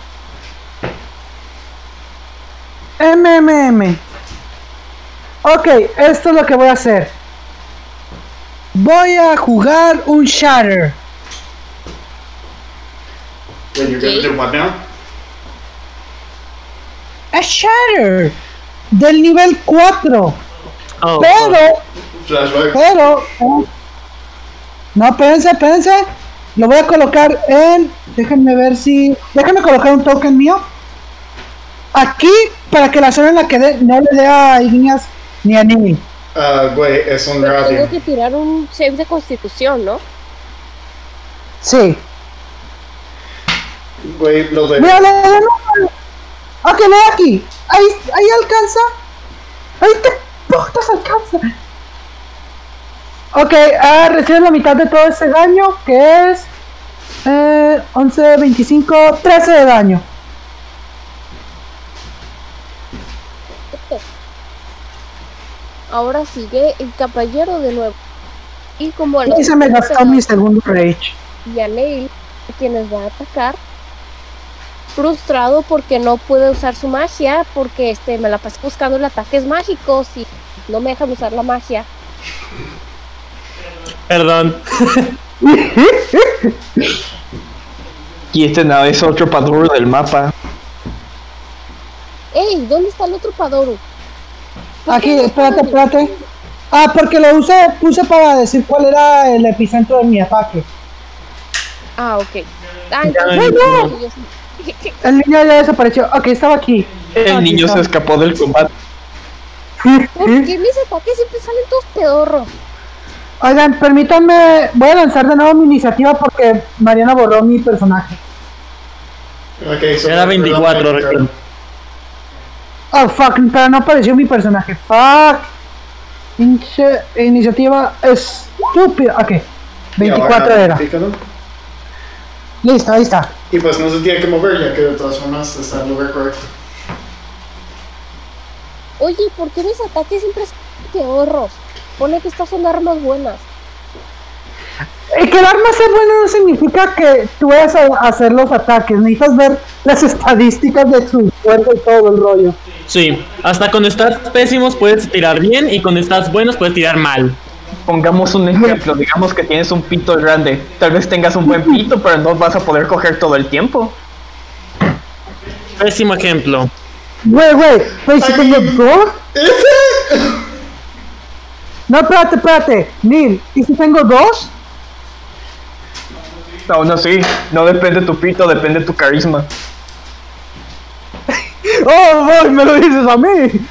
Speaker 3: MMM. Ok, esto es lo que voy a hacer. Voy a jugar un Shatter.
Speaker 4: Wait, you're gonna do what now?
Speaker 3: A Shatter del nivel 4.
Speaker 7: Oh,
Speaker 3: Pero,
Speaker 4: Flashback.
Speaker 3: pero. No, pensé, pensé. Lo voy a colocar en. Déjenme ver si. Déjenme colocar un token mío. Aquí, para que la zona en la que dé- no le dé a Igneas ni a Nini.
Speaker 4: Ah, güey, es un
Speaker 11: Pero
Speaker 4: radio.
Speaker 11: tengo que tirar un save de constitución, ¿no?
Speaker 3: Sí.
Speaker 4: Güey, lo de.
Speaker 3: Mira, le da un. Ok, le da Ah, aquí. Ahí, ahí alcanza. Ahí te putas alcanza. Ok, ah, recibe la mitad de todo ese daño, que es. Eh, 11, 25, 13 de daño.
Speaker 11: Ahora sigue el caballero de nuevo. Y como a los
Speaker 3: Y se me gastó mi segundo rage.
Speaker 11: y a Neil, a quienes va a atacar, frustrado porque no puede usar su magia, porque este me la pasé buscando en ataques mágicos y no me dejan usar la magia.
Speaker 7: perdón.
Speaker 5: Y este nada es otro paduro del mapa.
Speaker 11: ¡Ey! ¿Dónde está el otro Padoru? ¿Por
Speaker 3: Aquí,
Speaker 11: qué no está
Speaker 3: espérate,
Speaker 11: Padoru?
Speaker 3: espérate. Ah, porque lo usé, puse para decir cuál era el epicentro de mi ataque.
Speaker 11: Ah, ok. Ah,
Speaker 7: no,
Speaker 11: entonces,
Speaker 7: no.
Speaker 11: Yo sí.
Speaker 3: El niño ya desapareció. Ok, estaba aquí.
Speaker 5: El
Speaker 3: Aquí
Speaker 5: niño
Speaker 3: está.
Speaker 5: se escapó del combate.
Speaker 11: ¿Por qué mis ataques siempre salen todos pedorros?
Speaker 3: Oigan, permítanme, voy a lanzar de nuevo mi iniciativa porque Mariana borró mi personaje.
Speaker 4: Ok, so-
Speaker 7: Era 24, recuerdo.
Speaker 3: Oh, fuck, pero no apareció mi personaje. Fuck. Pinche iniciativa estúpida. Ok.
Speaker 4: Y
Speaker 3: 24
Speaker 4: ahora,
Speaker 3: era.
Speaker 4: pícalo.
Speaker 3: Listo, ahí está.
Speaker 4: Y pues no se tiene que mover, ya que de todas formas está en lugar correcto.
Speaker 11: Oye, ¿por qué mis ataques siempre son de ahorros? Pone que estas son armas buenas.
Speaker 3: Eh, que el arma sea buena no significa que tú vayas a hacer los ataques. Necesitas ver las estadísticas de su cuerpo y todo el rollo.
Speaker 7: Sí, hasta cuando estás pésimos puedes tirar bien y cuando estás buenos puedes tirar mal.
Speaker 5: Pongamos un ejemplo, digamos que tienes un pito grande. Tal vez tengas un buen pito, pero no vas a poder coger todo el tiempo.
Speaker 7: Pésimo ejemplo.
Speaker 3: Güey, güey, güey, si tengo gore. No, espérate, espérate. Neil, ¿y si tengo dos?
Speaker 5: Aún así, no depende tu pito, depende tu carisma.
Speaker 3: Oh, boy, me lo dices a mí.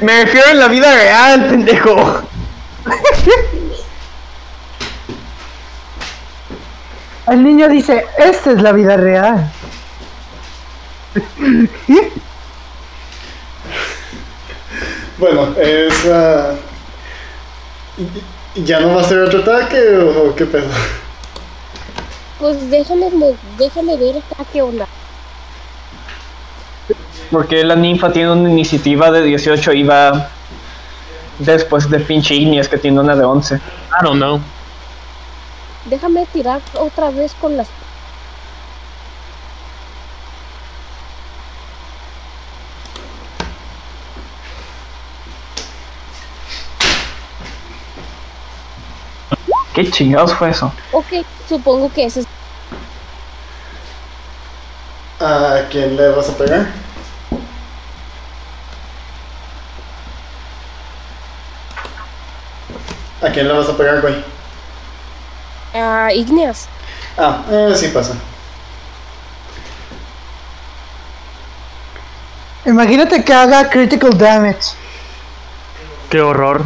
Speaker 5: Me refiero en la vida real, pendejo.
Speaker 3: El niño dice, esta es la vida real.
Speaker 4: Bueno, es. ah, ¿Ya no va a ser otro ataque o, o qué pedo?
Speaker 11: Pues déjale, mo- déjale ver acá qué onda.
Speaker 5: Porque la ninfa tiene una iniciativa de 18 y va después de pinche Igneas que tiene una de 11.
Speaker 7: I don't know.
Speaker 11: Déjame tirar otra vez con las...
Speaker 5: ¿Qué chingados fue eso?
Speaker 11: Ok, supongo que ese es...
Speaker 4: ¿A quién le vas a pegar? ¿A quién le vas a pegar, güey?
Speaker 11: ah, Igneas.
Speaker 4: Ah, eh, sí pasa.
Speaker 3: Imagínate que haga critical damage.
Speaker 7: Qué horror.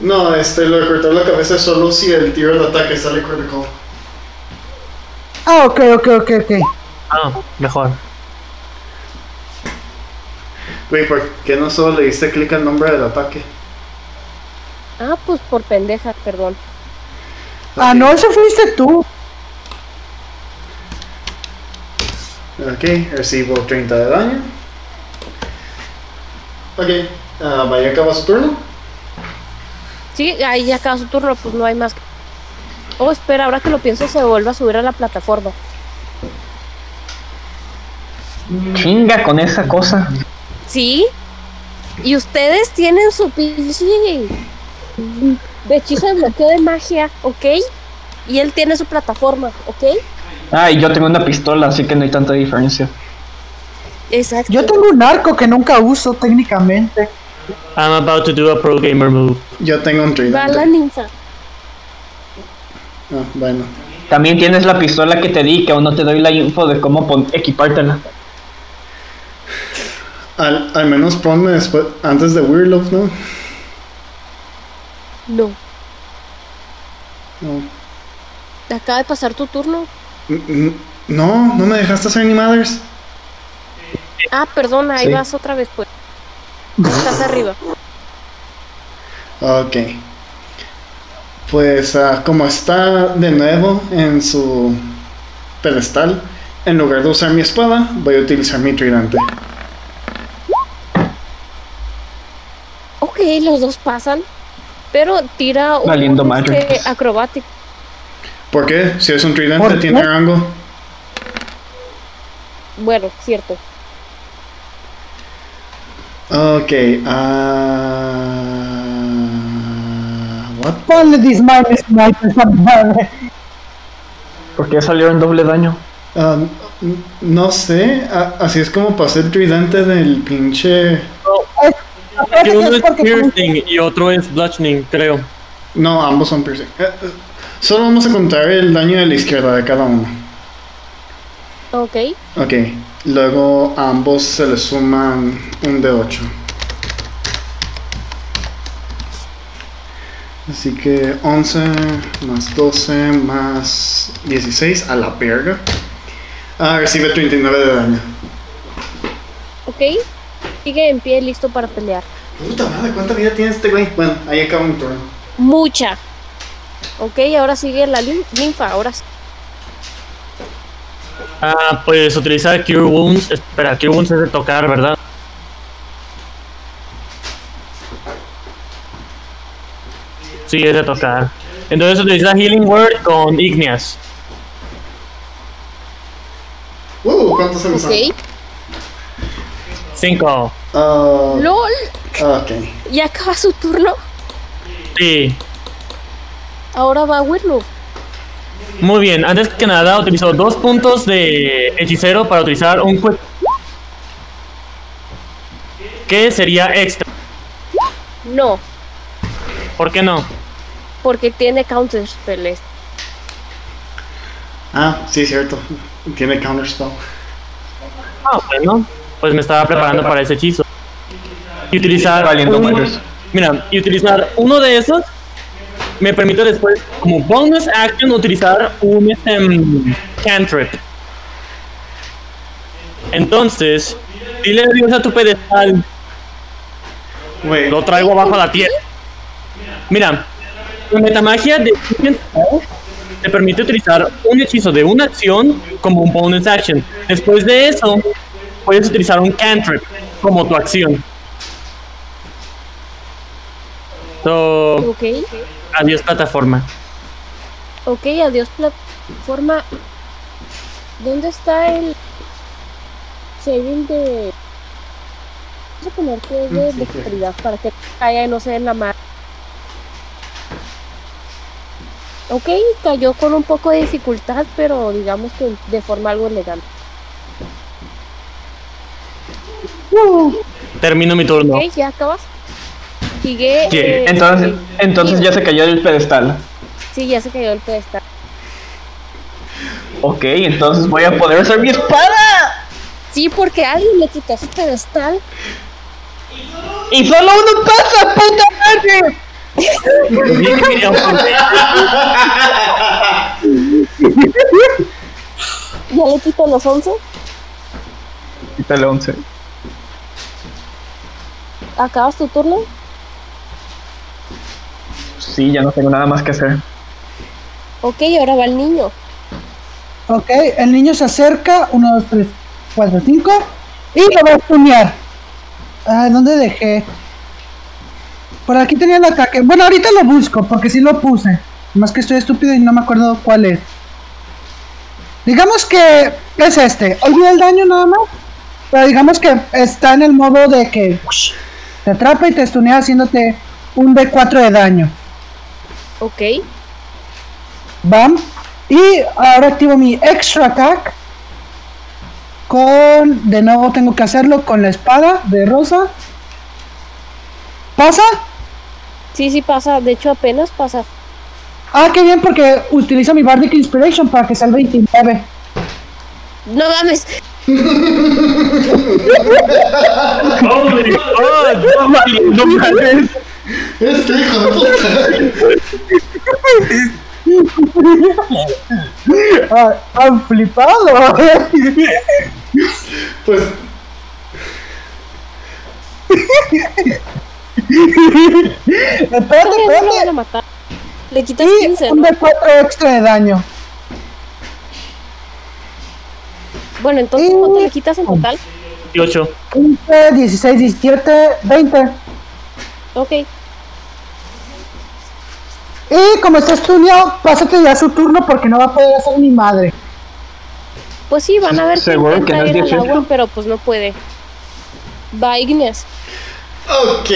Speaker 4: No, este, lo de cortar la cabeza es solo si el tiro de ataque sale critical.
Speaker 3: Ah, ok, ok, ok, ok.
Speaker 7: Ah, mejor.
Speaker 4: Güey, ¿por qué no solo le diste clic al nombre del ataque?
Speaker 11: Ah, pues por pendeja, perdón.
Speaker 3: Ah, no, eso fuiste tú.
Speaker 4: Ok, recibo 30 de daño. Ok, ah, vaya acaba su turno.
Speaker 11: Sí, ahí ya acaba su turno, pues no hay más. que- Oh, espera, ahora que lo pienso se vuelve a subir a la plataforma.
Speaker 5: Chinga con esa cosa.
Speaker 11: ¿Sí? Y ustedes tienen su pinche mm, hechizo de bloqueo de magia, ¿ok? Y él tiene su plataforma, ¿ok?
Speaker 5: Ah, y yo tengo una pistola, así que no hay tanta diferencia.
Speaker 11: Exacto.
Speaker 3: Yo tengo un arco que nunca uso técnicamente.
Speaker 7: I'm about to do a pro gamer move.
Speaker 4: Yo tengo un
Speaker 11: Va
Speaker 4: tridente.
Speaker 11: la ninfa.
Speaker 4: Ah, bueno.
Speaker 5: También tienes la pistola que te di, que aún no te doy la info de cómo pon- equipártela.
Speaker 4: Al, al menos ponme después, antes de Weird Love, ¿no?
Speaker 11: No.
Speaker 4: No.
Speaker 11: Acaba de pasar tu turno.
Speaker 4: N- n- No, no me dejaste hacer ni madres.
Speaker 11: Ah, perdona, ahí
Speaker 5: Sí.
Speaker 11: vas otra vez, pues. Estás arriba.
Speaker 4: Ok. Pues ah, como está de nuevo en su pedestal, en lugar de usar mi espada, voy a utilizar mi tridente.
Speaker 11: Ok, los dos pasan. Pero tira un
Speaker 5: Valiendo madre.
Speaker 11: este, acrobático.
Speaker 4: ¿Por qué? Si es un tridente,
Speaker 3: ¿Por
Speaker 4: tiene
Speaker 3: qué?
Speaker 4: rango.
Speaker 11: Bueno, cierto.
Speaker 4: Ok. ah, what?
Speaker 3: Ponle dismine sniper, esa madre.
Speaker 5: Porque salieron doble daño.
Speaker 4: Ah, n- no sé, a- así es como pasé el tridente del pinche...
Speaker 3: Acuérdate
Speaker 7: Que
Speaker 3: que
Speaker 7: uno
Speaker 3: es
Speaker 7: es
Speaker 3: porque como-
Speaker 7: piercing y otro es bludgeoning, creo.
Speaker 4: No, ambos son piercing. Eh, eh, solo vamos a contar el daño de la izquierda de cada uno.
Speaker 11: Ok.
Speaker 4: Ok, luego a ambos se le suman un D8. Así que 11 más 12 más 16 a la verga. Ah, recibe 39 de daño.
Speaker 11: Ok. Sigue en pie, listo para pelear.
Speaker 4: Puta madre, ¿cuánta vida tiene este güey? Bueno, ahí acaba mi turno.
Speaker 11: Mucha. Ok, ahora sigue la lin- linfa, ahora sí.
Speaker 7: Ah, pues utilizar Cure Wounds. Espera, Cure Wounds es de tocar, ¿verdad? Sí, es de tocar. Entonces utiliza Healing Word con Igneas.
Speaker 4: Uh, ¿cuántos se me son?
Speaker 11: Ok.
Speaker 7: 5.
Speaker 4: Ah,
Speaker 11: ¡Lol!
Speaker 4: ok.
Speaker 11: Ya acaba su turno.
Speaker 7: Sí.
Speaker 11: Ahora va Wirloof.
Speaker 7: Muy bien. Antes que nada, utilizó dos puntos de hechicero para utilizar un quick. Que sería extra.
Speaker 11: No,
Speaker 7: ¿Por qué no?
Speaker 11: porque tiene counter spells.
Speaker 4: Ah, sí, cierto. Tiene counterspell.
Speaker 7: Ah, bueno. Pues me estaba preparando para ese hechizo. Y utilizar.
Speaker 5: Valiendo
Speaker 7: uno-
Speaker 5: madres.
Speaker 7: Mira, y utilizar uno de esos me permite después, como bonus action, utilizar un este, mm, cantrip. Entonces, dile adiós a tu pedestal,
Speaker 4: Wait,
Speaker 7: lo traigo abajo a la tierra. Mira, la metamagia de Ancient Spell te permite utilizar un hechizo de una acción como un bonus action. Después de eso, puedes utilizar un cantrip como tu acción. So,
Speaker 11: Ok,
Speaker 7: Adiós plataforma.
Speaker 11: ok, adiós plataforma. ¿Dónde está el saving de... Vamos a poner que es
Speaker 5: Mm,
Speaker 11: de dexteridad para que caiga y no se dé en la mar. Ok, cayó con un poco de dificultad, pero digamos que de forma algo elegante.
Speaker 7: Termino mi turno.
Speaker 11: Ok, ya acabas. Sigue.
Speaker 7: Yeah,
Speaker 11: eh,
Speaker 5: Entonces,
Speaker 11: Steven.
Speaker 5: entonces ya se cayó el pedestal.
Speaker 11: Sí, ya se cayó el pedestal.
Speaker 5: Ok, entonces voy a poder usar mi espada.
Speaker 11: Sí, porque alguien le quitó su pedestal.
Speaker 5: Y solo uno pasa, puta madre.
Speaker 11: Ya le quitó los 11.
Speaker 5: Quítale 11.
Speaker 11: Acabas tu turno.
Speaker 5: Sí, ya no tengo nada más que hacer.
Speaker 11: Ok, ahora va el niño.
Speaker 3: Ok, el niño se acerca, 1, 2, 3, 4, 5, y lo va a puñar. Ah, ¿dónde dejé? Por aquí tenía el ataque. Bueno, ahorita lo busco, porque sí lo puse. Más que estoy estúpido y no me acuerdo cuál es. Digamos que es este. Olvida el daño nada más. Pero digamos que está en el modo de que ush, te atrapa y te estunea haciéndote un D4 de daño.
Speaker 11: Ok,
Speaker 3: Bam. Y ahora activo mi extra attack. Con. De nuevo tengo que hacerlo con la espada de rosa. ¿Pasa?
Speaker 11: sí, sí pasa. De hecho, apenas pasa.
Speaker 3: Ah, qué bien, porque utilizo mi Bardic Inspiration para que sea el 29.
Speaker 11: No mames.
Speaker 7: Oh,
Speaker 4: este hijo de puta.
Speaker 3: Ah, ¡Han flipado!
Speaker 4: Pues.
Speaker 3: espérate,
Speaker 11: Todavía no lo van
Speaker 3: espérate.
Speaker 11: a matar. Le quitas
Speaker 3: Y
Speaker 11: 15,
Speaker 3: un
Speaker 11: ¿no?
Speaker 3: D4 extra de daño.
Speaker 11: Bueno, entonces, ¿cuánto le quitas en total?
Speaker 7: 18.
Speaker 3: 15, 16, 17, 20.
Speaker 11: Ok,
Speaker 3: Y como está estudiado, pásate ya su turno porque no va a poder hacer ni madre.
Speaker 11: pues sí, van a ver
Speaker 5: ¿Seguro que no
Speaker 11: intenta
Speaker 5: es
Speaker 11: ir al
Speaker 5: 18?
Speaker 11: agua, pero pues no puede. Va Igneas.
Speaker 4: Ok.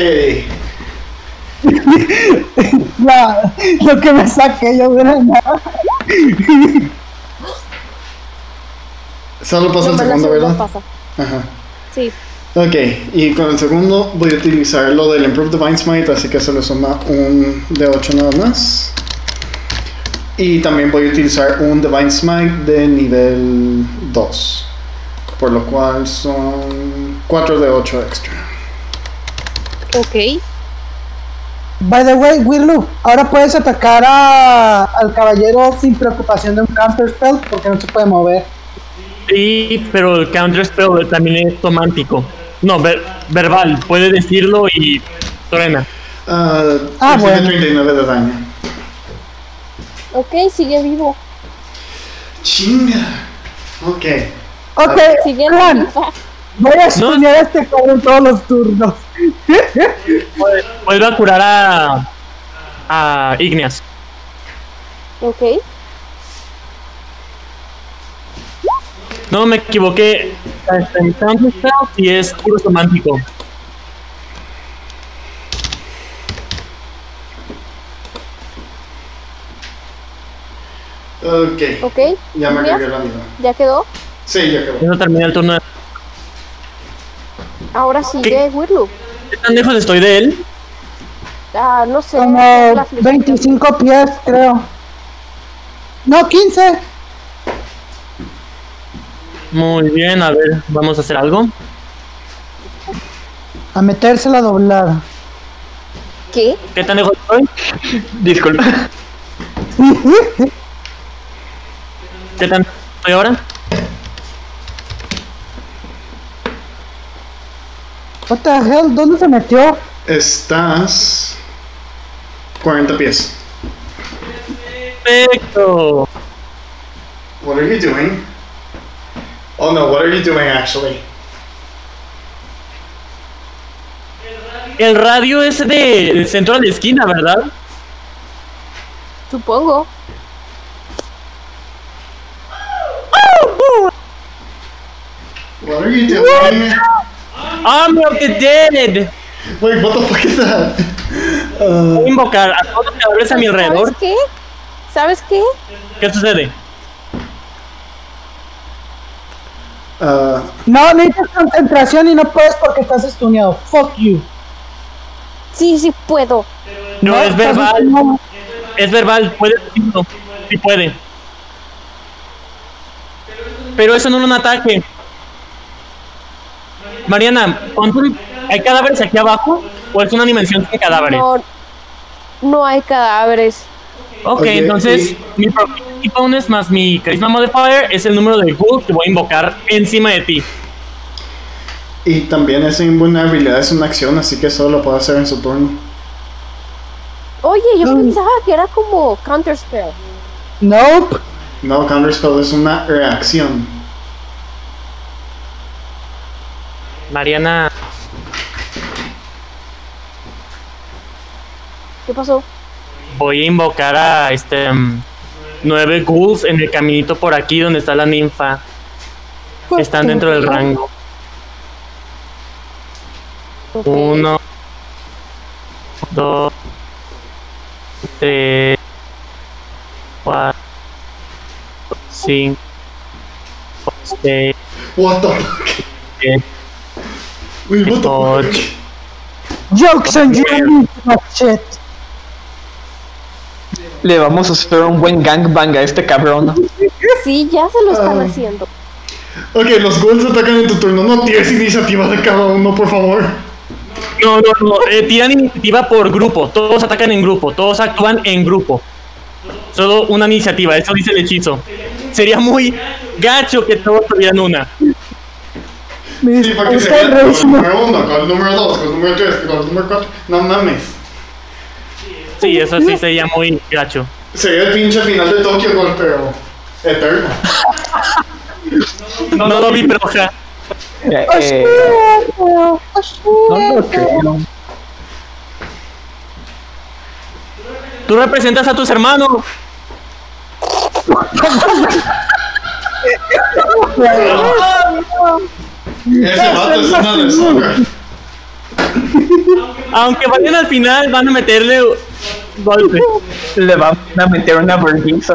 Speaker 3: La, lo que me saqué yo de la nada.
Speaker 4: Solo pasa el
Speaker 11: Nomás la
Speaker 4: segundo,
Speaker 11: segunda
Speaker 4: ¿verdad?
Speaker 11: pasa.
Speaker 4: Ajá.
Speaker 11: Sí,
Speaker 4: Ok, y con el segundo voy a utilizar lo del Improved Divine Smite, así que se le suma un de 8 nada más. Y también voy a utilizar un Divine Smite de nivel 2, por lo cual son 4 de 8 extra.
Speaker 11: ok.
Speaker 3: By the way, Willu, ahora puedes atacar a, al caballero sin preocupación de un counter spell porque no se puede mover.
Speaker 7: Sí, pero el counter spell también es tomántico. No, ver- verbal. Puede decirlo y truena.
Speaker 4: Ah,
Speaker 3: Ah,
Speaker 4: recibe
Speaker 3: bueno.
Speaker 4: 39 de daño.
Speaker 2: Ok, sigue vivo.
Speaker 4: Chinga. Ok.
Speaker 3: Ok,
Speaker 2: Sigue en
Speaker 3: Juan,
Speaker 2: la-
Speaker 3: voy a estudiar a este cabrón todos los turnos.
Speaker 7: Vuelve a curar a. a Igneas.
Speaker 2: Ok.
Speaker 7: No, me equivoqué. Este, mi Counterspell sí es puro semántico.
Speaker 4: Ok.
Speaker 2: Ok.
Speaker 4: Ya me
Speaker 2: ¿Ya?
Speaker 4: cargué la vida.
Speaker 2: Ya quedó.
Speaker 4: Sí, ya acabó.
Speaker 7: Eso termina el turno. de-
Speaker 2: Ahora sigue Wirloop.
Speaker 7: ¿Qué tan lejos estoy de él?
Speaker 2: Ah, no sé.
Speaker 3: Como
Speaker 2: la flecha.
Speaker 3: 25 pies, creo. No, 15.
Speaker 7: Muy bien, a ver, vamos a hacer algo.
Speaker 3: A meterse la doblada.
Speaker 2: ¿Qué?
Speaker 7: ¿Qué tan lejos estoy?
Speaker 5: Disculpa.
Speaker 7: ¿Qué tan lejos estoy ahora?
Speaker 3: What the hell, ¿dónde se metió?
Speaker 4: Estás. 40 pies.
Speaker 7: Perfecto.
Speaker 4: What are you doing? Oh no, what are you doing actually?
Speaker 7: El radio es de del centro a la esquina, ¿verdad?
Speaker 2: Supongo.
Speaker 4: What are you doing?
Speaker 7: I'm of the dead.
Speaker 4: Wait, what the fuck is that?
Speaker 7: Voy a invocar a todos los creadores a mi alrededor.
Speaker 2: ¿Sabes qué? ¿Sabes qué?
Speaker 7: ¿Qué sucede?
Speaker 4: Uh,
Speaker 3: No, necesitas concentración y no puedes porque estás estuneado. Fuck you.
Speaker 2: Sí, sí puedo.
Speaker 7: No, es
Speaker 3: estás
Speaker 7: verbal.
Speaker 3: estuneado.
Speaker 7: Es verbal, puede decirlo. Sí puede. Pero eso no es un ataque. Mariana, ¿cuánto- ¿hay cadáveres aquí abajo? ¿O es una dimensión sin cadáveres?
Speaker 2: No, no hay cadáveres.
Speaker 7: Ok,
Speaker 4: Oye,
Speaker 7: entonces mi probability bonus más mi carisma modifier es el número de ghoul que voy a invocar encima de ti.
Speaker 4: y también esa invulnerabilidad es una acción, así que solo lo puede hacer en su turno.
Speaker 2: Oye, yo pensaba que era como Counterspell.
Speaker 3: Nope.
Speaker 4: No, Counterspell es una reacción.
Speaker 7: Mariana,
Speaker 2: ¿Qué pasó?
Speaker 7: voy a invocar a este mm, nueve ghouls en el caminito por aquí donde está la ninfa. que Están dentro del rango.
Speaker 2: Ok.
Speaker 7: Uno, dos, tres, cuatro, cinco, seis,
Speaker 4: What the fuck?
Speaker 7: siete,
Speaker 4: Wait, what the
Speaker 7: ocho.
Speaker 4: fuck?
Speaker 3: Jokes on you. Oh, shit.
Speaker 5: Le vamos a hacer un buen gangbang a este cabrón.
Speaker 2: Sí, ya se lo están haciendo.
Speaker 4: Ok, los ghouls atacan en tu turno. No tienes iniciativa de cada uno, por favor.
Speaker 7: No, no, no. Eh, tiran iniciativa por grupo. Todos atacan en grupo. Todos actúan en grupo. Solo una iniciativa. Eso dice el hechizo. Sería muy gacho que todos tuvieran una.
Speaker 3: Me
Speaker 4: Sí, para que se
Speaker 3: está
Speaker 4: vea con el
Speaker 3: reísimo.
Speaker 4: número uno, con el número dos, con el número tres, con el número cuatro. No mames.
Speaker 7: Sí, eso sí sería muy gacho.
Speaker 4: Sería el pinche final de Tokyo Ghoul, pero eterno.
Speaker 7: No, lo vi, pero ja.
Speaker 5: Eh,
Speaker 3: Oh,
Speaker 5: eh,
Speaker 3: shit, bro. Oh,
Speaker 5: no lo
Speaker 3: shit.
Speaker 5: creo.
Speaker 7: Tú representas a tus hermanos.
Speaker 4: Ese vato es una deshonra.
Speaker 7: Aunque vayan al final, van a meterle golpe.
Speaker 5: Le van a meter una vergüenza.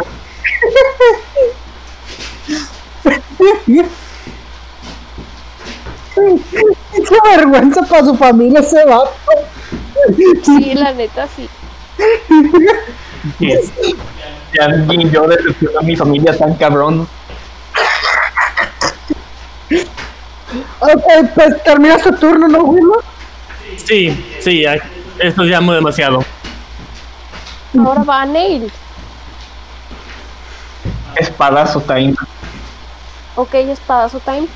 Speaker 3: Qué vergüenza para su familia ese vato.
Speaker 2: Sí, la neta sí.
Speaker 7: Yes.
Speaker 5: Ya ni yo decepciono a mi familia tan cabrón.
Speaker 3: Ok, pues termina su turno, ¿no, Wilma?
Speaker 7: Sí, sí, ya. Esto ya amo demasiado.
Speaker 2: Ahora va Nail.
Speaker 5: Espadazo time.
Speaker 2: Ok, espadazo time.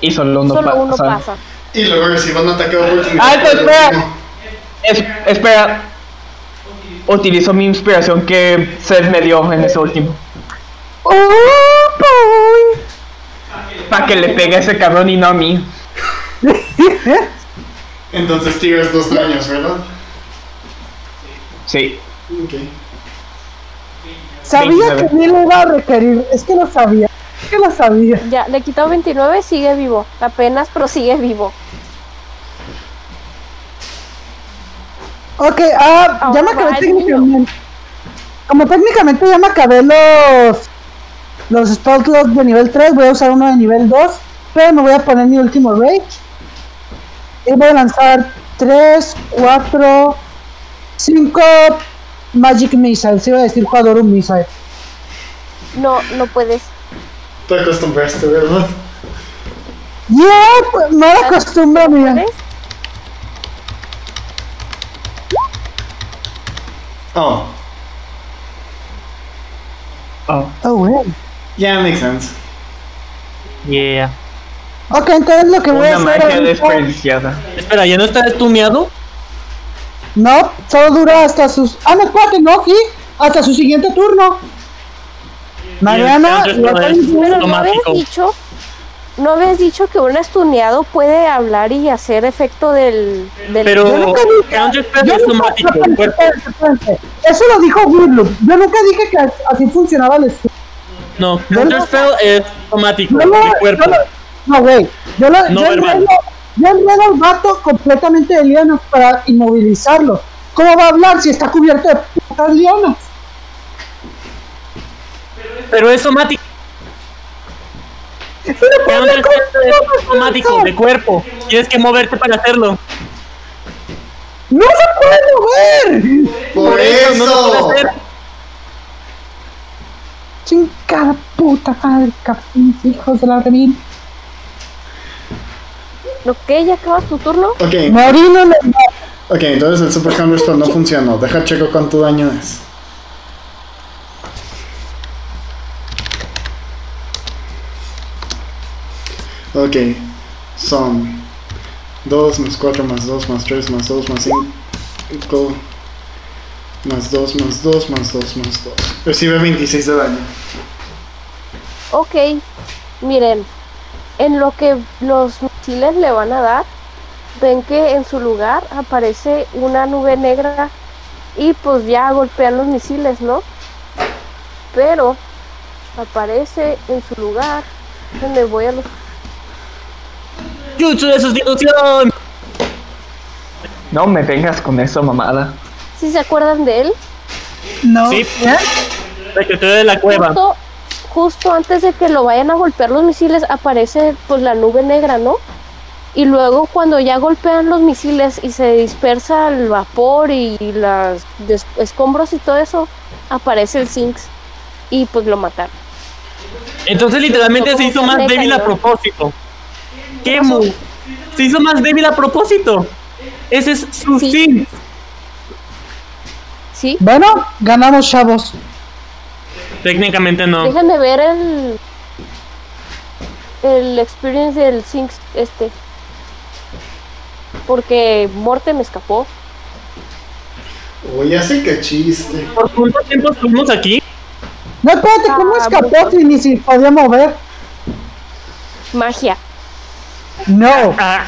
Speaker 5: Y solo uno
Speaker 2: Solo uno
Speaker 5: pasa.
Speaker 2: pasa.
Speaker 4: Y luego reciban un ataque de oportunidad.
Speaker 5: Ay, pues, espera. Es- espera. utilizo mi inspiración que Seth me dio en ese último.
Speaker 11: ¡Oh, boy!
Speaker 5: Para que le pegue a ese cabrón y no a mí.
Speaker 6: Entonces tiras dos daños, ¿verdad?
Speaker 5: Sí.
Speaker 6: Ok.
Speaker 3: Sabía que Bill lo iba a requerir. Es que lo sabía. Es que lo sabía.
Speaker 11: Ya, le quitó 29, sigue vivo. Apenas, pero sigue vivo.
Speaker 3: Ok, ah, ya me
Speaker 11: Ahora va
Speaker 3: acabé
Speaker 11: el
Speaker 3: técnicamente. Como técnicamente ya me acabé los, los spell slots de nivel 3, voy a usar uno de nivel 2, pero me voy a poner mi último rage. Y voy a lanzar 3, 4, 5 Magic Missiles. Iba a decir jugador un missile.
Speaker 11: No, no puedes.
Speaker 6: Te acostumbraste, ¿verdad?
Speaker 3: ¡Yeah! Mala costumbre mía.
Speaker 11: ¿Puedes?
Speaker 6: Oh,
Speaker 3: Oh, well.
Speaker 6: yeah, makes sense.
Speaker 7: Yeah.
Speaker 3: Ok, entonces lo que voy a
Speaker 5: Una
Speaker 3: hacer.
Speaker 5: magia
Speaker 3: ahorita-
Speaker 5: desperdiciada.
Speaker 7: Espera, ¿ya no está estuneado?
Speaker 3: No, solo dura hasta sus. Ah, no, espérate, no, sí. Hasta su siguiente turno. Mariana,
Speaker 7: entonces,
Speaker 3: la
Speaker 7: para
Speaker 3: cual-
Speaker 7: eso-
Speaker 11: Pero no habías
Speaker 7: Automático.
Speaker 11: dicho, no habías dicho que un estuneado puede hablar y hacer efecto del. del
Speaker 3: yo
Speaker 7: Pero
Speaker 3: nunca dije-
Speaker 7: Counter Spell
Speaker 3: yo
Speaker 7: es
Speaker 3: nunca-
Speaker 7: automático.
Speaker 3: espérate,
Speaker 7: cuerpo.
Speaker 3: espérate, espérate. Eso lo dijo Woodloop. Yo nunca dije que así funcionaba el estudio.
Speaker 7: No,
Speaker 3: Yo
Speaker 7: Counter
Speaker 3: lo-
Speaker 7: Spell es automático.
Speaker 3: Yo lo-
Speaker 7: de cuerpo.
Speaker 3: yo lo- No, güey. Yo, lo,
Speaker 7: No
Speaker 3: yo,
Speaker 7: verbal.
Speaker 3: enredo, yo enredo al vato completamente de lianas para inmovilizarlo. ¿Cómo va a hablar si está cubierto de putas lianas?
Speaker 7: Pero es somático.
Speaker 3: Pero, pobre,
Speaker 7: Counter
Speaker 3: ¿cómo-
Speaker 7: Spell
Speaker 3: cómo
Speaker 7: es
Speaker 3: vas a
Speaker 7: automático
Speaker 3: hacer?
Speaker 7: de cuerpo. Tienes que moverte para hacerlo.
Speaker 3: ¡No se puede mover!
Speaker 6: ¡Por, eso!
Speaker 7: no lo puedes hacer.
Speaker 3: Chingada puta madre, capín, hijos de la remil.
Speaker 11: ¿Lo que ya acabas tu turno?
Speaker 6: Ok,
Speaker 3: Me orino en el mar.
Speaker 6: ok, entonces el Super Counter Spell no funcionó. Deja checo cuánto daño es. Ok, son 2 más 4 más 2 más 3 más 2 más 5 más 2 más 2 más 2 más 2. Recibe 26 de daño.
Speaker 11: Ok, miren, en lo que los misiles le van a dar, ven que en su lugar aparece una nube negra y pues ya golpean los misiles, ¿no? Pero aparece en su lugar donde voy a los...
Speaker 7: Jutsu de sustitución.
Speaker 5: No me vengas con eso, mamada.
Speaker 11: ¿Sí se acuerdan de él?
Speaker 3: No.
Speaker 7: Sí.
Speaker 3: ¿Eh?
Speaker 7: Secretario de la cueva.
Speaker 11: Justo, justo antes de que lo vayan a golpear los misiles aparece pues la nube negra, ¿no? Y luego cuando ya golpean los misiles y se dispersa el vapor y las des- escombros y todo eso, aparece el Sinks y pues lo mataron.
Speaker 7: Entonces literalmente se hizo más
Speaker 11: Deja,
Speaker 7: débil a
Speaker 11: ¿no?
Speaker 7: propósito. ¿Qué mu? Se hizo más débil a propósito. Ese es su
Speaker 11: Sí.
Speaker 7: fin.
Speaker 11: ¿Sí?
Speaker 3: Bueno, ganamos, chavos.
Speaker 7: Técnicamente
Speaker 5: Ah.
Speaker 7: no.
Speaker 11: Déjenme ver el el experience del Sinks este. Porque Morte me escapó.
Speaker 6: Oye, hace que chiste.
Speaker 7: ¿Por cuánto tiempo estuvimos aquí?
Speaker 3: No, espérate, ¿cómo
Speaker 11: Ah,
Speaker 3: escapó si ni si podía mover?
Speaker 11: Magia.
Speaker 3: No.
Speaker 7: Ah,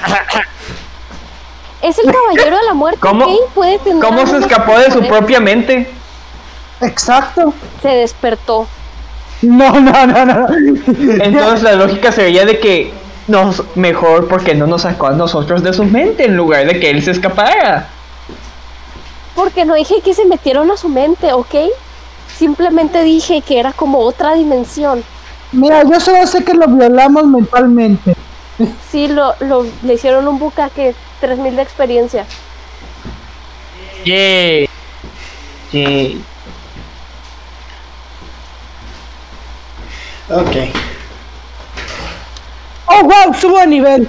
Speaker 11: ¿Es el caballero de la muerte?
Speaker 5: ¿Cómo-
Speaker 11: ¿ok? ¿Puede tener
Speaker 5: ¿Cómo se
Speaker 11: algunos
Speaker 5: escapó de su
Speaker 11: poderes?
Speaker 5: propia mente?
Speaker 3: Exacto.
Speaker 11: Se despertó.
Speaker 3: No, no, no, no.
Speaker 5: Entonces la lógica sería de que nos mejor porque no nos sacó a nosotros de su mente en lugar de que él se escapara.
Speaker 11: Porque no dije que se metieron a su mente, ¿ok? Simplemente dije que era como otra dimensión.
Speaker 3: Mira, yo solo sé que lo violamos mentalmente.
Speaker 11: Sí, lo, lo, le hicieron un bucaque, 3000 de experiencia.
Speaker 7: Yay.
Speaker 5: Sí.
Speaker 6: Ok.
Speaker 3: Oh, wow, subo de nivel.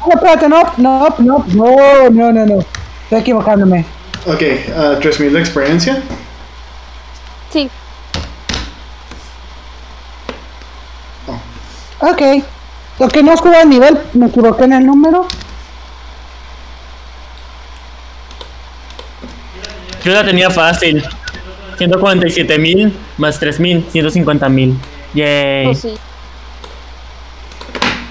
Speaker 3: No, espérate, no, no, no, no, no, no, no. Estoy equivocándome.
Speaker 6: Ok, ah,
Speaker 4: uh,
Speaker 6: 3000 de experiencia.
Speaker 11: Sí,
Speaker 3: Ok. Lo que no subo de nivel, me equivoqué en el número.
Speaker 7: Yo la tenía fácil. 147 mil más 3 mil, 150 mil. Yay.
Speaker 11: Pues sí.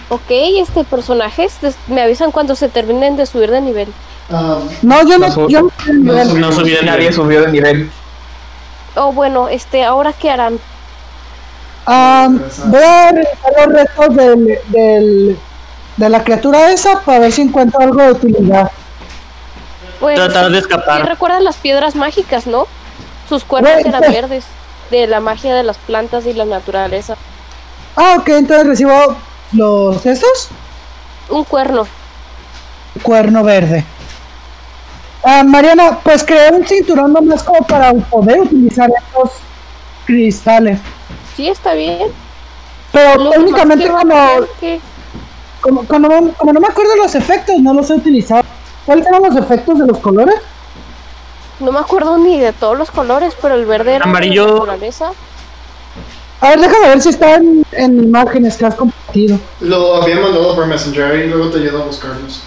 Speaker 11: Ok, este personaje, este- me avisan cuando se terminen de subir de nivel.
Speaker 1: Ah,
Speaker 3: No, yo no.
Speaker 5: Nosotros-
Speaker 3: Yo no
Speaker 7: No subí de
Speaker 5: Nadie
Speaker 7: nivel.
Speaker 5: subió de nivel.
Speaker 11: Oh, bueno, este, ¿ahora qué harán?
Speaker 3: Ah, voy a revisar los restos del, del- de la criatura esa para ver si encuentro algo de utilidad.
Speaker 11: Pues,
Speaker 7: Tratar de
Speaker 11: sí
Speaker 7: escapar.
Speaker 11: recuerdan las piedras mágicas, ¿no? Sus cuernos
Speaker 3: Güey,
Speaker 11: eran
Speaker 3: pues-
Speaker 11: verdes, de la magia de las plantas y la naturaleza.
Speaker 3: Ah, ok, entonces recibo los estos.
Speaker 11: Un cuerno.
Speaker 3: Cuerno verde. Ah, Mariana, pues crear un cinturón nomás como para poder utilizar estos cristales.
Speaker 11: Sí, está bien.
Speaker 3: Pero
Speaker 11: Los demás
Speaker 3: técnicamente
Speaker 11: que
Speaker 3: como,
Speaker 11: rodean, ¿qué?
Speaker 3: como, como- como no me acuerdo los efectos, no los he utilizado. ¿Cuáles eran los efectos de los colores?
Speaker 11: No me acuerdo ni de todos los colores, pero el verde era de la
Speaker 7: Amarillo.
Speaker 11: naturaleza.
Speaker 3: A ver, déjame ver si están en imágenes que has compartido.
Speaker 1: lo había mandado por Messenger y luego te ayudo a buscarlos.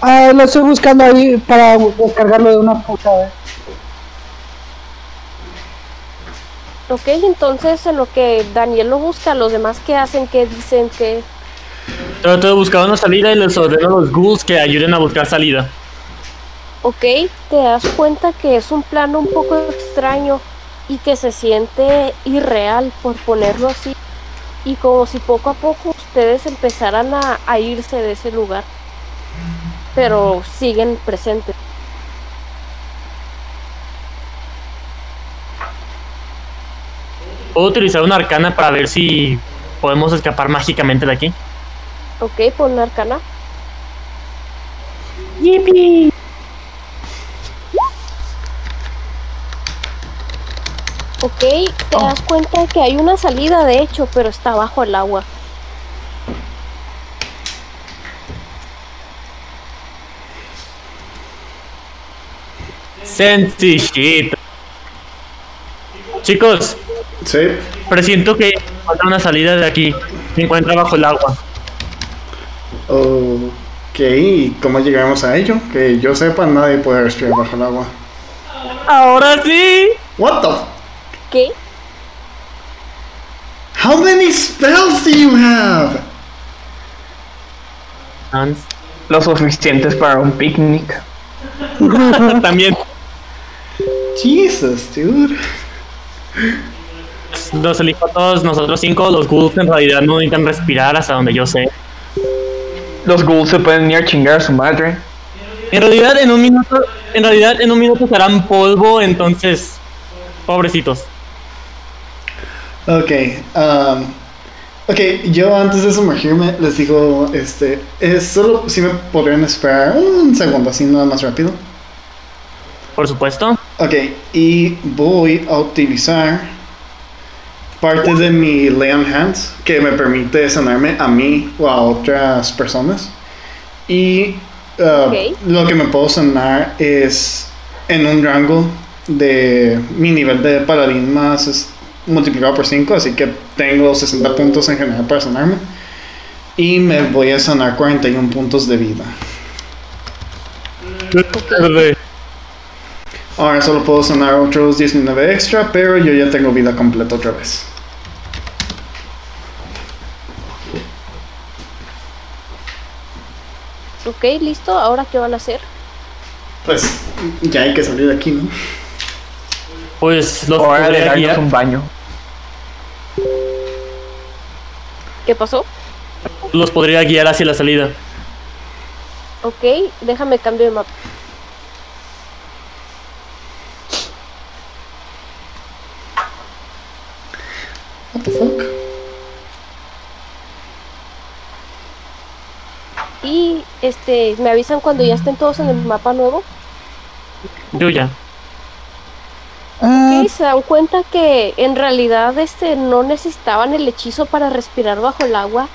Speaker 3: Ah, lo estoy buscando ahí para descargarlo de una puta vez.
Speaker 11: Ok, entonces en lo que Daniel lo busca, los demás que hacen, que dicen, que
Speaker 7: Trato de buscar una salida y les ordeno a los ghouls que ayuden a buscar salida.
Speaker 11: Ok, te das cuenta que es un plano un poco extraño y que se siente irreal, por ponerlo así. Y como si poco a poco ustedes empezaran a, a irse de ese lugar. Pero siguen presentes.
Speaker 7: Puedo utilizar una arcana para ver si podemos escapar mágicamente de aquí.
Speaker 11: Ok, pon una arcana. Ok, te das cuenta que hay una salida de hecho, pero está bajo el agua.
Speaker 7: Sencillito. Chicos,
Speaker 1: Sí.
Speaker 7: presiento que falta una salida de aquí. Se encuentra bajo el agua.
Speaker 1: Ok, ¿y ¿cómo llegamos a ello? Que yo sepa, nadie puede respirar bajo el agua.
Speaker 7: ¡Ahora sí!
Speaker 1: What the? f-
Speaker 11: ¿Qué?
Speaker 1: How many spells do you have?
Speaker 5: Lo suficientes para un picnic.
Speaker 7: También
Speaker 1: Jesus, dude.
Speaker 7: nos elijo a todos nosotros cinco. Los ghouls en realidad no necesitan respirar hasta donde yo sé.
Speaker 5: Los ghouls se pueden ir a chingar a su madre.
Speaker 7: En realidad en un minuto, en realidad en un minuto serán polvo, entonces pobrecitos.
Speaker 1: Ok, um, ok, yo antes de sumergirme les digo, este, es solo si me podrían esperar un segundo, así nada más rápido.
Speaker 7: Por supuesto.
Speaker 1: Ok, y voy a utilizar parte de mi Lay on Hands que me permite sanarme a mí o a otras personas. Y uh,
Speaker 11: Ok.
Speaker 1: lo que me puedo sanar es en un rango de mi nivel de paladín más es multiplicado por 5, así que tengo 60 puntos en general para sanarme. Y me voy a sanar 41 puntos de vida. Ahora solo puedo sanar otros 19 extra, pero yo ya tengo vida completa otra vez.
Speaker 11: Ok, listo. ¿Ahora qué van a hacer?
Speaker 1: Pues ya hay que salir de aquí, ¿no?
Speaker 7: Pues los
Speaker 5: Hora de
Speaker 7: podría
Speaker 5: darnos
Speaker 7: guiar.
Speaker 5: un baño.
Speaker 11: ¿Qué pasó?
Speaker 7: Los podría guiar hacia la salida.
Speaker 11: Ok, déjame cambio de mapa.
Speaker 1: What the fuck?
Speaker 11: Y este, me avisan cuando ya estén todos en el mapa nuevo.
Speaker 7: Yo ya.
Speaker 3: Ah,
Speaker 11: Y se dan cuenta que en realidad este no necesitaban el hechizo para respirar bajo el agua,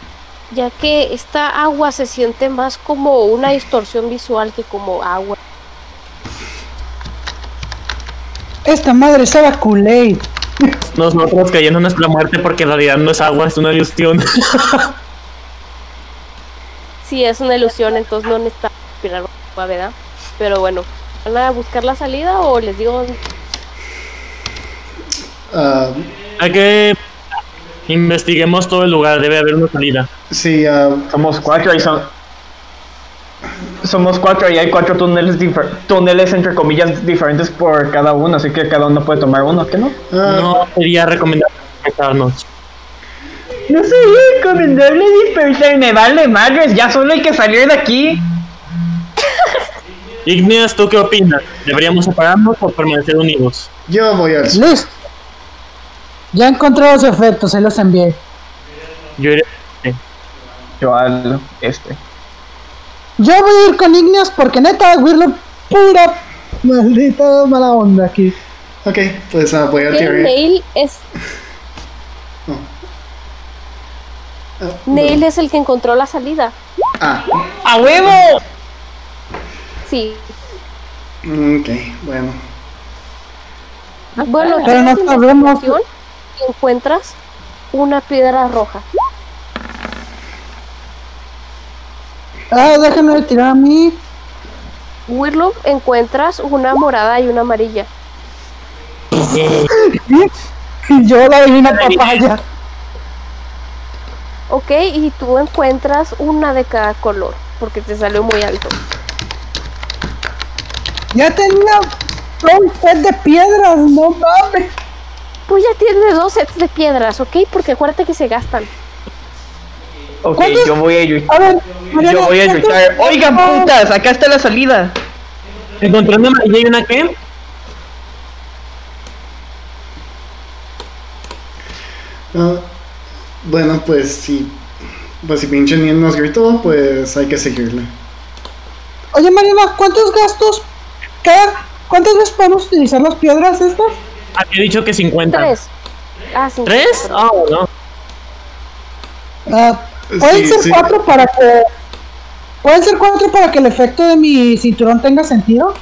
Speaker 11: ya que esta agua se siente más como una distorsión visual que como agua.
Speaker 3: esta madre estaba culé.
Speaker 7: Nosotros cayendo en nuestra muerte porque en realidad no es agua, es una ilusión.
Speaker 11: Sí, es una ilusión, entonces no necesita respirar bajo el agua, ¿verdad? Pero bueno, ¿Van a buscar la salida o les digo dónde?
Speaker 1: Ah,
Speaker 7: Hay que investiguemos todo el lugar, debe haber una salida.
Speaker 1: sí, ah,
Speaker 5: Somos cuatro y son. Somos cuatro y hay cuatro túneles, difer- túneles entre comillas diferentes por cada uno, así que cada uno puede tomar uno, ¿qué no?
Speaker 1: ah,
Speaker 7: No sería recomendable conectarnos.
Speaker 5: No sería recomendable dispersarme, vale madres, ya solo hay que salir de aquí.
Speaker 7: Igneas, ¿tú qué opinas? ¿Deberíamos separarnos o permanecer unidos?
Speaker 1: yo voy al sur.
Speaker 3: Listo. Ya encontré los efectos, ahí los envié.
Speaker 7: Yo este. iré.
Speaker 5: Yo al este.
Speaker 3: Yo voy a ir con Igneas porque neta, Wirlock, pura maldita mala onda aquí.
Speaker 1: Ok, pues ah, voy a
Speaker 11: Que
Speaker 1: tirar.
Speaker 11: Neil es. Neil es el que encontró la salida.
Speaker 1: Ah,
Speaker 5: ¡A huevo!
Speaker 11: Sí.
Speaker 1: ok, bueno.
Speaker 11: Bueno,
Speaker 3: Pero no
Speaker 11: tienes
Speaker 3: sabemos.
Speaker 11: investigación y encuentras una piedra roja.
Speaker 3: Ah, déjenme tirar a mí.
Speaker 11: Wirlock encuentras una morada y una amarilla.
Speaker 7: Eh,
Speaker 3: Yo la divina papaya.
Speaker 11: Ok, y tú encuentras una de cada color, porque te salió muy alto.
Speaker 3: Ya tenía un set de piedras, no mames.
Speaker 11: Pues ya tienes dos sets de piedras, ¿ok? Porque acuérdate que se gastan.
Speaker 5: Ok,
Speaker 3: ¿Cuántos?
Speaker 5: yo voy a ir.
Speaker 3: A ver, Mariana, Ah.
Speaker 5: Yo voy a
Speaker 3: ¿cuántos-
Speaker 5: gritar, oigan putas, acá está la salida.
Speaker 7: ¿Encontré una amarilla y una qué?
Speaker 1: Ah, bueno, pues si, pues si pinche Nien nos gritó, pues hay que seguirle.
Speaker 3: Oye, Mariana, ¿cuántos gastos? cada- ¿Cuántas veces podemos utilizar las piedras estas?
Speaker 7: Había dicho Ah, que 50.
Speaker 11: Tres. Ah, sí.
Speaker 7: ¿Tres? Ah, bueno.
Speaker 3: Ah, pueden
Speaker 1: Sí,
Speaker 3: ser
Speaker 1: sí.
Speaker 3: cuatro para que. Pueden ser cuatro para que el efecto de mi cinturón tenga sentido.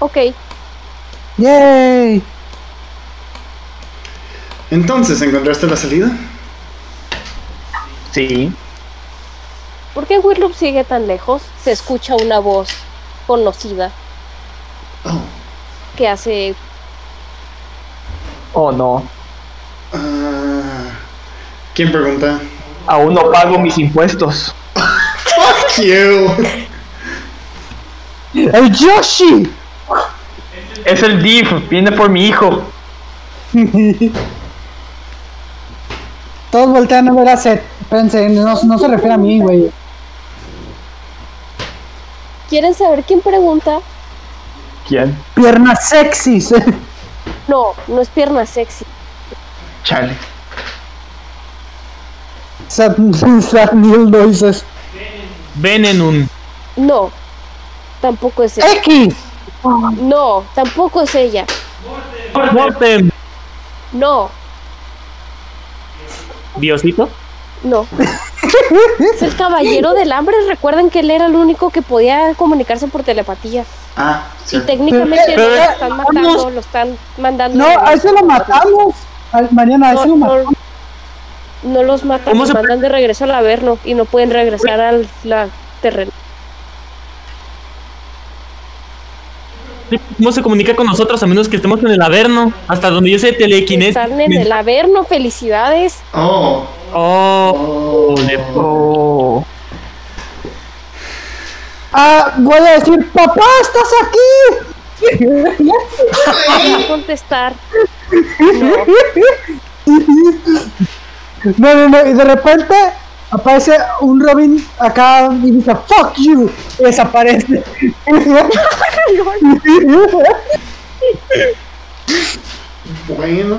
Speaker 11: Ok,
Speaker 3: Yay.
Speaker 1: Entonces, ¿encontraste la salida?
Speaker 5: Sí.
Speaker 11: ¿por qué Wirloop sigue tan lejos? Se escucha una voz conocida
Speaker 1: Oh,
Speaker 11: que hace
Speaker 5: Oh no.
Speaker 1: ah, ¿Quién pregunta?
Speaker 5: Aún no pago mis impuestos.
Speaker 1: Fuck you.
Speaker 3: ¡El Yoshi!
Speaker 5: Es el DIF, viene por mi hijo.
Speaker 3: Todos voltean a ver a Seth. Espérense, no, no se refiere a mí, güey.
Speaker 11: ¿Quieren saber quién pregunta?
Speaker 5: ¿Quién?
Speaker 3: Piernas sexys.
Speaker 11: No, no es pierna sexy.
Speaker 5: Chale.
Speaker 3: sad, sad Neil Noises.
Speaker 7: Venenum.
Speaker 11: No, tampoco es ella.
Speaker 3: X.
Speaker 11: No, tampoco es ella.
Speaker 7: Mortem.
Speaker 11: No,
Speaker 7: Diosito.
Speaker 11: no. Es el caballero del hambre. Recuerden que él era el único que podía comunicarse por telepatía.
Speaker 1: Ah,
Speaker 11: Y
Speaker 1: cierto.
Speaker 11: técnicamente
Speaker 3: Pero-
Speaker 11: no lo
Speaker 3: pero-
Speaker 11: están matando, lo están mandando.
Speaker 3: No, a ese lo matamos. A- Mariana, a ese lo
Speaker 11: No,
Speaker 3: matamos.
Speaker 11: no, no los matan,
Speaker 7: ¿Cómo
Speaker 11: los
Speaker 7: se-
Speaker 11: mandan de regreso al Averno y no pueden regresar al la terreno.
Speaker 7: ¿Cómo se comunica con nosotros a menos que estemos en el Averno? Hasta donde yo sé telequinesis.
Speaker 11: Están en el Averno, felicidades.
Speaker 1: Oh, oh,
Speaker 7: Oh,
Speaker 5: Oh.
Speaker 3: Ah, voy a decir, papá, estás aquí.
Speaker 11: Van a contestar.
Speaker 3: No, no, no, y de repente aparece un Robin acá y dice, fuck you, y desaparece.
Speaker 1: bueno.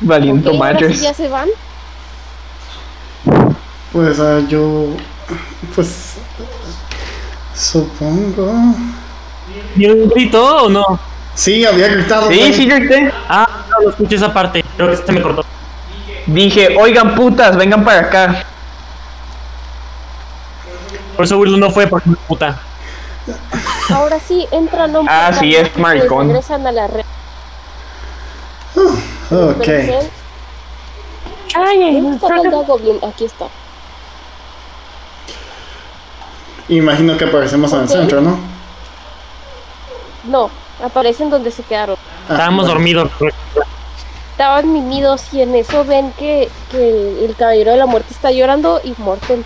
Speaker 5: Valiento
Speaker 11: Ok, ahora sí
Speaker 5: madres.
Speaker 11: ya se van.
Speaker 1: Pues ah, yo. Pues. Supongo.
Speaker 7: ¿y un grito o no?
Speaker 1: Sí, había gritado.
Speaker 5: Sí,
Speaker 1: güey.
Speaker 5: sí, grité.
Speaker 7: Ah, no lo escuché esa parte. Creo que se me cortó.
Speaker 5: Dije, oigan putas, vengan para acá.
Speaker 7: Por eso Wirdu no fue, porque puta.
Speaker 11: Ahora sí entran a un
Speaker 5: Ah,
Speaker 11: portal
Speaker 5: sí, es
Speaker 11: mágico y
Speaker 5: maricón.
Speaker 11: Regresan a la red.
Speaker 1: Ok.
Speaker 11: Ay, ay, está Goblin? Aquí está.
Speaker 1: Imagino que aparecemos en el
Speaker 11: Ok.
Speaker 1: centro, ¿no?
Speaker 11: No, aparecen donde se quedaron.
Speaker 1: Ah,
Speaker 7: Estábamos
Speaker 1: bueno.
Speaker 7: dormidos.
Speaker 11: Estaban mimidos y en eso ven que, que el caballero de la muerte está llorando y Morten.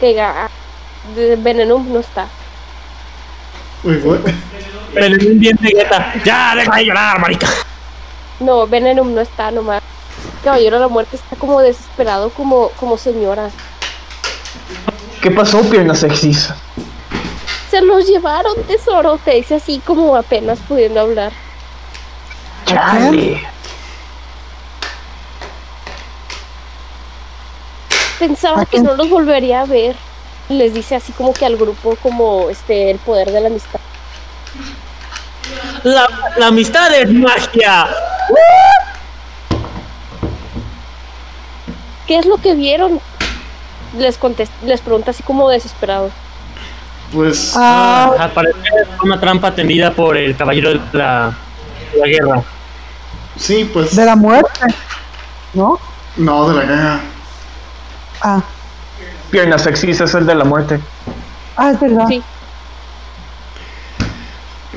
Speaker 11: Que ga- de- Venenum no está.
Speaker 1: Uy, güey.
Speaker 7: Pero es un bien Vegeta. Ya, deja de llorar, marica.
Speaker 11: No, Venenum no está nomás. El caballero de la muerte está como desesperado, como, como señora.
Speaker 5: ¿Qué pasó, piernas sexys?
Speaker 11: Se los llevaron, tesoro. Te dice así como apenas pudiendo hablar.
Speaker 5: Chale.
Speaker 11: Pensaba que no los volvería a ver. Y Les dice así como que al grupo como este el poder de la amistad.
Speaker 7: La, la amistad es magia.
Speaker 11: ¿Qué es lo que vieron? Les contest les pregunta así como desesperado.
Speaker 1: Pues
Speaker 3: Ah,
Speaker 7: Al parecer fue una trampa tendida por el caballero de la, de la guerra.
Speaker 1: sí, pues
Speaker 3: de la muerte. ¿No?
Speaker 1: no de la guerra.
Speaker 3: Ah,
Speaker 5: Piernas sexys es el de la muerte.
Speaker 3: ah es verdad.
Speaker 11: Sí.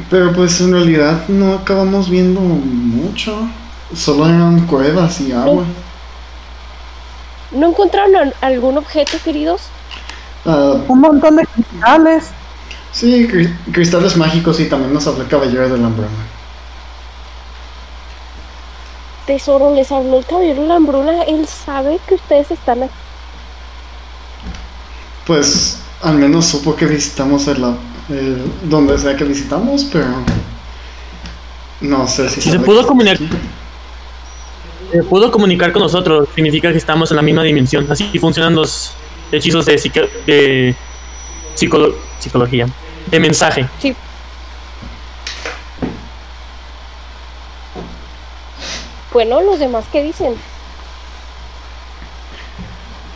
Speaker 1: Pero pues en realidad no acabamos viendo mucho. Solo eran cuevas y agua.
Speaker 11: ¿No encontraron al- algún objeto, queridos?
Speaker 1: Ah,
Speaker 3: Un montón de cristales.
Speaker 1: sí, cri- cristales mágicos y también nos habló el caballero de la broma.
Speaker 11: Tesoro, les habló el caballero de la hambruna. Él sabe que ustedes están aquí.
Speaker 1: Pues al menos supo que visitamos el, la- el- donde sea que visitamos, pero no sé si
Speaker 7: Si se
Speaker 1: sabe
Speaker 7: pudo
Speaker 1: que-
Speaker 7: comunicar, se Eh, pudo comunicar con nosotros, significa que estamos en la misma dimensión. Así funcionan los hechizos de, psique- de psicolo- psicología, de mensaje.
Speaker 11: Bueno, los demás, ¿qué dicen?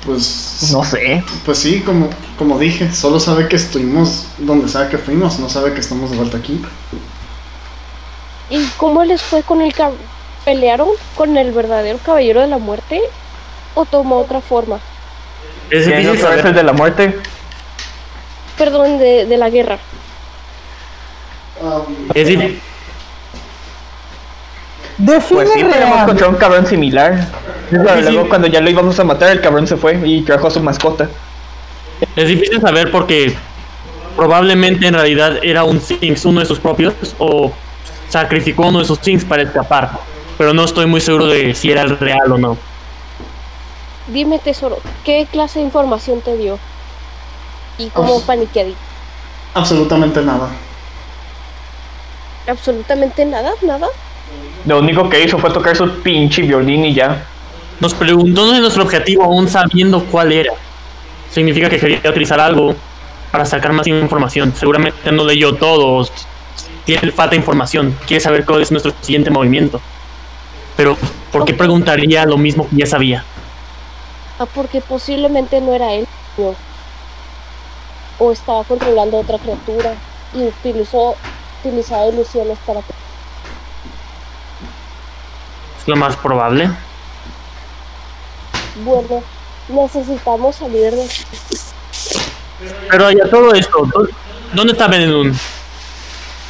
Speaker 1: Pues
Speaker 5: No sé.
Speaker 1: Pues sí, como, como dije, solo sabe que estuvimos donde sabe que fuimos, no sabe que estamos de vuelta aquí.
Speaker 11: ¿Y cómo les fue con el cab- ¿Pelearon con el verdadero caballero de la muerte? ¿O tomó otra forma?
Speaker 7: Es
Speaker 5: ¿Quién
Speaker 7: difícil
Speaker 5: otra vez el
Speaker 7: saber.
Speaker 5: de la muerte?
Speaker 11: Perdón, de, de la guerra.
Speaker 7: Es difícil.
Speaker 3: Define
Speaker 5: Pues sí, pero hemos
Speaker 3: real.
Speaker 5: encontrado un cabrón similar. Pero
Speaker 7: sí.
Speaker 5: luego cuando ya lo íbamos a matar, el cabrón se fue y trajo a su mascota.
Speaker 7: Es difícil saber porque probablemente en realidad era un Sphinx, uno de sus propios, o sacrificó a uno de sus Sphinx para escapar. Pero no estoy muy seguro de si era el real o no.
Speaker 11: Dime, tesoro, ¿qué clase de información te dio? Y cómo
Speaker 1: Uf.
Speaker 11: paniqueadí.
Speaker 1: Absolutamente nada.
Speaker 11: Absolutamente nada, nada.
Speaker 5: Lo único que hizo fue tocar su pinche violín y ya.
Speaker 7: Nos preguntó de nuestro objetivo aún sabiendo cuál era. Significa que quería utilizar algo para sacar más información. Seguramente no leyó todo. o Tiene falta de información. Quiere saber cuál es nuestro siguiente movimiento. Pero, ¿por qué preguntaría lo mismo que ya sabía?
Speaker 11: Ah, porque posiblemente no era él. no. O estaba controlando a otra criatura y utilizó utilizaba ilusiones para
Speaker 7: Es lo más probable.
Speaker 11: bueno necesitamos salir de aquí.
Speaker 7: Pero ya todo esto, ¿dó- ¿dónde está Benelun?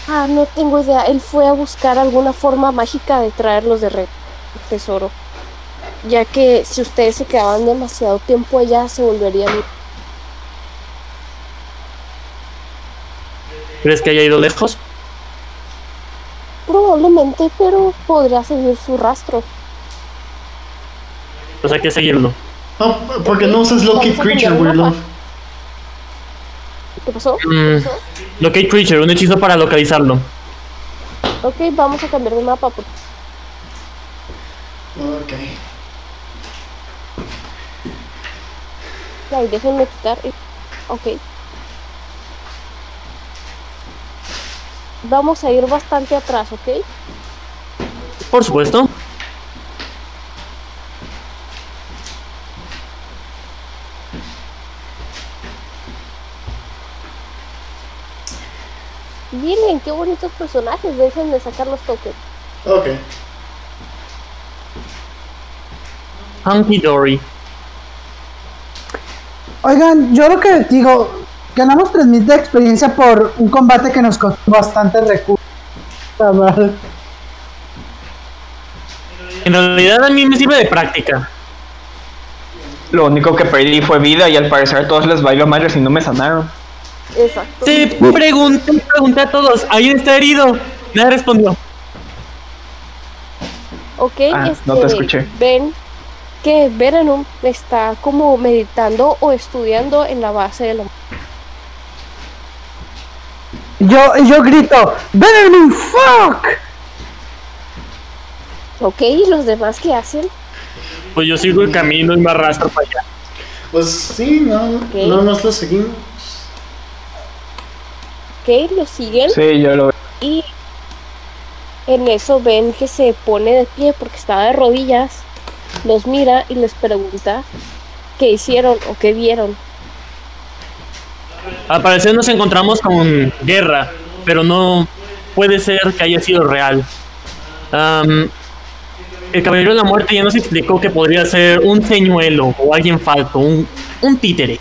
Speaker 11: ah no tengo idea él fue a buscar alguna forma mágica de traerlos de red tesoro ya que si ustedes se quedaban demasiado tiempo allá se volverían
Speaker 7: ¿Crees que haya ido lejos?
Speaker 11: probablemente pero podría seguir su rastro
Speaker 7: Pues hay que seguirlo.
Speaker 1: No, Oh, porque no usas Lucky
Speaker 11: Vamos a cambiar
Speaker 1: Creature,
Speaker 11: de
Speaker 1: Weirdo.
Speaker 11: mapa. ¿qué pasó?
Speaker 7: Mm, locate Creature, un hechizo para localizarlo.
Speaker 11: ok vamos a cambiar de mapa porque
Speaker 1: Ok.
Speaker 11: Ay, déjenme quitar. eh, Ok. Vamos a ir bastante atrás, ¿ok?
Speaker 7: Por supuesto.
Speaker 11: Miren, qué bonitos personajes. Déjenme sacar los tokens.
Speaker 1: Ok.
Speaker 7: Hunky Dory.
Speaker 3: Oigan, yo lo que digo, Ganamos 3000 de experiencia por un combate que nos costó bastantes recursos. Está mal.
Speaker 7: En realidad a mí me sirve de práctica.
Speaker 5: Lo único que perdí fue vida y al parecer a todos les bailó madre si no me sanaron.
Speaker 11: Exacto.
Speaker 7: Te pregunté, pregunté a todos, ¿alguien está herido? Nadie respondió.
Speaker 11: Ok,
Speaker 5: Ah,
Speaker 11: este,
Speaker 5: no te escuché.
Speaker 11: Ven que Veranum está como meditando o estudiando en la base de la
Speaker 3: Yo, yo grito, ¡Venom, fuck!
Speaker 11: Ok, ¿y los demás qué hacen?
Speaker 7: Pues yo sigo el camino y me arrastro para allá.
Speaker 4: Pues sí, no,
Speaker 11: Ok.
Speaker 4: no nos lo seguimos.
Speaker 11: Ok, los siguen
Speaker 5: Sí, yo lo
Speaker 11: y en eso ven que se pone de pie porque estaba de rodillas, los mira y les pregunta qué hicieron o qué vieron.
Speaker 7: Al parecer nos encontramos con guerra, pero no puede ser que haya sido real. Am, el Caballero de la Muerte ya nos explicó que podría ser un señuelo o alguien falso, un, un títere.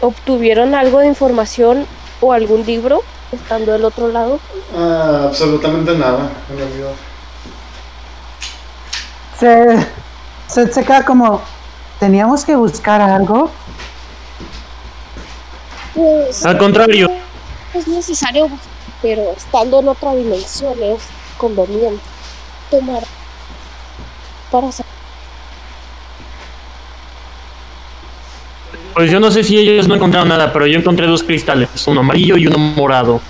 Speaker 11: ¿Obtuvieron algo de información o algún libro estando del otro lado?
Speaker 4: Ah, absolutamente nada, en realidad.
Speaker 3: Se, se, se queda como, ¿teníamos que buscar algo?
Speaker 11: Pues
Speaker 7: Al contrario,
Speaker 11: es necesario, pero estando en otra dimensión es conveniente tomar para saber.
Speaker 7: pues yo no sé si ellos no encontraron nada, pero yo encontré dos cristales, uno amarillo y uno morado.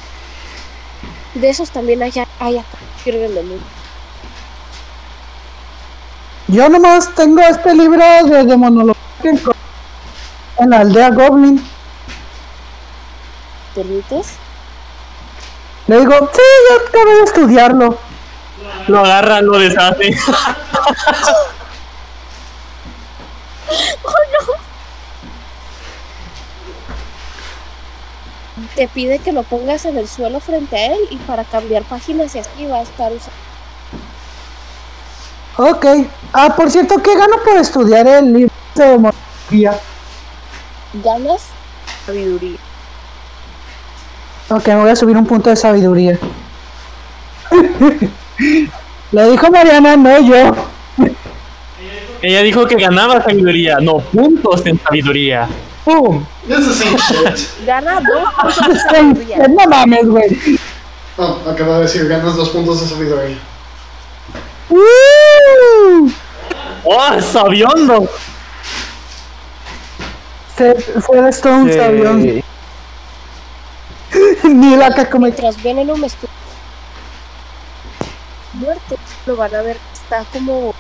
Speaker 11: De esos también hay, hay acá, sirven de mucho.
Speaker 3: Yo nomás tengo este libro de demonología en, co- en la aldea Goblin.
Speaker 11: ¿Permites?
Speaker 3: Le digo, sí, yo acabo de estudiarlo.
Speaker 7: Lo agarra, lo deshace.
Speaker 11: Te pide que lo pongas en el suelo frente a él y para cambiar páginas y así va a estar usando.
Speaker 3: Ok. Ah, por cierto, ¿qué gano por estudiar el libro de demonología?
Speaker 11: Ganas sabiduría.
Speaker 3: Ok, me voy a subir un punto de sabiduría. Lo dijo Mariana, no yo.
Speaker 7: Ella dijo que ganaba sabiduría, no, puntos en sabiduría.
Speaker 3: ¡Pum!
Speaker 4: This is some shit.
Speaker 11: Gana dos puntos de sabiduría.
Speaker 3: No mames, güey.
Speaker 4: Oh, acabo de decir, ganas dos puntos de sabiduría.
Speaker 3: ¡Uh!
Speaker 7: ¡Oh, sabiondo!
Speaker 3: Se fue esto un sabión. Ni la caca me
Speaker 11: Mientras Veneno me estudia. Muerte, lo van a ver, está como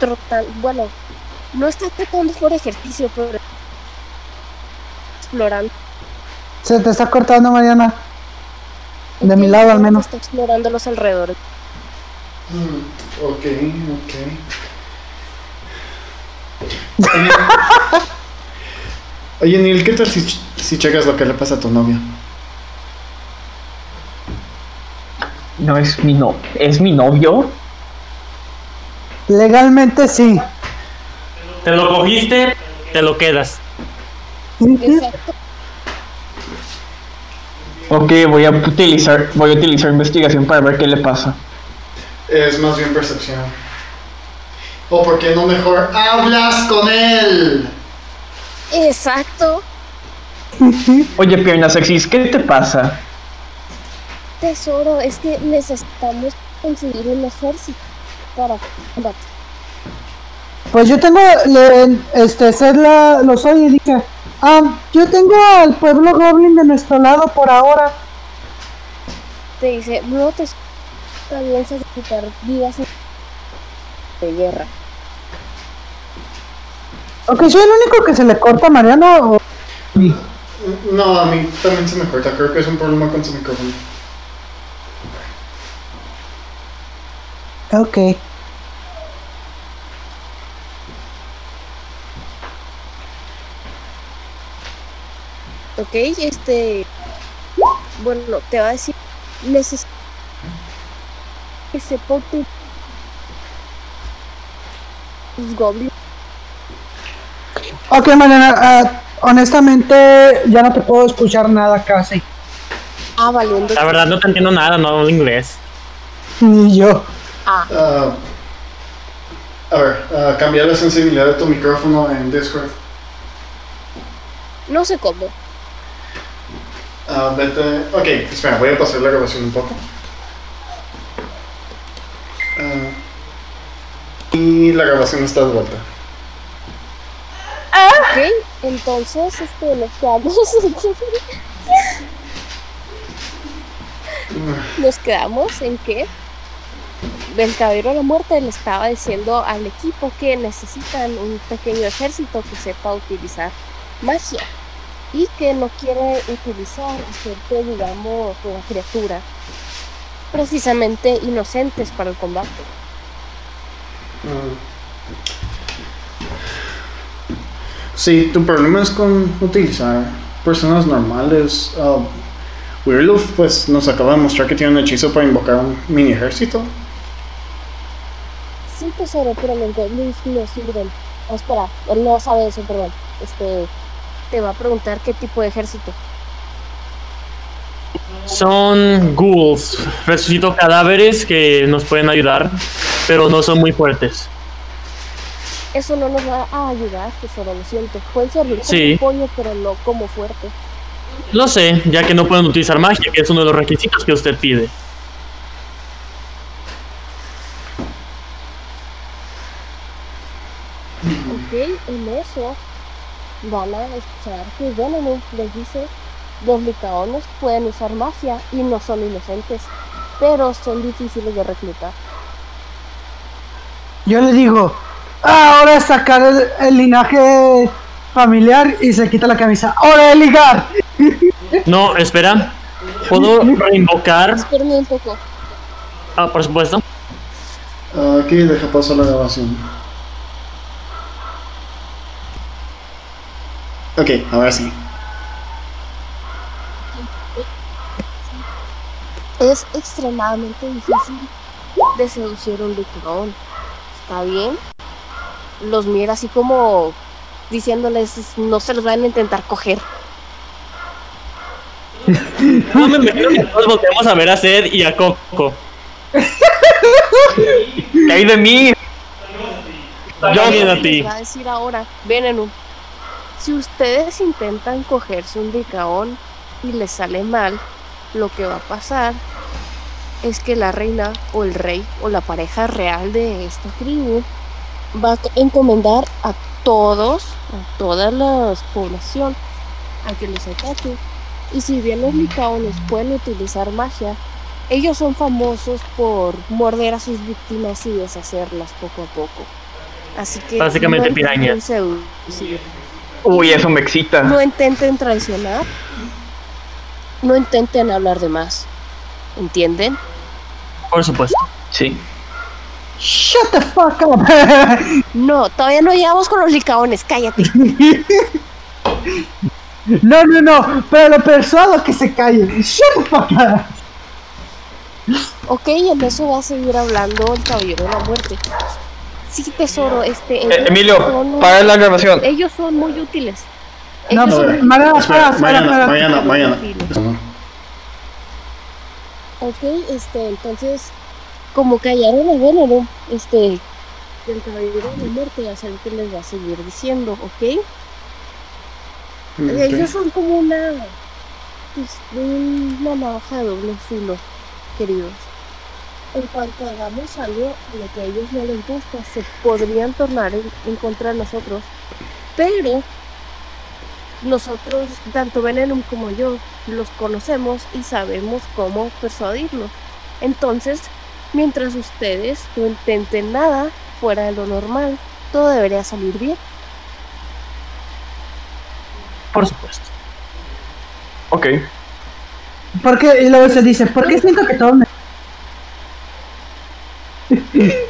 Speaker 11: trotando, bueno, no está tratando por ejercicio, pero explorando.
Speaker 3: Se te está cortando, Mariana. De mi lado, al menos.
Speaker 11: Está explorando los alrededores.
Speaker 4: Mm, ok, ok. Oye, Neil, ¿qué tal si, si checas lo que le pasa a tu novia?
Speaker 5: No es mi no, es mi novio.
Speaker 3: Legalmente sí.
Speaker 7: Te lo cogiste, te lo quedas.
Speaker 11: Exacto.
Speaker 5: Ok, voy a utilizar, voy a utilizar investigación para ver qué le pasa.
Speaker 4: Es más bien percepción. O por qué no mejor hablas con él.
Speaker 11: Exacto.
Speaker 5: Oye, piernas sexys, ¿qué te pasa?
Speaker 11: Tesoro, es que necesitamos conseguir un ejército para combatir.
Speaker 3: Pues yo tengo, le- este, ser la, los oye, dice, ah, yo tengo al pueblo goblin de nuestro lado por ahora.
Speaker 11: Te dice, no te también se quitar vidas de guerra.
Speaker 3: Ok, soy el único que se le corta a Mariana o...
Speaker 4: No, a mí también se me corta. Creo que es un problema con su micrófono.
Speaker 3: Ok.
Speaker 11: Ok, este. Bueno, te va a decir, necesito que sepa uti- los goblins.
Speaker 3: Ok, Mariana, ah, honestamente ya no te puedo escuchar nada casi.
Speaker 11: Ah, valiendo.
Speaker 7: La verdad no te entiendo nada, no hablo inglés.
Speaker 3: Ni yo.
Speaker 11: Ah,
Speaker 1: Ah, a ver, ah, cambiar la sensibilidad de tu micrófono en Discord.
Speaker 11: no sé cómo.
Speaker 1: Ah, vete- Ok, espera, voy a pasar la grabación un poco. Ah, y la grabación está de vuelta.
Speaker 11: Ok, entonces este, nos quedamos. nos quedamos en que el Caballero de la Muerte le estaba diciendo al equipo que necesitan un pequeño ejército que sepa utilizar magia y que no quiere utilizar gente, digamos, una criatura precisamente inocentes para el combate.
Speaker 1: Si tu problema es con utilizar personas normales, ah, Weirdloof pues nos acaba de mostrar que tiene un hechizo para invocar un mini ejército.
Speaker 11: Sí, tesoro, pero los goblins no sirven. Oh, espera, él no sabe eso, perdón. Este, te va a preguntar qué tipo de ejército.
Speaker 7: Son ghouls. Resucito cadáveres que nos pueden ayudar, pero no son muy fuertes.
Speaker 11: Eso no nos va a ayudar, tesoro, lo siento. Pueden servir como
Speaker 7: Sí.
Speaker 11: apoyo, pero no como fuerte.
Speaker 7: Lo sé, ya que no pueden utilizar magia, que es uno de los requisitos que usted pide.
Speaker 11: Ok, en eso van a escuchar que Venom les dice, los licaones pueden usar magia y no son inocentes, pero son difíciles de reclutar.
Speaker 3: Yo le digo, "Ah, ahora sacar el, el linaje familiar y se quita la camisa. ¡Hora de ligar!
Speaker 7: No, espera. ¿Puedo reinvocar?
Speaker 11: Esperen un poco.
Speaker 7: Ah, por supuesto.
Speaker 1: Ah, Aquí deja paso la grabación. Ok, ahora sí.
Speaker 11: Es extremadamente difícil de seducir a un licaón. ¿Está bien? Los mira así como diciéndoles, no se los van a intentar coger.
Speaker 7: No me imagino que todos volteamos a ver a Sed y a Coco.
Speaker 5: ¿Qué hay de mí?
Speaker 7: Yo bien a ti.
Speaker 11: Les va a decir ahora, venenum. Si ustedes intentan cogerse un dicaón y les sale mal, lo que va a pasar es que la reina o el rey o la pareja real de esta tribu va a encomendar a todos, a toda la población, a que los ataque. Y si bien los licaones pueden utilizar magia, ellos son famosos por morder a sus víctimas y deshacerlas poco a poco. Así que
Speaker 7: Básicamente
Speaker 11: intenten
Speaker 7: pirañas.
Speaker 11: seducir.
Speaker 5: Uy, eso me excita.
Speaker 11: No intenten traicionar. No intenten hablar de más. ¿Entienden?
Speaker 7: Por supuesto.
Speaker 5: Sí.
Speaker 3: ¡Shut the fuck up!
Speaker 11: No, todavía no llegamos con los licaones, cállate.
Speaker 3: no, no, no, pero lo persuado que se calle. ¡Shut the fuck up!
Speaker 11: Ok, y en eso va a seguir hablando el caballero de la muerte. Sí, tesoro, este.
Speaker 5: Eh,
Speaker 11: ellos son-
Speaker 5: Emilio, para la grabación.
Speaker 11: Ellos son muy útiles.
Speaker 3: No,
Speaker 11: Ellos
Speaker 3: pero-
Speaker 11: son muy
Speaker 3: Mariana, espera, espera,
Speaker 1: Mariana,
Speaker 3: espera.
Speaker 1: Mariana, Mariana.
Speaker 11: útiles. Ok, este, entonces, como callaron a Veneno, este, el caballero de la muerte va a saber que les va a seguir diciendo, ¿ok? Ellos son como una, pues, una navaja de doble filo, queridos. En cuanto hagamos algo a lo que a ellos no les gusta, se podrían tornar en, en contra de nosotros. Pero nosotros, tanto Venom como yo, los conocemos y sabemos cómo persuadirlos. Entonces, mientras ustedes no intenten nada fuera de lo normal, todo debería salir bien.
Speaker 7: Por supuesto.
Speaker 5: Ok.
Speaker 3: ¿Por qué? Y luego se dice, ¿por qué siento que todo me...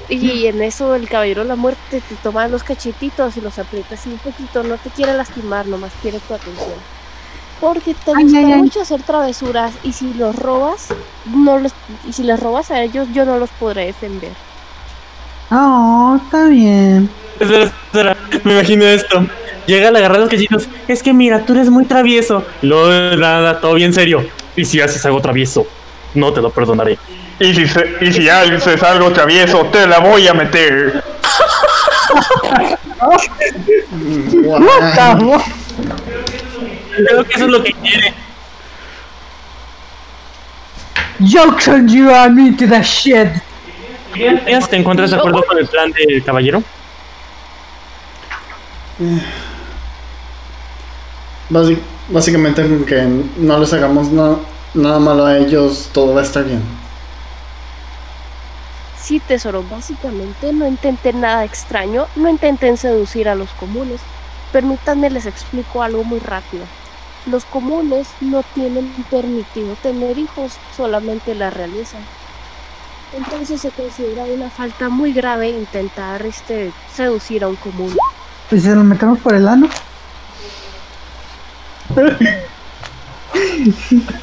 Speaker 11: Y en eso el caballero de la muerte te toma los cachetitos y los aprieta así un poquito. No te quiere lastimar, nomás quiere tu atención. Porque te
Speaker 3: Ay,
Speaker 11: gusta
Speaker 3: ay, ay.
Speaker 11: mucho hacer travesuras y si los robas, no los, y si les robas a ellos, yo no los podré defender.
Speaker 3: Ah, oh, está bien.
Speaker 7: Espera, espera, Me imagino esto. llega a agarrar los quesitos. Es que mira, tú eres muy travieso. Y luego, nada, todo bien serio. Y si haces algo travieso, no te lo perdonaré.
Speaker 5: Y si, se- y si haces algo travieso, te la voy a meter.
Speaker 7: Creo que eso es lo que quiere.
Speaker 3: Jokes on you, I'm into that shit.
Speaker 7: Ellas te encuentras de acuerdo con el plan del caballero.
Speaker 4: Basi- básicamente con que no les hagamos na- nada malo a ellos, todo va a estar bien.
Speaker 11: Sí, tesoro, básicamente no intenten nada extraño, no intenten seducir a los comunes. Permítanme les explico algo muy rápido. Los comunes no tienen permitido tener hijos, solamente la realizan. Entonces se considera una falta muy grave intentar este, seducir a un común.
Speaker 3: Pues se lo metemos por el ano.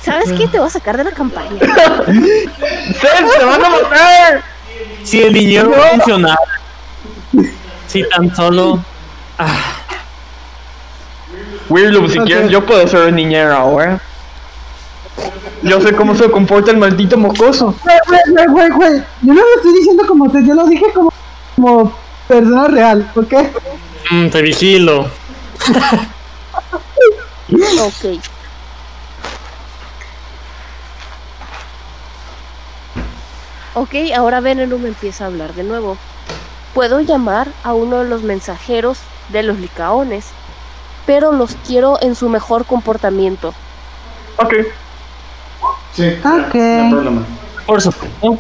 Speaker 11: ¿Sabes qué? Te voy a sacar de la campaña.
Speaker 5: ¡Seth, te van a matar!
Speaker 7: Si el dinero no. funcionara. Si tan solo.
Speaker 5: Weirloop, si quieres, yo puedo ser niñera ahora. Yo sé cómo se comporta el maldito mocoso.
Speaker 3: Güey, güey, güey, güey, güey. Yo no lo estoy diciendo como usted, yo lo dije como, como persona real, ¿ok?
Speaker 7: mm, te vigilo.
Speaker 11: Ok. Ok, ahora Venenum empieza a hablar de nuevo. Puedo llamar a uno de los mensajeros de los licaones, pero los quiero en su mejor comportamiento.
Speaker 5: Ok.
Speaker 4: Sí,
Speaker 3: ya, Ok. no hay
Speaker 4: problema.
Speaker 7: Por supuesto.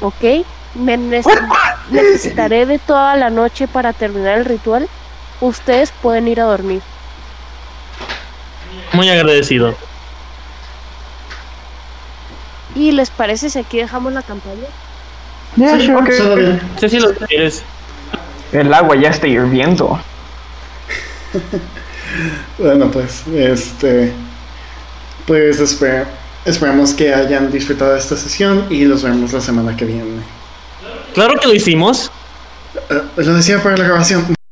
Speaker 11: ¿Ok? Me nece- necesitaré de toda la noche para terminar el ritual. Ustedes pueden ir a dormir.
Speaker 7: Muy agradecido.
Speaker 11: ¿Y les parece si aquí dejamos la campaña?
Speaker 3: Yeah, sure.
Speaker 4: Todo bien.
Speaker 7: No sé si lo quieres.
Speaker 5: El agua ya está hirviendo.
Speaker 4: Bueno, pues, este. Pues esper- esperamos que hayan disfrutado de esta sesión y los vemos la semana que viene.
Speaker 7: Claro que lo hicimos.
Speaker 4: Eh, lo decía para la grabación.